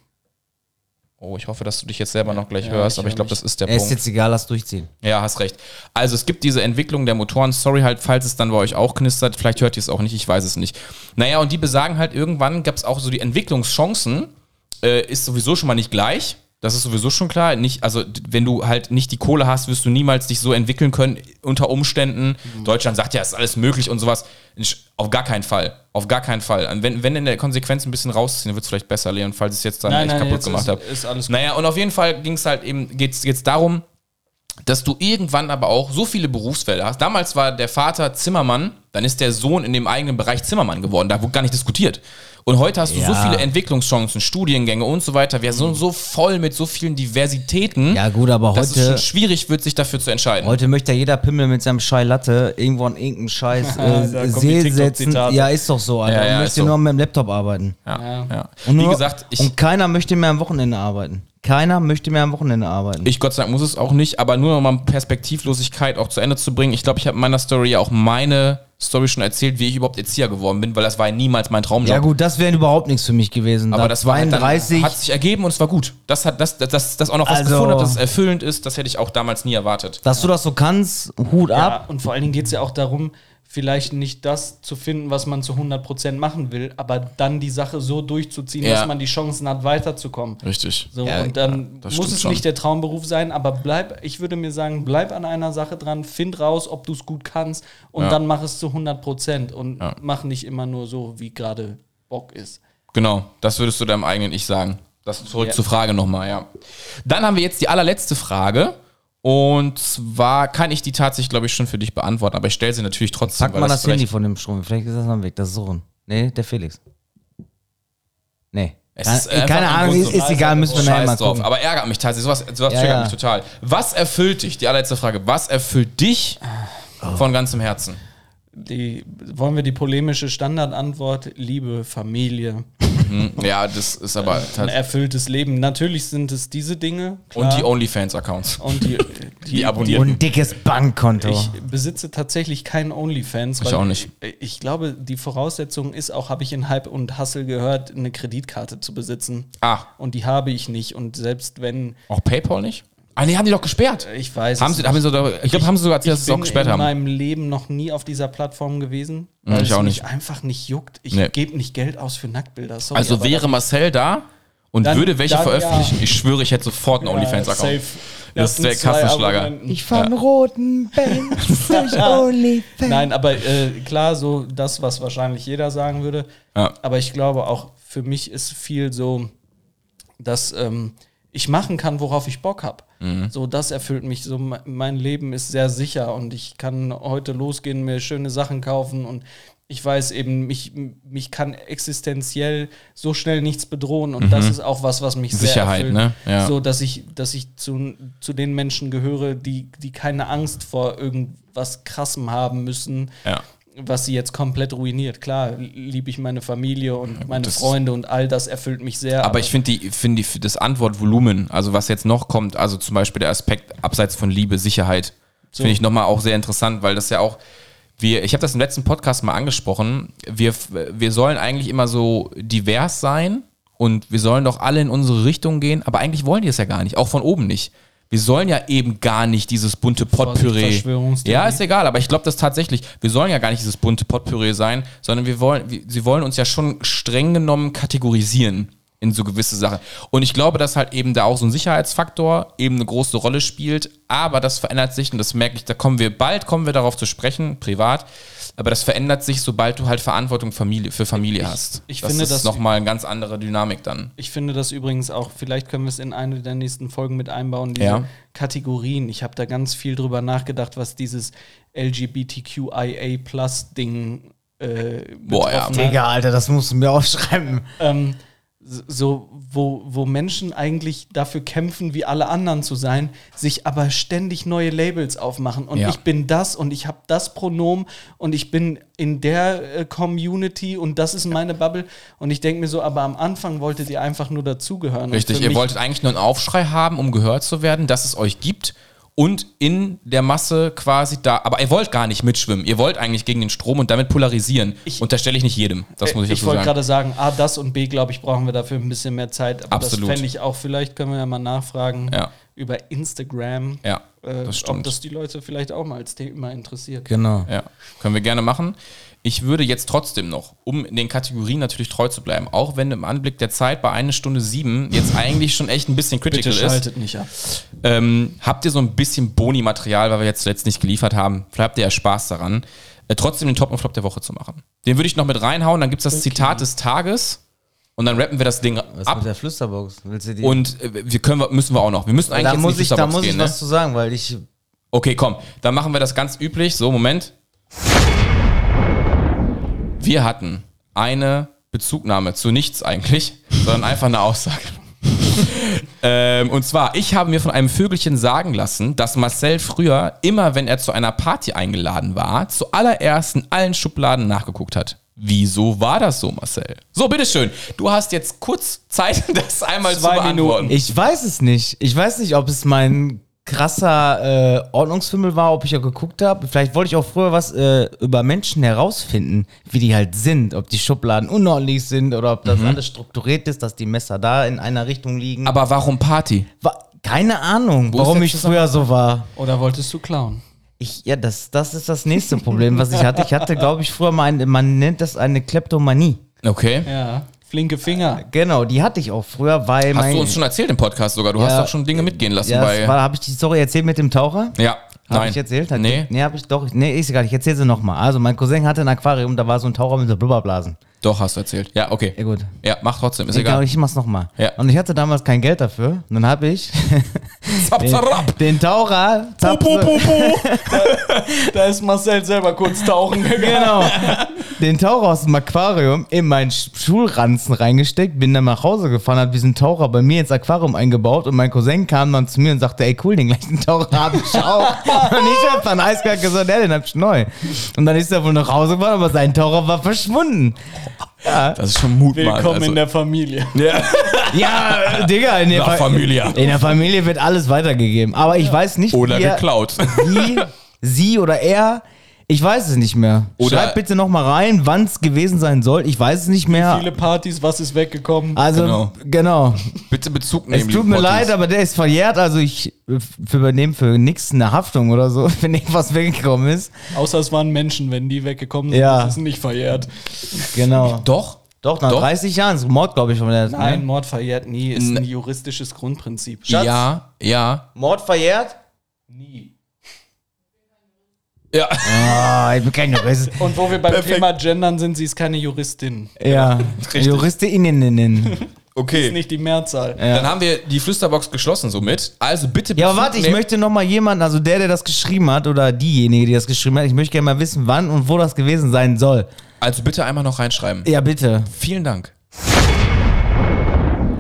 Speaker 2: Oh, ich hoffe, dass du dich jetzt selber noch gleich hörst, aber ich glaube, das ist der
Speaker 4: Ja, ist
Speaker 2: Punkt.
Speaker 4: jetzt egal, lass durchziehen.
Speaker 2: Ja, hast recht. Also es gibt diese Entwicklung der Motoren. Sorry halt, falls es dann bei euch auch knistert. Vielleicht hört ihr es auch nicht, ich weiß es nicht. Naja, und die besagen halt, irgendwann gab es auch so die Entwicklungschancen, äh, ist sowieso schon mal nicht gleich. Das ist sowieso schon klar. Nicht, also d- wenn du halt nicht die Kohle hast, wirst du niemals dich so entwickeln können unter Umständen.
Speaker 3: Mhm.
Speaker 2: Deutschland sagt ja, es ist alles möglich und sowas. Sch- Auf gar keinen Fall. Auf gar keinen Fall. Und Wenn, wenn in der Konsequenz ein bisschen rausziehen, dann wird es vielleicht besser, Leon, falls ich es jetzt dann
Speaker 3: Nein,
Speaker 2: echt
Speaker 3: nein,
Speaker 2: kaputt
Speaker 3: jetzt
Speaker 2: gemacht
Speaker 3: ist-
Speaker 2: habe.
Speaker 3: ist alles gut.
Speaker 2: Naja, und auf jeden Fall ging es halt eben, geht es darum, dass du irgendwann aber auch so viele Berufsfelder hast. Damals war der Vater Zimmermann, dann ist der Sohn in dem eigenen Bereich Zimmermann geworden. Da wurde gar nicht diskutiert. Und heute hast du so
Speaker 4: Ja. Mhm.
Speaker 2: viele Entwicklungschancen, Studiengänge und so weiter. Wir sind so voll mit so vielen Diversitäten,
Speaker 4: Ja gut, aber
Speaker 2: dass es
Speaker 4: heute...
Speaker 2: schon schwierig wird, sich dafür zu entscheiden.
Speaker 4: Heute möchte ja jeder Pimmel mit seinem Schei Latte irgendwo an irgendeinem Scheiß äh,
Speaker 3: kommen die
Speaker 4: See setzen.
Speaker 3: TikTok-Zitate.
Speaker 4: Ja, ist doch so, Alter.
Speaker 2: Ja, ja,
Speaker 4: Man
Speaker 2: ist
Speaker 4: möchte
Speaker 2: so.
Speaker 4: nur mit dem Laptop arbeiten.
Speaker 2: ja. Ja.
Speaker 4: Und
Speaker 2: Wie
Speaker 4: nur-
Speaker 2: gesagt, ich,
Speaker 4: und keiner möchte mehr am Wochenende arbeiten. Keiner möchte mehr am Wochenende arbeiten.
Speaker 2: Ich Gott sei Dank muss es auch nicht, aber nur noch mal um Perspektivlosigkeit auch zu Ende zu bringen. Ich glaube, ich habe in meiner Story ja auch meine Story schon erzählt, wie ich überhaupt Erzieher geworden bin, weil das war ja niemals mein Traumjob.
Speaker 4: ja gut, das wäre überhaupt nichts für mich gewesen.
Speaker 2: aber
Speaker 4: Da
Speaker 2: das war halt dann,
Speaker 4: 32.
Speaker 2: hat sich ergeben und es war gut. Das hat das das, das, das auch noch was
Speaker 4: Also-
Speaker 2: gefunden hat, dass es erfüllend ist, das hätte ich auch damals nie erwartet.
Speaker 4: dass du das so kannst, Hut
Speaker 3: Ja,
Speaker 4: ab.
Speaker 3: und vor allen Dingen geht es ja auch darum, vielleicht nicht das zu finden, was man zu 100% machen will, aber dann die Sache so durchzuziehen,
Speaker 2: Ja.
Speaker 3: dass man die Chancen hat, weiterzukommen.
Speaker 2: Richtig.
Speaker 3: So,
Speaker 4: Ja,
Speaker 3: und dann
Speaker 2: das
Speaker 3: muss
Speaker 2: stimmt
Speaker 3: es
Speaker 2: schon.
Speaker 3: nicht der Traumberuf sein, aber bleib, ich würde mir sagen, bleib an einer Sache dran, find raus, ob du es gut kannst und
Speaker 2: Ja.
Speaker 3: dann mach es zu 100% und
Speaker 2: Ja.
Speaker 3: mach nicht immer nur so, wie gerade Bock ist.
Speaker 2: Genau, das würdest du deinem eigenen Ich sagen. Das zurück zur Frage nochmal, ja. Dann haben wir jetzt die allerletzte Frage. Und zwar kann ich die tatsächlich, glaube ich, schon für dich beantworten, aber ich stelle sie natürlich trotzdem.
Speaker 4: Pack mal das
Speaker 2: vielleicht-
Speaker 4: Handy von dem Strom. Vielleicht ist das mal weg. Das ist so rum. Nee, der Felix. Nee.
Speaker 2: Es
Speaker 4: Keine,
Speaker 2: ist einfach
Speaker 4: keine
Speaker 2: ein
Speaker 4: Ahnung,
Speaker 2: Grund
Speaker 4: ist,
Speaker 2: zum
Speaker 4: ist egal, müssen wir nachher mal
Speaker 2: Scheiß drauf.
Speaker 4: gucken.
Speaker 2: Aber ärgert mich tatsächlich. Sowas, sowas
Speaker 4: Ja,
Speaker 2: triggert
Speaker 4: ja.
Speaker 2: mich total. Was erfüllt dich, die allerletzte Frage, was erfüllt dich
Speaker 4: Ah.
Speaker 2: von ganzem Herzen?
Speaker 3: Die, wollen wir die polemische Standardantwort? Liebe, Familie,
Speaker 4: Oh.
Speaker 2: Ja, das ist
Speaker 4: Äh,
Speaker 2: aber
Speaker 3: ein
Speaker 2: tatsächlich.
Speaker 3: erfülltes Leben. Natürlich sind es diese Dinge.
Speaker 2: Und die
Speaker 3: klar.
Speaker 2: OnlyFans-Accounts.
Speaker 3: und die,
Speaker 2: Die abonnieren.
Speaker 4: Und ein dickes Bankkonto.
Speaker 3: Ich besitze tatsächlich keinen OnlyFans.
Speaker 2: Ich
Speaker 3: weil
Speaker 2: auch nicht.
Speaker 3: Ich, ich glaube, die Voraussetzung ist auch, habe ich in Hype und Hustle gehört, eine Kreditkarte zu besitzen.
Speaker 2: Ah.
Speaker 3: Und die habe ich nicht. Und selbst wenn
Speaker 2: Auch PayPal nicht? Ah, nee, haben die doch gesperrt.
Speaker 3: ich weiß.
Speaker 2: Haben
Speaker 3: es
Speaker 2: sie,
Speaker 3: nicht.
Speaker 2: haben sie sogar, ich glaube, haben sie sogar erzählt, dass sie es auch
Speaker 3: bin
Speaker 2: gesperrt
Speaker 3: in
Speaker 2: haben.
Speaker 3: meinem Leben noch nie auf dieser Plattform gewesen,
Speaker 2: Hm,
Speaker 3: weil
Speaker 2: ich
Speaker 3: es
Speaker 2: auch
Speaker 3: mich
Speaker 2: nicht.
Speaker 3: einfach nicht juckt. Ich
Speaker 2: Nee.
Speaker 3: gebe nicht Geld aus für Nacktbilder. Sorry,
Speaker 2: Also
Speaker 3: aber
Speaker 2: wäre Marcel da und
Speaker 3: Dann-
Speaker 2: würde welche
Speaker 3: dann
Speaker 2: veröffentlichen, ich schwöre, ich hätte sofort einen
Speaker 3: Ja,
Speaker 2: OnlyFans-Account.
Speaker 3: safe.
Speaker 2: Das ist
Speaker 3: sind
Speaker 2: der
Speaker 3: zwei
Speaker 2: Kassenschlager.
Speaker 3: Argumenten.
Speaker 4: Ich fahr einen roten Benz durch OnlyFans.
Speaker 3: Nein, aber äh, klar, so das, was wahrscheinlich jeder sagen würde.
Speaker 2: Ja.
Speaker 3: Aber ich glaube auch, für mich ist viel so, dass ähm, ich machen kann, worauf ich Bock habe.
Speaker 2: Mhm.
Speaker 3: So, das erfüllt mich. So, me- mein Leben ist sehr sicher und ich kann heute losgehen, mir schöne Sachen kaufen und ich weiß eben, mich, mich kann existenziell so schnell nichts bedrohen und das ist auch was, was mich sehr
Speaker 2: Mhm. Sicherheit,
Speaker 3: erfüllt.
Speaker 2: ne? Ja.
Speaker 3: So, dass ich, dass ich zu, zu den Menschen gehöre, die, die keine Angst vor irgendwas Krassem haben müssen,
Speaker 2: Ja.
Speaker 3: was sie jetzt komplett ruiniert. Klar, liebe ich meine Familie und meine
Speaker 2: das-
Speaker 3: Freunde und all das erfüllt mich sehr.
Speaker 2: Aber ich finde die, finde die, das Antwortvolumen, also was jetzt noch kommt, also zum Beispiel der Aspekt abseits von Liebe, Sicherheit, finde ich nochmal auch sehr interessant, weil das ja auch, wir, ich habe das im letzten Podcast mal angesprochen, wir, wir sollen eigentlich immer so divers sein und wir sollen doch alle in unsere Richtung gehen, aber eigentlich wollen die es ja gar nicht, auch von oben nicht. Wir sollen ja eben gar nicht dieses bunte Potpüree.
Speaker 3: Verschwörungstheorie.
Speaker 2: Ja, ist egal, aber ich glaube das tatsächlich. Wir sollen ja gar nicht dieses bunte Potpüree sein, sondern wir wollen, wir, sie wollen uns ja schon streng genommen kategorisieren in so gewisse Sachen. Und ich glaube, dass halt eben da auch so ein Sicherheitsfaktor eben eine große Rolle spielt, aber das verändert sich und das merke ich, da kommen wir bald, kommen wir darauf zu sprechen, privat, aber das verändert sich, sobald du halt Verantwortung Familie, für Familie hast.
Speaker 3: ich finde,
Speaker 2: das
Speaker 3: dass-
Speaker 2: ist nochmal eine ganz andere Dynamik dann.
Speaker 3: Ich finde das übrigens auch, vielleicht können wir es in eine der nächsten Folgen mit einbauen, diese
Speaker 2: Ja.
Speaker 3: Kategorien. Ich habe da ganz viel drüber nachgedacht, was dieses LGBTQIA-Plus-Ding äh,
Speaker 2: Boah, ja.
Speaker 3: betroffen hat.
Speaker 4: Digga, Alter, das musst du mir aufschreiben.
Speaker 3: ähm, s- so, wo, wo Menschen eigentlich dafür kämpfen, wie alle anderen zu sein, sich aber ständig neue Labels aufmachen. Und
Speaker 2: Ja.
Speaker 3: ich bin das und ich habe das Pronomen und ich bin in der äh, Community und das ist meine Bubble. Und ich denke mir so, aber am Anfang wolltet ihr einfach nur dazugehören. Und
Speaker 2: Richtig,
Speaker 3: für
Speaker 2: ihr
Speaker 3: mich-
Speaker 2: wolltet eigentlich nur einen Aufschrei haben, um gehört zu werden, dass es euch gibt und in der Masse quasi da, aber ihr wollt gar nicht mitschwimmen, ihr wollt eigentlich gegen den Strom und damit polarisieren.
Speaker 3: Ich- Äh,
Speaker 2: Unterstelle ich nicht jedem, das muss ich,
Speaker 3: ich
Speaker 2: dazu
Speaker 3: wollte
Speaker 2: sagen.
Speaker 3: gerade sagen, A, das und B, glaube ich, brauchen wir dafür ein bisschen mehr Zeit. Aber
Speaker 2: Absolut.
Speaker 3: das fände ich auch, vielleicht können wir ja mal nachfragen
Speaker 2: Ja.
Speaker 3: über Instagram,
Speaker 2: Ja,
Speaker 3: äh,
Speaker 2: das
Speaker 3: ob
Speaker 2: stimmt.
Speaker 3: das die Leute vielleicht auch mal als Thema interessiert.
Speaker 4: Genau.
Speaker 2: Ja, können wir gerne machen. Ich würde jetzt trotzdem noch, um den Kategorien natürlich treu zu bleiben, auch wenn im Anblick der Zeit bei einer Stunde sieben jetzt eigentlich schon echt ein bisschen critical ist,
Speaker 3: nicht ab.
Speaker 2: ähm, habt ihr so ein bisschen Boni-Material, weil wir jetzt zuletzt nicht geliefert haben, vielleicht habt ihr ja Spaß daran, äh, trotzdem den Top und Flop der Woche zu machen. Den würde ich noch mit reinhauen, dann gibt es das Zitat des Tages und dann rappen wir das Ding
Speaker 4: Was
Speaker 2: ab
Speaker 4: mit der Flüsterbox? Willst du die?
Speaker 2: und äh, wir können, wir- müssen wir auch noch. Wir müssen eigentlich
Speaker 4: da
Speaker 2: jetzt
Speaker 4: muss
Speaker 2: in die
Speaker 4: ich, da
Speaker 2: Flitterbox
Speaker 4: muss ich
Speaker 2: gehen, ne?
Speaker 4: was zu sagen, weil ich.
Speaker 2: Okay, komm, dann machen wir das ganz üblich. So, Moment. Wir hatten eine Bezugnahme zu nichts eigentlich, sondern einfach eine Aussage. ähm, und zwar, ich habe mir von einem Vögelchen sagen lassen, dass Marcel früher, immer wenn er zu einer Party eingeladen war, zuallererst in allen Schubladen nachgeguckt hat. Wieso war das so, Marcel? So, bitteschön. Du hast jetzt kurz Zeit, das einmal
Speaker 3: Zwei
Speaker 2: zu beantworten.
Speaker 4: Ich weiß es nicht. Ich weiß nicht, ob es mein krasser äh, Ordnungsfimmel war, ob ich ja geguckt habe. Vielleicht wollte ich auch früher was äh, über Menschen herausfinden, wie die halt sind, ob die Schubladen unordentlich sind oder ob das alles strukturiert ist, dass die Messer da in einer Richtung liegen.
Speaker 2: Aber warum Party?
Speaker 4: Wa- keine Ahnung,
Speaker 2: ist
Speaker 4: warum
Speaker 2: der
Speaker 4: ich früher so war.
Speaker 3: Oder wolltest du klauen?
Speaker 4: Ich, ja, das, das ist das nächste Problem, was ich hatte. Ich hatte, glaube ich, früher mal eine, man nennt das eine Kleptomanie.
Speaker 2: Okay.
Speaker 3: Ja. Flinke Finger.
Speaker 4: Genau, die hatte ich auch früher, weil
Speaker 2: Hast
Speaker 4: mein.
Speaker 2: du uns schon erzählt im Podcast sogar? Du hast
Speaker 4: Ja.
Speaker 2: doch schon Dinge mitgehen lassen
Speaker 4: ja,
Speaker 2: bei.
Speaker 4: das war, habe ich die Story erzählt mit dem Taucher?
Speaker 2: ja,
Speaker 4: Hab
Speaker 2: nein.
Speaker 4: ich erzählt? Hat
Speaker 2: nee.
Speaker 4: Die, nee, habe ich doch. Nee, ist egal. Ich erzähle sie nochmal. Also, mein Cousin hatte ein Aquarium, da war so ein Taucher mit so Blubberblasen.
Speaker 2: Doch, hast du erzählt. Ja, okay.
Speaker 4: Ja, gut.
Speaker 2: Ja, mach trotzdem, ist
Speaker 4: Egal,
Speaker 2: egal.
Speaker 4: ich mach's nochmal.
Speaker 2: Ja.
Speaker 4: Und ich hatte damals kein Geld dafür. Und dann habe ich
Speaker 2: Zap, zap, rap.
Speaker 4: den Taucher. Zapse-
Speaker 3: Da ist Marcel selber kurz tauchen gegangen.
Speaker 4: Genau. Den Taucher aus dem Aquarium in meinen Sch- Schulranzen reingesteckt, bin dann nach Hause gefahren, hab diesen Taucher bei mir ins Aquarium eingebaut und mein Cousin kam dann zu mir und sagte, ey cool, den gleichen Taucher hab ich auch. und ich hab dann eiskalt gesagt, ja, den hab ich neu. Und dann ist er wohl nach Hause gefahren, aber sein Taucher war verschwunden.
Speaker 2: Das ist schon also. Mut,
Speaker 3: Willkommen
Speaker 4: also
Speaker 3: in der Familie.
Speaker 4: Ja, äh, Digga, in der,
Speaker 2: La
Speaker 4: Fa-
Speaker 2: Familia.
Speaker 4: in der Familie wird alles weitergegeben. Aber ich weiß nicht,
Speaker 2: Oder
Speaker 4: wie, er-
Speaker 2: geklaut.
Speaker 4: wie sie oder er, ich weiß es nicht mehr.
Speaker 2: Oder-
Speaker 4: Schreibt bitte nochmal rein, wann es gewesen sein soll. Ich weiß es nicht mehr.
Speaker 3: Viele Partys, was ist weggekommen?
Speaker 4: Also,
Speaker 2: Genau.
Speaker 4: genau.
Speaker 2: Bitte Bezug nehmen.
Speaker 4: Es tut mir
Speaker 2: liebe Potties.
Speaker 4: leid, aber der ist verjährt. Also, ich äh, f- übernehme für nichts eine Haftung oder so, wenn irgendwas weggekommen ist.
Speaker 3: Außer es waren Menschen, wenn die weggekommen sind,
Speaker 4: Ja.
Speaker 3: ist es nicht verjährt.
Speaker 4: Genau.
Speaker 2: Doch.
Speaker 4: Doch, nach
Speaker 2: Doch.
Speaker 4: 30 Jahren. Ist Mord, glaube ich, schon. wieder, ne?
Speaker 3: Nein, Mord verjährt nie, ist ein juristisches Grundprinzip.
Speaker 4: Schatz.
Speaker 2: Ja, ja.
Speaker 4: Mord verjährt?
Speaker 3: Nie.
Speaker 2: Ja.
Speaker 4: Ah, ich bin kein Jurist.
Speaker 3: Und wo wir beim
Speaker 2: Perfekt.
Speaker 3: Thema Gendern sind, sie ist keine Juristin.
Speaker 4: ja.
Speaker 2: richtig.
Speaker 4: JuristInnen.
Speaker 2: Okay.
Speaker 3: Ist nicht die Mehrzahl.
Speaker 4: Ja.
Speaker 2: Dann haben wir die Flüsterbox geschlossen somit. Also bitte
Speaker 4: Ja, aber
Speaker 2: Bezug
Speaker 4: warte, ich
Speaker 2: nehmen.
Speaker 4: möchte nochmal jemanden, also der, der das geschrieben hat oder diejenige, die das geschrieben hat, ich möchte gerne mal wissen, wann und wo das gewesen sein soll.
Speaker 2: Also bitte einmal noch reinschreiben.
Speaker 4: Ja, bitte.
Speaker 2: Vielen Dank.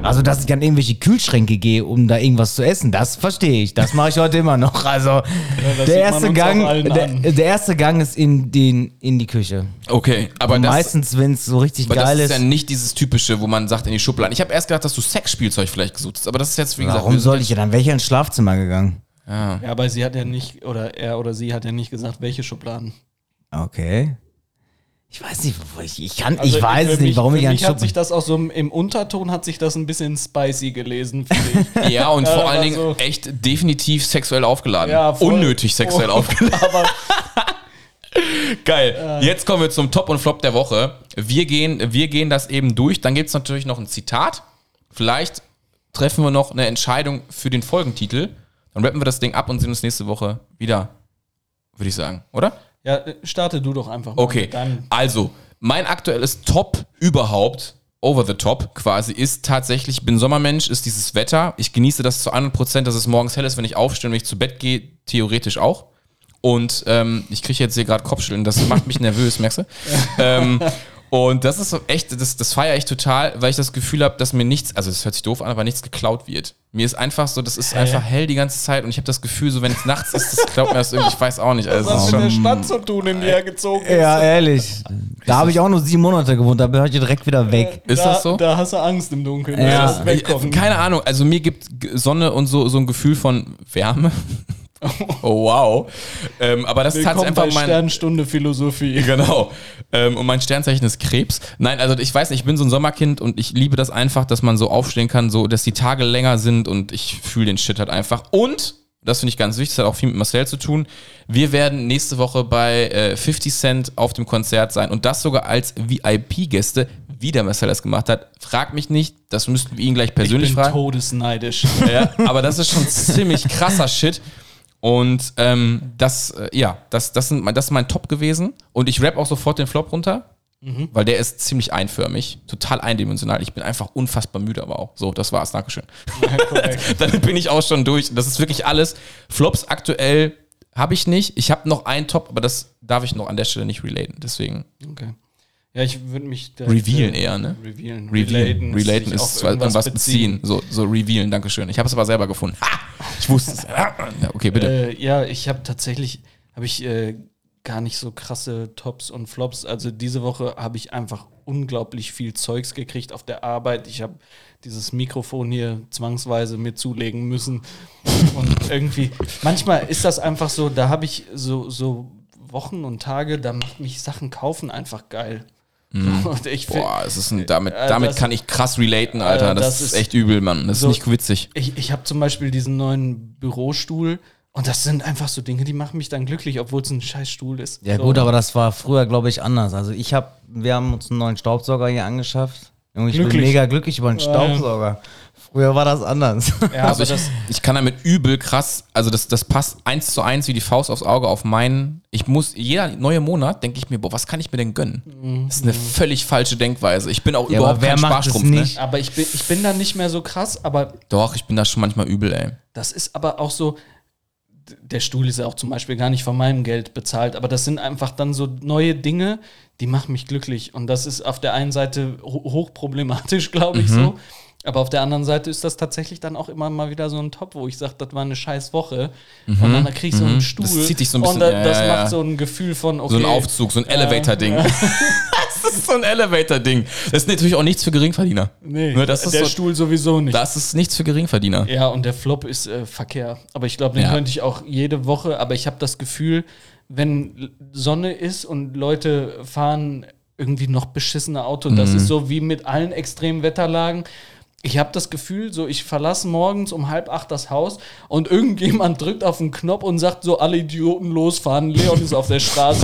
Speaker 4: Also, dass ich an irgendwelche Kühlschränke gehe, um da irgendwas zu essen, das verstehe ich. Das mache ich heute immer noch. Also,
Speaker 3: das
Speaker 4: der,
Speaker 3: sieht man
Speaker 4: erste
Speaker 3: uns auch
Speaker 4: Gang,
Speaker 3: allen
Speaker 4: der,
Speaker 3: an.
Speaker 4: der erste Gang ist in, den, in die Küche.
Speaker 2: Okay, aber
Speaker 4: Und
Speaker 2: das,
Speaker 4: meistens, wenn es so richtig
Speaker 2: aber
Speaker 4: geil
Speaker 2: das ist
Speaker 4: ist.
Speaker 2: ja nicht dieses typische, wo man sagt in die Schublade. Ich habe erst gedacht, dass du Sexspielzeug vielleicht gesucht hast, aber das ist jetzt wie gesagt.
Speaker 4: warum
Speaker 2: wir sind
Speaker 4: soll ich ja? Dann wäre ich ja ins Schlafzimmer gegangen.
Speaker 2: Ja.
Speaker 3: Ja, aber sie hat ja nicht, oder er oder sie hat ja nicht gesagt, welche Schubladen.
Speaker 4: Okay. Ich weiß nicht, wo ich, ich kann,
Speaker 3: Also
Speaker 4: ich weiß
Speaker 3: für
Speaker 4: es
Speaker 3: mich-
Speaker 4: nicht, warum
Speaker 3: für
Speaker 4: ich an
Speaker 3: mich hat sich
Speaker 4: Schuppen.
Speaker 3: das auch so im, im Unterton hat sich das ein bisschen spicy gelesen, finde ich.
Speaker 2: Ja, und
Speaker 3: Ja,
Speaker 2: vor
Speaker 3: aber
Speaker 2: allen Dingen
Speaker 3: so-
Speaker 2: echt definitiv sexuell aufgeladen.
Speaker 3: Ja, voll.
Speaker 2: Unnötig sexuell
Speaker 3: Oh.
Speaker 2: aufgeladen.
Speaker 3: aber
Speaker 2: Geil. Jetzt kommen wir zum Top und Flop der Woche. Wir gehen, wir gehen das eben durch. Dann gibt es natürlich noch ein Zitat. Vielleicht treffen wir noch eine Entscheidung für den Folgentitel. Dann rappen wir das Ding ab und sehen uns nächste Woche wieder. Würde ich sagen, oder?
Speaker 3: ja, äh, starte du doch einfach mal.
Speaker 2: Okay.
Speaker 3: Dann
Speaker 2: Also, mein aktuelles Top überhaupt, over the top quasi, ist tatsächlich, ich bin Sommermensch, ist dieses Wetter. Ich genieße das zu 100%, dass es morgens hell ist, wenn ich aufstehe und wenn ich zu Bett gehe, theoretisch auch. Und ähm, ich kriege jetzt hier gerade Kopfschütteln, das macht mich nervös, merkst du? ähm, und das ist so echt, das, das feiere ich total, weil ich das Gefühl habe, dass mir nichts, also es hört sich doof an, aber nichts geklaut wird. Mir ist einfach so, das ist einfach hell die ganze Zeit und ich habe das Gefühl, so wenn es nachts ist, das klaut mir das irgendwie, ich weiß auch nicht. Also, es
Speaker 3: was
Speaker 2: ist
Speaker 3: hat mit der
Speaker 2: schon,
Speaker 3: Stadt zu tun, in die er gezogen ist.
Speaker 4: Ja, ehrlich. Da habe ich auch nur sieben Monate gewohnt, da bin ich direkt wieder weg.
Speaker 2: ist
Speaker 3: da,
Speaker 2: das so?
Speaker 3: Da hast du Angst im Dunkeln,
Speaker 4: Ja.
Speaker 3: dass es wegkommt.
Speaker 2: Keine Ahnung, also mir gibt G- Sonne und so, so ein Gefühl von Wärme. Oh, wow. Ähm, aber das ist
Speaker 3: Willkommen
Speaker 2: tatsächlich
Speaker 3: bei
Speaker 2: einfach mein.
Speaker 3: Sternstunde Philosophie.
Speaker 2: Genau. Ähm, und mein Sternzeichen ist Krebs. Nein, also ich weiß nicht, ich bin so ein Sommerkind und ich liebe das einfach, dass man so aufstehen kann, so dass die Tage länger sind und ich fühle den Shit halt einfach. Und, das finde ich ganz wichtig, das hat auch viel mit Marcel zu tun, wir werden nächste Woche bei äh, 50 Cent auf dem Konzert sein und das sogar als VIP-Gäste, wie der Marcel das gemacht hat. Frag mich nicht, das müssten wir ihn gleich persönlich
Speaker 3: ich bin
Speaker 2: fragen.
Speaker 3: todesneidisch.
Speaker 2: Ja, aber das ist schon ziemlich krasser Shit. Und ähm, das, äh, ja, das, das, sind, mein- das ist mein Top gewesen. Und ich rap auch sofort den Flop runter, weil der ist ziemlich einförmig, total eindimensional. Ich bin einfach unfassbar müde, aber auch. So, das war's. Dankeschön. Damit bin ich auch schon durch. Das ist wirklich alles. Flops aktuell habe ich nicht. Ich habe noch einen Top, aber das darf ich noch an der Stelle nicht relaten. Deswegen
Speaker 3: Okay. Ja, ich würde mich direkt,
Speaker 2: revealen
Speaker 3: äh,
Speaker 2: eher, ne?
Speaker 3: Revealen.
Speaker 2: Relaten, relaten
Speaker 3: sich
Speaker 2: ist, was
Speaker 3: auf
Speaker 2: irgendwas beziehen. So, so revealen, Dankeschön. Ich habe es aber selber gefunden. Ha! Ich wusste es. Ja, okay, bitte.
Speaker 3: Äh, ja, ich habe tatsächlich, habe ich äh, gar nicht so krasse Tops und Flops. Also diese Woche habe ich einfach unglaublich viel Zeugs gekriegt auf der Arbeit. Ich habe dieses Mikrofon hier zwangsweise mir zulegen müssen. Und irgendwie, manchmal ist das einfach so, da habe ich so, so Wochen und Tage, da macht mich Sachen kaufen einfach geil.
Speaker 4: Mhm.
Speaker 3: Und ich find-
Speaker 2: Boah, es ist ein, damit,
Speaker 3: Äh,
Speaker 2: damit
Speaker 3: das-
Speaker 2: kann ich krass relaten, Alter.
Speaker 3: Äh,
Speaker 2: das,
Speaker 3: das
Speaker 2: ist
Speaker 3: ist
Speaker 2: echt übel, Mann. Das
Speaker 3: so-
Speaker 2: ist nicht witzig.
Speaker 3: ich, ich habe zum Beispiel diesen neuen Bürostuhl und das sind einfach so Dinge, die machen mich dann glücklich, obwohl es ein scheiß Stuhl ist.
Speaker 4: Ja
Speaker 3: so.
Speaker 4: gut, aber das war früher, glaube ich, anders. Also ich habe, wir haben uns einen neuen Staubsauger hier angeschafft. Junge, ich
Speaker 3: Glücklich.
Speaker 4: bin mega glücklich über einen Staubsauger. Früher war das anders.
Speaker 3: Ja,
Speaker 2: also ich, ich kann damit übel krass, also das, das passt eins zu eins wie die Faust aufs Auge auf meinen. Ich muss, jeder neue Monat denke ich mir, boah, was kann ich mir denn gönnen? Das ist eine
Speaker 3: Mhm.
Speaker 2: völlig falsche Denkweise. Ich bin auch
Speaker 4: Ja,
Speaker 2: überhaupt
Speaker 4: aber wer
Speaker 2: kein
Speaker 4: macht das
Speaker 2: Sparstrumpf.
Speaker 4: nicht?
Speaker 2: Ne?
Speaker 3: aber ich bin, ich bin da nicht mehr so krass, aber
Speaker 2: Doch, ich bin da schon manchmal übel, ey.
Speaker 3: Das ist aber auch so, d- der Stuhl ist ja auch zum Beispiel gar nicht von meinem Geld bezahlt, aber das sind einfach dann so neue Dinge, die machen mich glücklich. Und das ist auf der einen Seite ho hochproblematisch, glaube ich
Speaker 2: Mhm.
Speaker 3: so. Aber auf der anderen Seite ist das tatsächlich dann auch immer mal wieder so ein Top, wo ich sage, das war eine scheiß Woche. Und dann krieg ich so einen Stuhl.
Speaker 2: Mhm. zieht dich so ein bisschen-
Speaker 3: Und da,
Speaker 2: ja,
Speaker 3: das
Speaker 2: ja, ja.
Speaker 3: macht so ein Gefühl von, okay.
Speaker 2: So ein Aufzug, so ein Elevator-Ding. das ist so ein Elevator-Ding. Das ist natürlich auch nichts für Geringverdiener.
Speaker 3: Nee,
Speaker 2: Ne, das, ist
Speaker 3: der
Speaker 2: so,
Speaker 3: Stuhl sowieso nicht.
Speaker 2: das ist nichts für Geringverdiener.
Speaker 3: Ja, und der Flop ist äh, Verkehr. Aber ich glaube, den
Speaker 2: Ja.
Speaker 3: könnte ich auch jede Woche. Aber ich habe das Gefühl, wenn L- Sonne ist und Leute fahren irgendwie noch beschissene Auto, das
Speaker 2: Mhm.
Speaker 3: ist so wie mit allen extremen Wetterlagen. Ich habe das Gefühl, so ich verlasse morgens um halb acht das Haus und irgendjemand drückt auf den Knopf und sagt so, alle Idioten losfahren, Leon ist auf der Straße.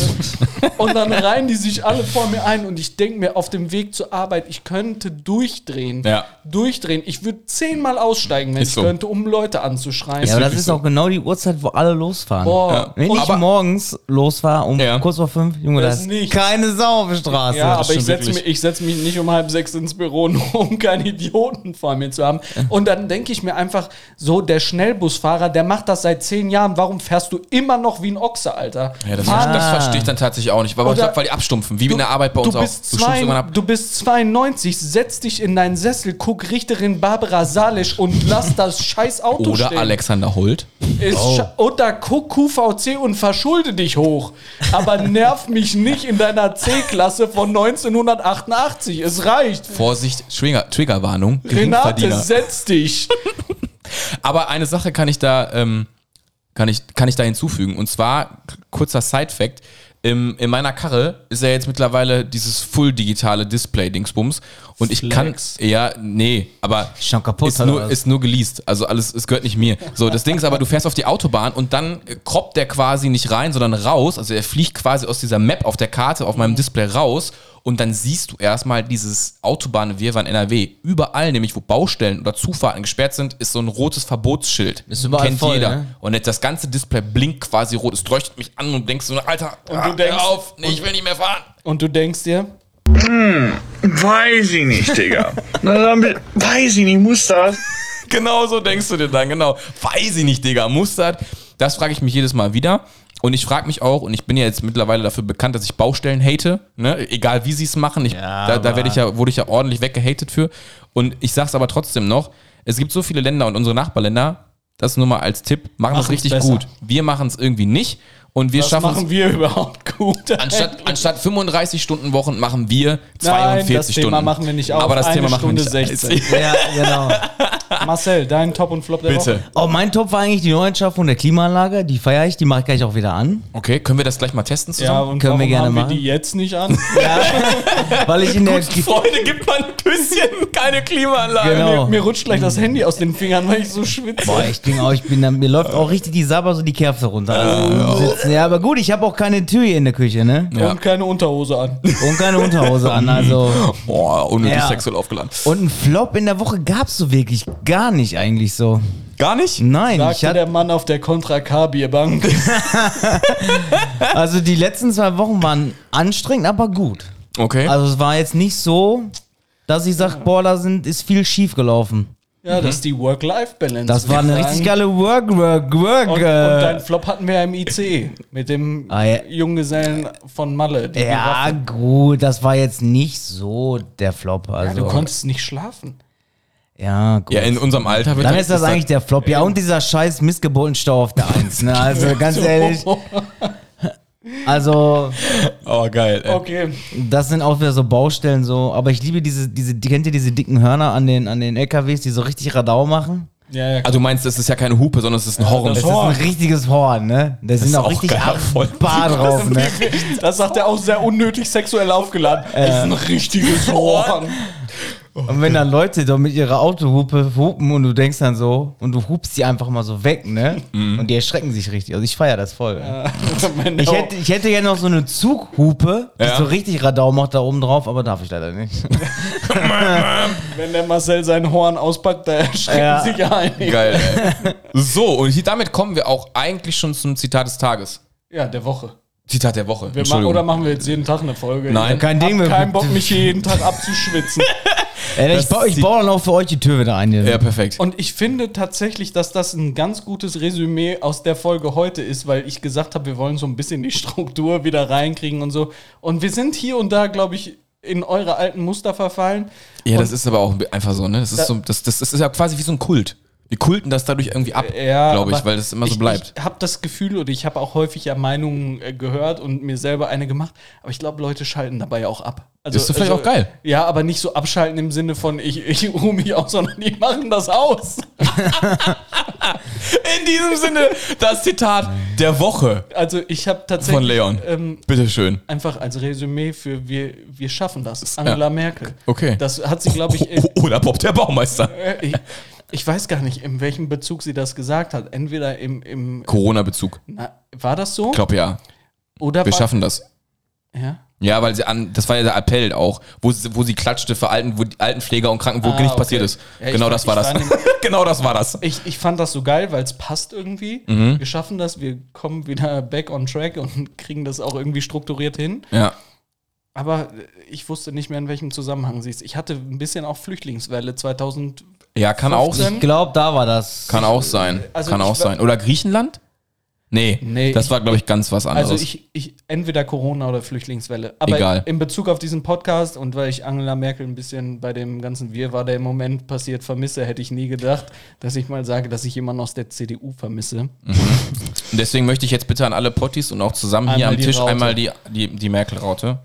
Speaker 3: und dann reihen die sich alle vor mir ein und ich denke mir auf dem Weg zur Arbeit, ich könnte durchdrehen
Speaker 2: Ja.
Speaker 3: durchdrehen. Ich würde zehnmal aussteigen, wenn
Speaker 2: Ist
Speaker 3: ich
Speaker 2: so.
Speaker 3: könnte, um Leute anzuschreien.
Speaker 4: Ja, aber das
Speaker 2: wirklich
Speaker 4: ist
Speaker 2: so.
Speaker 4: auch genau die Uhrzeit, wo alle losfahren.
Speaker 3: Boah.
Speaker 4: Wenn
Speaker 3: Und-
Speaker 4: ich
Speaker 2: aber-
Speaker 4: morgens losfahre, um
Speaker 2: Ja.
Speaker 4: kurz vor fünf, Junge,
Speaker 3: Das
Speaker 4: das ist
Speaker 3: nichts.
Speaker 4: keine Sau auf der Straße.
Speaker 3: Ja,
Speaker 2: das
Speaker 3: aber ich
Speaker 2: stimmt
Speaker 3: setze
Speaker 2: wirklich.
Speaker 3: mich, ich setz mich nicht um halb sechs ins Büro, nur um keine Idioten vor mir zu haben. Und dann denke ich mir einfach, so der Schnellbusfahrer, der macht das seit zehn Jahren, warum fährst du immer noch wie ein Ochse, Alter?
Speaker 2: Ja, das,
Speaker 3: Fahr-
Speaker 2: das verstehe ich dann tatsächlich auch nicht. Aber ich
Speaker 3: Ah. Oder-
Speaker 2: glaube, weil die abstumpfen, wie in der Arbeit bei uns
Speaker 3: du
Speaker 2: auch.
Speaker 3: Bist
Speaker 2: du stumpfst
Speaker 3: zwei,
Speaker 2: irgendwann ab.
Speaker 3: du bist 92, setz dich in deinen Sessel, guck Richterin Barbara Salisch und lass das scheiß Auto
Speaker 2: Oder
Speaker 3: stehen.
Speaker 2: Alexander Holt.
Speaker 3: Ist scha- Oder guck QVC und verschulde dich hoch. Aber nerv mich nicht in deiner C-Klasse von 1988. Es reicht.
Speaker 2: Vorsicht, Trigger, Triggerwarnung.
Speaker 3: Renate,
Speaker 2: Geringverdiener.
Speaker 3: setz dich.
Speaker 2: Aber eine Sache kann ich da, ähm, kann ich, kann ich da hinzufügen. Und zwar, k- kurzer Side-Fact. Im, in meiner Karre ist ja jetzt mittlerweile dieses full-digitale Display-Dingsbums. Und ich kann.
Speaker 3: Flex.
Speaker 2: Ja, nee, aber
Speaker 4: Ist schon kaputt,
Speaker 2: ist
Speaker 4: oder
Speaker 2: nur,
Speaker 4: was?
Speaker 2: ist nur geleast. Also alles, es gehört nicht mir. So, das Ding ist aber, du fährst auf die Autobahn und dann äh, kroppt der quasi nicht rein, sondern raus. Also er fliegt quasi aus dieser Map auf der Karte, auf meinem Display raus. Und dann siehst du erstmal dieses Autobahnwirrwarr in NRW. Überall, nämlich wo Baustellen oder Zufahrten gesperrt sind, ist so ein rotes Verbotsschild.
Speaker 4: Ist überall
Speaker 2: Kennt
Speaker 4: voll,
Speaker 2: jeder.
Speaker 4: ne?
Speaker 2: Und das ganze Display blinkt quasi rot. Es leuchtet mich an und denkst so, Alter, und
Speaker 3: du denkst-
Speaker 2: hör auf, nee, ich will nicht mehr fahren.
Speaker 3: Und du denkst dir,
Speaker 5: Weiß ich nicht, Digga. Na, dann, bi- weiß ich nicht, muss das.
Speaker 2: genau so denkst du dir dann, genau. Weiß ich nicht, Digga, Mustard. Das frage ich mich jedes Mal wieder. Und ich frage mich auch, und ich bin ja jetzt mittlerweile dafür bekannt, dass ich Baustellen hate, ne? egal wie sie es machen. Ich,
Speaker 4: Ja,
Speaker 2: da da
Speaker 4: aber-
Speaker 2: werde ich ja, wurde ich ja ordentlich weggehatet für. Und ich sag's aber trotzdem noch, es gibt so viele Länder und unsere Nachbarländer, das nur mal als Tipp, machen das
Speaker 3: Machen's
Speaker 2: richtig
Speaker 3: besser.
Speaker 2: gut. Wir machen es irgendwie nicht und wir
Speaker 3: das
Speaker 2: schaffen
Speaker 3: machen wir überhaupt gut.
Speaker 2: Anstatt, anstatt 35 Stunden Wochen machen wir 42
Speaker 3: Nein, das
Speaker 2: Stunden.
Speaker 3: Thema machen wir nicht auf.
Speaker 2: Aber das
Speaker 3: Eine
Speaker 2: Thema machen
Speaker 3: Stunde
Speaker 2: wir nicht
Speaker 3: 16.
Speaker 4: ja genau.
Speaker 3: Marcel, dein Top und Flop der
Speaker 2: Bitte.
Speaker 3: Woche.
Speaker 4: Oh, mein Top war eigentlich die Neuanschaffung der Klimaanlage. Die feiere ich, die mache ich gleich auch wieder an.
Speaker 2: Okay, können wir das gleich mal testen zusammen?
Speaker 3: Ja, und
Speaker 4: Können
Speaker 3: warum
Speaker 4: wir gerne
Speaker 3: haben
Speaker 4: machen.
Speaker 3: wir die jetzt nicht an?
Speaker 4: Weil ich in der
Speaker 2: Freunde, gibt mal ein Küsschen, keine Klimaanlage.
Speaker 4: Genau.
Speaker 3: mir, mir rutscht gleich das Handy aus den Fingern, weil ich so schwitze.
Speaker 4: Boah, ich ging auch, ich bin dann, mir läuft auch richtig die Sabber so die Kerze runter. Also, sitzen. Ja, aber gut, ich habe auch keine Tür hier in der Küche, ne?
Speaker 2: Ja.
Speaker 3: Und keine Unterhose an.
Speaker 4: Und keine Unterhose an, also.
Speaker 2: Boah, unnötig
Speaker 4: Ja.
Speaker 2: sexuell aufgeladen.
Speaker 4: Und einen Flop in der Woche gab's so wirklich gar nicht eigentlich so.
Speaker 2: Gar nicht?
Speaker 4: Nein, ich
Speaker 3: Sagte
Speaker 4: hatte,
Speaker 3: der Mann auf der Contra K Bierbank.
Speaker 4: also die letzten zwei Wochen waren anstrengend, aber gut.
Speaker 2: Okay.
Speaker 4: Also es war jetzt nicht so, dass ich sag, boah, da sind, ist viel schief gelaufen.
Speaker 3: Ja, das ist die Work-Life-Balance.
Speaker 4: Mhm. Das war eine
Speaker 3: würde ich
Speaker 4: richtig
Speaker 3: sagen.
Speaker 4: geile Work, Work, Work.
Speaker 3: Und, und
Speaker 4: äh.
Speaker 3: deinen Flop hatten wir ja im ICE mit dem
Speaker 4: Ah, ja.
Speaker 3: Junggesellen von Malle. die die
Speaker 4: ja,
Speaker 3: Waffe-
Speaker 4: gut, das war jetzt nicht so der Flop. Also,
Speaker 3: du konntest nicht schlafen.
Speaker 4: ja, gut.
Speaker 2: ja, in unserem Alter wird halt
Speaker 4: Dann ist das eigentlich der Flop. Ja, und dieser scheiz Missgeburtenstau auf der Eins. Ne? Also ganz ehrlich, also
Speaker 2: Oh, geil. Ey.
Speaker 3: Okay.
Speaker 4: das sind auch wieder so Baustellen so. Aber ich liebe diese, diese, kennt ihr diese dicken Hörner an den, an den LKWs, die so richtig Radau machen?
Speaker 3: Ja, ja.
Speaker 2: Ah, du meinst, es ist ja keine Hupe, sondern es ist ein Horn.
Speaker 3: das
Speaker 2: Es
Speaker 4: Das ist
Speaker 2: ist-
Speaker 4: ein
Speaker 3: Horn.
Speaker 4: richtiges Horn, ne? Da sind
Speaker 2: ist
Speaker 4: auch
Speaker 2: auch
Speaker 4: richtig
Speaker 2: geil, voll.
Speaker 4: Bar drauf, ne? Äh.
Speaker 3: Das sagt er auch sehr unnötig sexuell aufgeladen. Das ist ein richtiges Horn.
Speaker 4: Und wenn dann Leute da mit ihrer Autohupe hupen und du denkst dann so, und du hupst die einfach mal so weg, ne? Und die erschrecken sich richtig. Also ich feiere das voll.
Speaker 3: Genau.
Speaker 4: Ich hätte, ich hätte gerne noch so eine Zughupe, die
Speaker 2: Oh. Ja.
Speaker 4: so richtig Radau macht da oben drauf, aber darf ich leider nicht.
Speaker 3: Wenn der Marcel sein Horn auspackt, da erschrecken
Speaker 4: Ja.
Speaker 3: sich einige.
Speaker 2: Geil, ey. So, und hier, damit kommen wir auch eigentlich schon zum Zitat des Tages.
Speaker 3: Ja, der Woche.
Speaker 2: Zitat der Woche.
Speaker 3: Wir machen,
Speaker 2: Entschuldigung.
Speaker 3: oder machen wir jetzt jeden Tag eine Folge?
Speaker 2: Nein.
Speaker 4: Kein Ding
Speaker 3: Ich
Speaker 4: mehr.
Speaker 3: hab keinen Bock, mich hier jeden Tag abzuschwitzen.
Speaker 4: Ey, Äh, ich,
Speaker 2: Das
Speaker 4: baue, ich
Speaker 2: sieht-
Speaker 4: baue dann auch für euch die Tür wieder ein. hier.
Speaker 2: ja, perfekt.
Speaker 3: Und ich finde tatsächlich, dass das ein ganz gutes Resümee aus der Folge heute ist, weil ich gesagt habe, wir wollen so ein bisschen die Struktur wieder reinkriegen und so. Und wir sind hier und da, glaube ich, in eure alten Muster verfallen.
Speaker 2: ja, das ist aber auch einfach so, ne? Das ist, so, das, das, das ist ja quasi wie so ein Kult. Wir kulten das dadurch irgendwie ab,
Speaker 3: Ja,
Speaker 2: glaube ich,
Speaker 3: aber
Speaker 2: weil das immer so
Speaker 3: ich-
Speaker 2: bleibt.
Speaker 3: Ich habe das Gefühl oder ich habe auch häufig ja Meinungen äh, gehört und mir selber eine gemacht, aber ich glaube, Leute schalten dabei auch ab. Also,
Speaker 2: Ist doch vielleicht auch geil.
Speaker 3: Ja, aber nicht so abschalten im Sinne von ich, ich ruhe mich aus, sondern die machen das aus.
Speaker 2: In diesem Sinne, das Zitat der Woche
Speaker 3: Also ich habe tatsächlich
Speaker 2: von Leon.
Speaker 3: Ähm,
Speaker 2: Bitteschön.
Speaker 3: einfach als Resümee für wir, wir schaffen das. Angela Merkel.
Speaker 2: äh, Okay.
Speaker 3: Das hat sie, glaube ich,
Speaker 2: O- Oder Bob der Baumeister.
Speaker 3: äh, ich, ich weiß gar nicht, in welchem Bezug sie das gesagt hat. Entweder im, im
Speaker 2: Corona-Bezug.
Speaker 3: na, war das so?
Speaker 2: Ich glaube ja.
Speaker 3: Oder
Speaker 2: Wir
Speaker 3: war,
Speaker 2: schaffen das.
Speaker 3: Ja.
Speaker 2: Ja, weil sie an, das war ja der Appell auch, wo sie, wo sie klatschte für Alten, wo die Altenpfleger und Kranken, wo
Speaker 3: Ah,
Speaker 2: nichts
Speaker 3: okay.
Speaker 2: passiert ist.
Speaker 3: Ja, ich
Speaker 2: genau
Speaker 3: war-
Speaker 2: das war
Speaker 3: ich
Speaker 2: das.
Speaker 3: war
Speaker 2: genau das war das.
Speaker 3: Ich, ich fand das so geil, weil es passt irgendwie.
Speaker 2: Mhm.
Speaker 3: Wir schaffen das, wir kommen wieder back on track und kriegen das auch irgendwie strukturiert hin.
Speaker 2: Ja.
Speaker 3: Aber ich wusste nicht mehr, in welchem Zusammenhang sie ist. Ich hatte ein bisschen auch Flüchtlingswelle 2000.
Speaker 2: Ja, kann auch,
Speaker 3: 15?
Speaker 4: Ich glaube, da war das.
Speaker 2: kann auch sein.
Speaker 3: Also
Speaker 2: kann
Speaker 3: ich
Speaker 2: auch
Speaker 3: wa-
Speaker 2: sein. Oder Griechenland? Nee,
Speaker 3: Nee,
Speaker 2: das
Speaker 3: ich-
Speaker 2: war, glaube ich, ganz was anderes.
Speaker 3: Also ich, ich entweder Corona oder Flüchtlingswelle. Aber
Speaker 2: Egal.
Speaker 3: in Bezug auf diesen Podcast und weil ich Angela Merkel ein bisschen bei dem ganzen Wirrwarr, der im Moment passiert, vermisse, hätte ich nie gedacht, dass ich mal sage, dass ich jemanden aus der CDU vermisse.
Speaker 2: und deswegen möchte ich jetzt bitte an alle Potties und auch zusammen hier
Speaker 3: Einmal
Speaker 2: am
Speaker 3: die
Speaker 2: Tisch
Speaker 3: Raute.
Speaker 2: einmal die, die, die Merkel-Raute.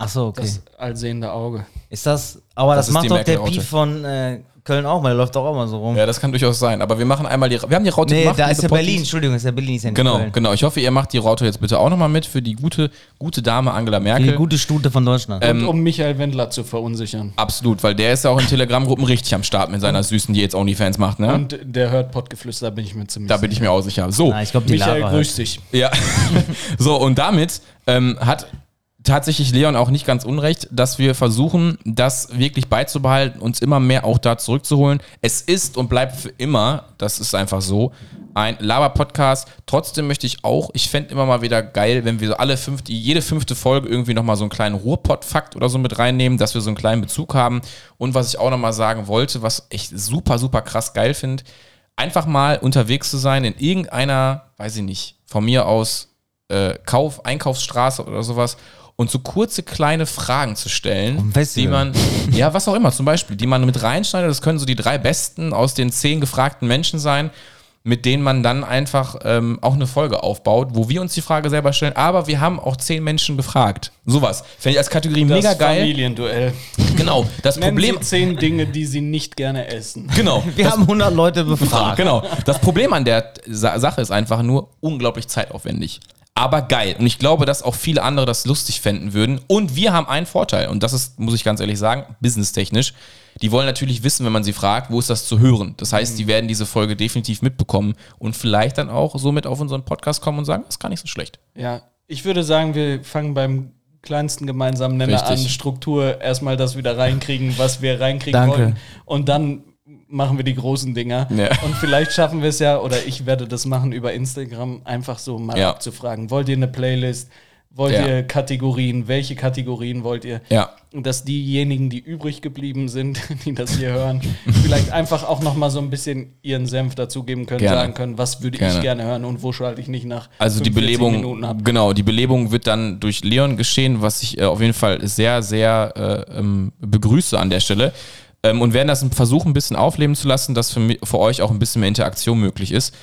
Speaker 4: Achso, okay.
Speaker 3: Das allsehende Auge.
Speaker 4: ist das. Aber das,
Speaker 2: ist die
Speaker 4: macht doch der
Speaker 2: Merkel-Raute.
Speaker 4: Beat von äh, Köln auch mal. Der läuft doch auch mal so rum.
Speaker 2: Ja, das kann durchaus sein. Aber wir machen einmal die Ra- Wir haben die Raute
Speaker 4: nee,
Speaker 2: gemacht.
Speaker 4: da
Speaker 2: liebe
Speaker 4: ist ja
Speaker 2: Potties.
Speaker 4: Berlin. Entschuldigung, ist ja Berlin. Ist ja nicht
Speaker 2: Genau,
Speaker 4: Köln.
Speaker 2: genau. Ich hoffe, ihr macht die Raute jetzt bitte auch nochmal mit für die gute, gute Dame Angela Merkel.
Speaker 4: Die gute Stute von Deutschland.
Speaker 2: Ähm,
Speaker 3: Und um Michael Wendler zu verunsichern.
Speaker 2: Absolut, weil der ist ja auch in Telegram-Gruppen richtig am Start mit seiner Süßen, die jetzt OnlyFans macht, ne?
Speaker 3: Und der hört Pottgeflüster, bin ich mir ziemlich
Speaker 2: da bin ich halt. mir auch sicher. So,
Speaker 4: Ah, ich glaube, die
Speaker 3: Michael,
Speaker 4: Lava.
Speaker 3: grüß dich.
Speaker 2: ja. so, und damit ähm, hat tatsächlich Leon auch nicht ganz unrecht, dass wir versuchen, das wirklich beizubehalten, uns immer mehr auch da zurückzuholen. Es ist und bleibt für immer, das ist einfach so, ein Laber-Podcast. Trotzdem möchte ich auch, ich fände immer mal wieder geil, wenn wir so alle fünfte, jede fünfte Folge irgendwie nochmal so einen kleinen Ruhrpott-Fakt oder so mit reinnehmen, dass wir so einen kleinen Bezug haben. Und was ich auch nochmal sagen wollte, was ich super, super krass geil finde, einfach mal unterwegs zu sein in irgendeiner, weiß ich nicht, von mir aus äh, Kauf, Einkaufsstraße oder sowas und so kurze kleine Fragen zu stellen,
Speaker 4: Festival.
Speaker 2: die man, ja, was auch immer, zum Beispiel, die man mit reinschneidet, das können so die drei besten aus den zehn gefragten Menschen sein, mit denen man dann einfach ähm, auch eine Folge aufbaut, wo wir uns die Frage selber stellen, aber wir haben auch zehn Menschen gefragt. Sowas. Fände ich als Kategorie mega geil.
Speaker 3: Familienduell.
Speaker 2: Genau. Das Problem.
Speaker 3: Nennen Sie zehn Dinge, die Sie nicht gerne essen.
Speaker 2: Genau.
Speaker 4: Wir haben 100 Leute befragt.
Speaker 2: Genau. Das Problem an der Sa Sache ist einfach nur unglaublich zeitaufwendig. Aber geil. Und ich glaube, dass auch viele andere das lustig fänden würden. Und wir haben einen Vorteil. Und das ist, muss ich ganz ehrlich sagen, businesstechnisch. Die wollen natürlich wissen, wenn man sie fragt, wo ist das zu hören. Das heißt, die werden diese Folge definitiv mitbekommen und vielleicht dann auch somit auf unseren Podcast kommen und sagen, das ist gar nicht so schlecht.
Speaker 3: Ja, ich würde sagen, wir fangen beim kleinsten gemeinsamen Nenner
Speaker 2: Richtig.
Speaker 3: an. Struktur, erstmal das wieder reinkriegen, was wir reinkriegen
Speaker 4: Danke.
Speaker 3: wollen. Und dann machen wir die großen Dinger.
Speaker 2: Ja.
Speaker 3: Und vielleicht schaffen wir es ja, oder ich werde das machen über Instagram, einfach so mal
Speaker 2: Ja.
Speaker 3: abzufragen. Wollt ihr eine Playlist? Wollt
Speaker 2: Ja.
Speaker 3: ihr Kategorien? Welche Kategorien wollt ihr?
Speaker 2: Ja.
Speaker 3: Und dass diejenigen, die übrig geblieben sind, die das hier hören, vielleicht einfach auch noch mal so ein bisschen ihren Senf dazugeben können,
Speaker 2: Gerne.
Speaker 3: sagen können, was würde
Speaker 2: Gerne.
Speaker 3: ich gerne hören und wo schalte ich nicht nach
Speaker 2: Also die
Speaker 3: 45
Speaker 2: Belebung,
Speaker 3: Minuten ab.
Speaker 2: genau, die Belebung wird dann durch Leon geschehen, was ich äh, auf jeden Fall sehr, sehr äh, ähm, begrüße an der Stelle. Ähm, und werden das versuchen, ein bisschen aufleben zu lassen, dass für, mi- für euch auch ein bisschen mehr Interaktion möglich ist.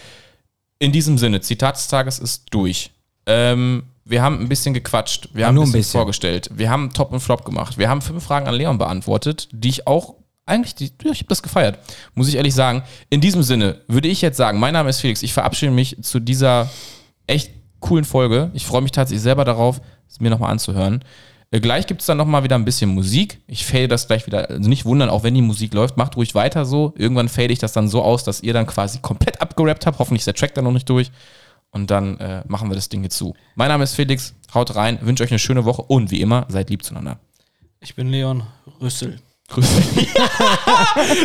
Speaker 2: In diesem Sinne, Zitat des Tages ist durch. Ähm, wir haben ein bisschen gequatscht, wir haben
Speaker 4: nur
Speaker 2: ein
Speaker 4: ein
Speaker 2: bisschen,
Speaker 4: bisschen.
Speaker 2: vorgestellt, wir haben Top und Flop gemacht, wir haben fünf Fragen an Leon beantwortet, die ich auch eigentlich, die, ja, ich habe das gefeiert, muss ich ehrlich sagen. In diesem Sinne würde ich jetzt sagen, mein Name ist Felix, ich verabschiede mich zu dieser echt coolen Folge. Ich freue mich tatsächlich selber darauf, es mir nochmal anzuhören. Äh, Gleich gibt's dann nochmal wieder ein bisschen Musik. Ich fade das gleich wieder. Also nicht wundern, auch wenn die Musik läuft, macht ruhig weiter so. Irgendwann fade ich das dann so aus, dass ihr dann quasi komplett abgerappt habt. Hoffentlich ist der Track dann noch nicht durch. Und dann äh, machen wir das Ding jetzt zu. Mein Name ist Felix, haut rein, wünsche euch eine schöne Woche und wie immer, seid lieb zueinander.
Speaker 3: Ich bin Leon Rüssel.
Speaker 2: Grüß dich.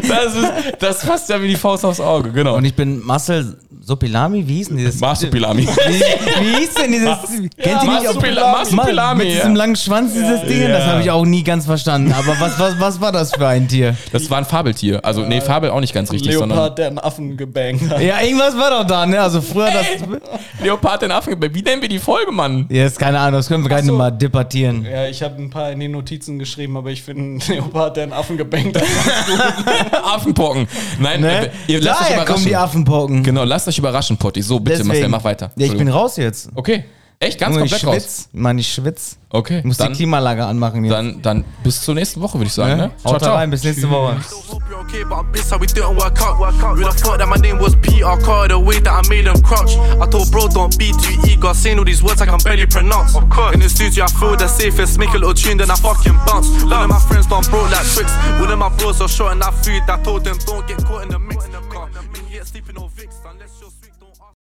Speaker 2: das, ist, das passt ja wie die Faust aufs Auge, genau.
Speaker 4: Und ich bin Marcel Sopilami, wie hieß denn dieses?
Speaker 2: Marsupilami.
Speaker 4: Wie, wie hieß denn dieses? Kennt ihr nicht auf-
Speaker 2: Marsupila- Marsupilami,
Speaker 4: Mit
Speaker 2: ja.
Speaker 4: diesem langen Schwanz, dieses Ding, das
Speaker 2: Ja.
Speaker 4: habe ich auch nie ganz verstanden. Aber was, was, was war das für ein Tier?
Speaker 2: Das war ein Fabeltier. Also, nee, Fabel auch nicht ganz richtig, sondern
Speaker 3: Leopard, der einen Affen gebangt hat.
Speaker 4: Ja, irgendwas war doch da, ne? Also früher das.
Speaker 2: Äh. Leopard in Afrika. Wie nennen wir die Folge, Mann?
Speaker 4: Jetzt keine Ahnung, das können wir gleich nochmal debattieren.
Speaker 2: Äh,
Speaker 3: Ja, ich habe ein paar in die Notizen geschrieben, aber ich finde einen Leopard, der einen Affen gebankt hat.
Speaker 2: Affenpocken. Nein,
Speaker 4: Ne?
Speaker 2: äh, ihr lasst euch
Speaker 4: Daher kommen die
Speaker 2: überraschen.
Speaker 4: Affenpocken.
Speaker 2: Genau, lasst euch überraschen, Potti. So, bitte, Marcel, mach weiter.
Speaker 4: Ja, ich bin
Speaker 2: Entschuldigung.
Speaker 4: raus jetzt.
Speaker 2: Okay. Echt, ganz
Speaker 4: Junge,
Speaker 2: komplett
Speaker 4: ich
Speaker 2: raus.
Speaker 4: schwitz. Mann, ich schwitz.
Speaker 2: Okay,
Speaker 4: Ich muss
Speaker 2: dann,
Speaker 4: die Klimaanlage anmachen jetzt.
Speaker 2: dann, dann bis zur nächsten Woche, würde ich sagen. Ne?
Speaker 4: ne? Haut da rein, bis nächste Woche.
Speaker 1: Still hope you're okay, but I'm pissed how we didn't work out. Who'd have thought that my name was Peter Carr, the way that I made him crouch? I told bro, don't be too eager, saying all these words I can barely pronounce. Of course. In the studio, I feel the safest, make a little tune, then I fucking bounce. One of my friends done broke like tricks, one of my bros are short and I food, I told them don't get caught in the mix. Can't really get sleeping or Vicks unless you-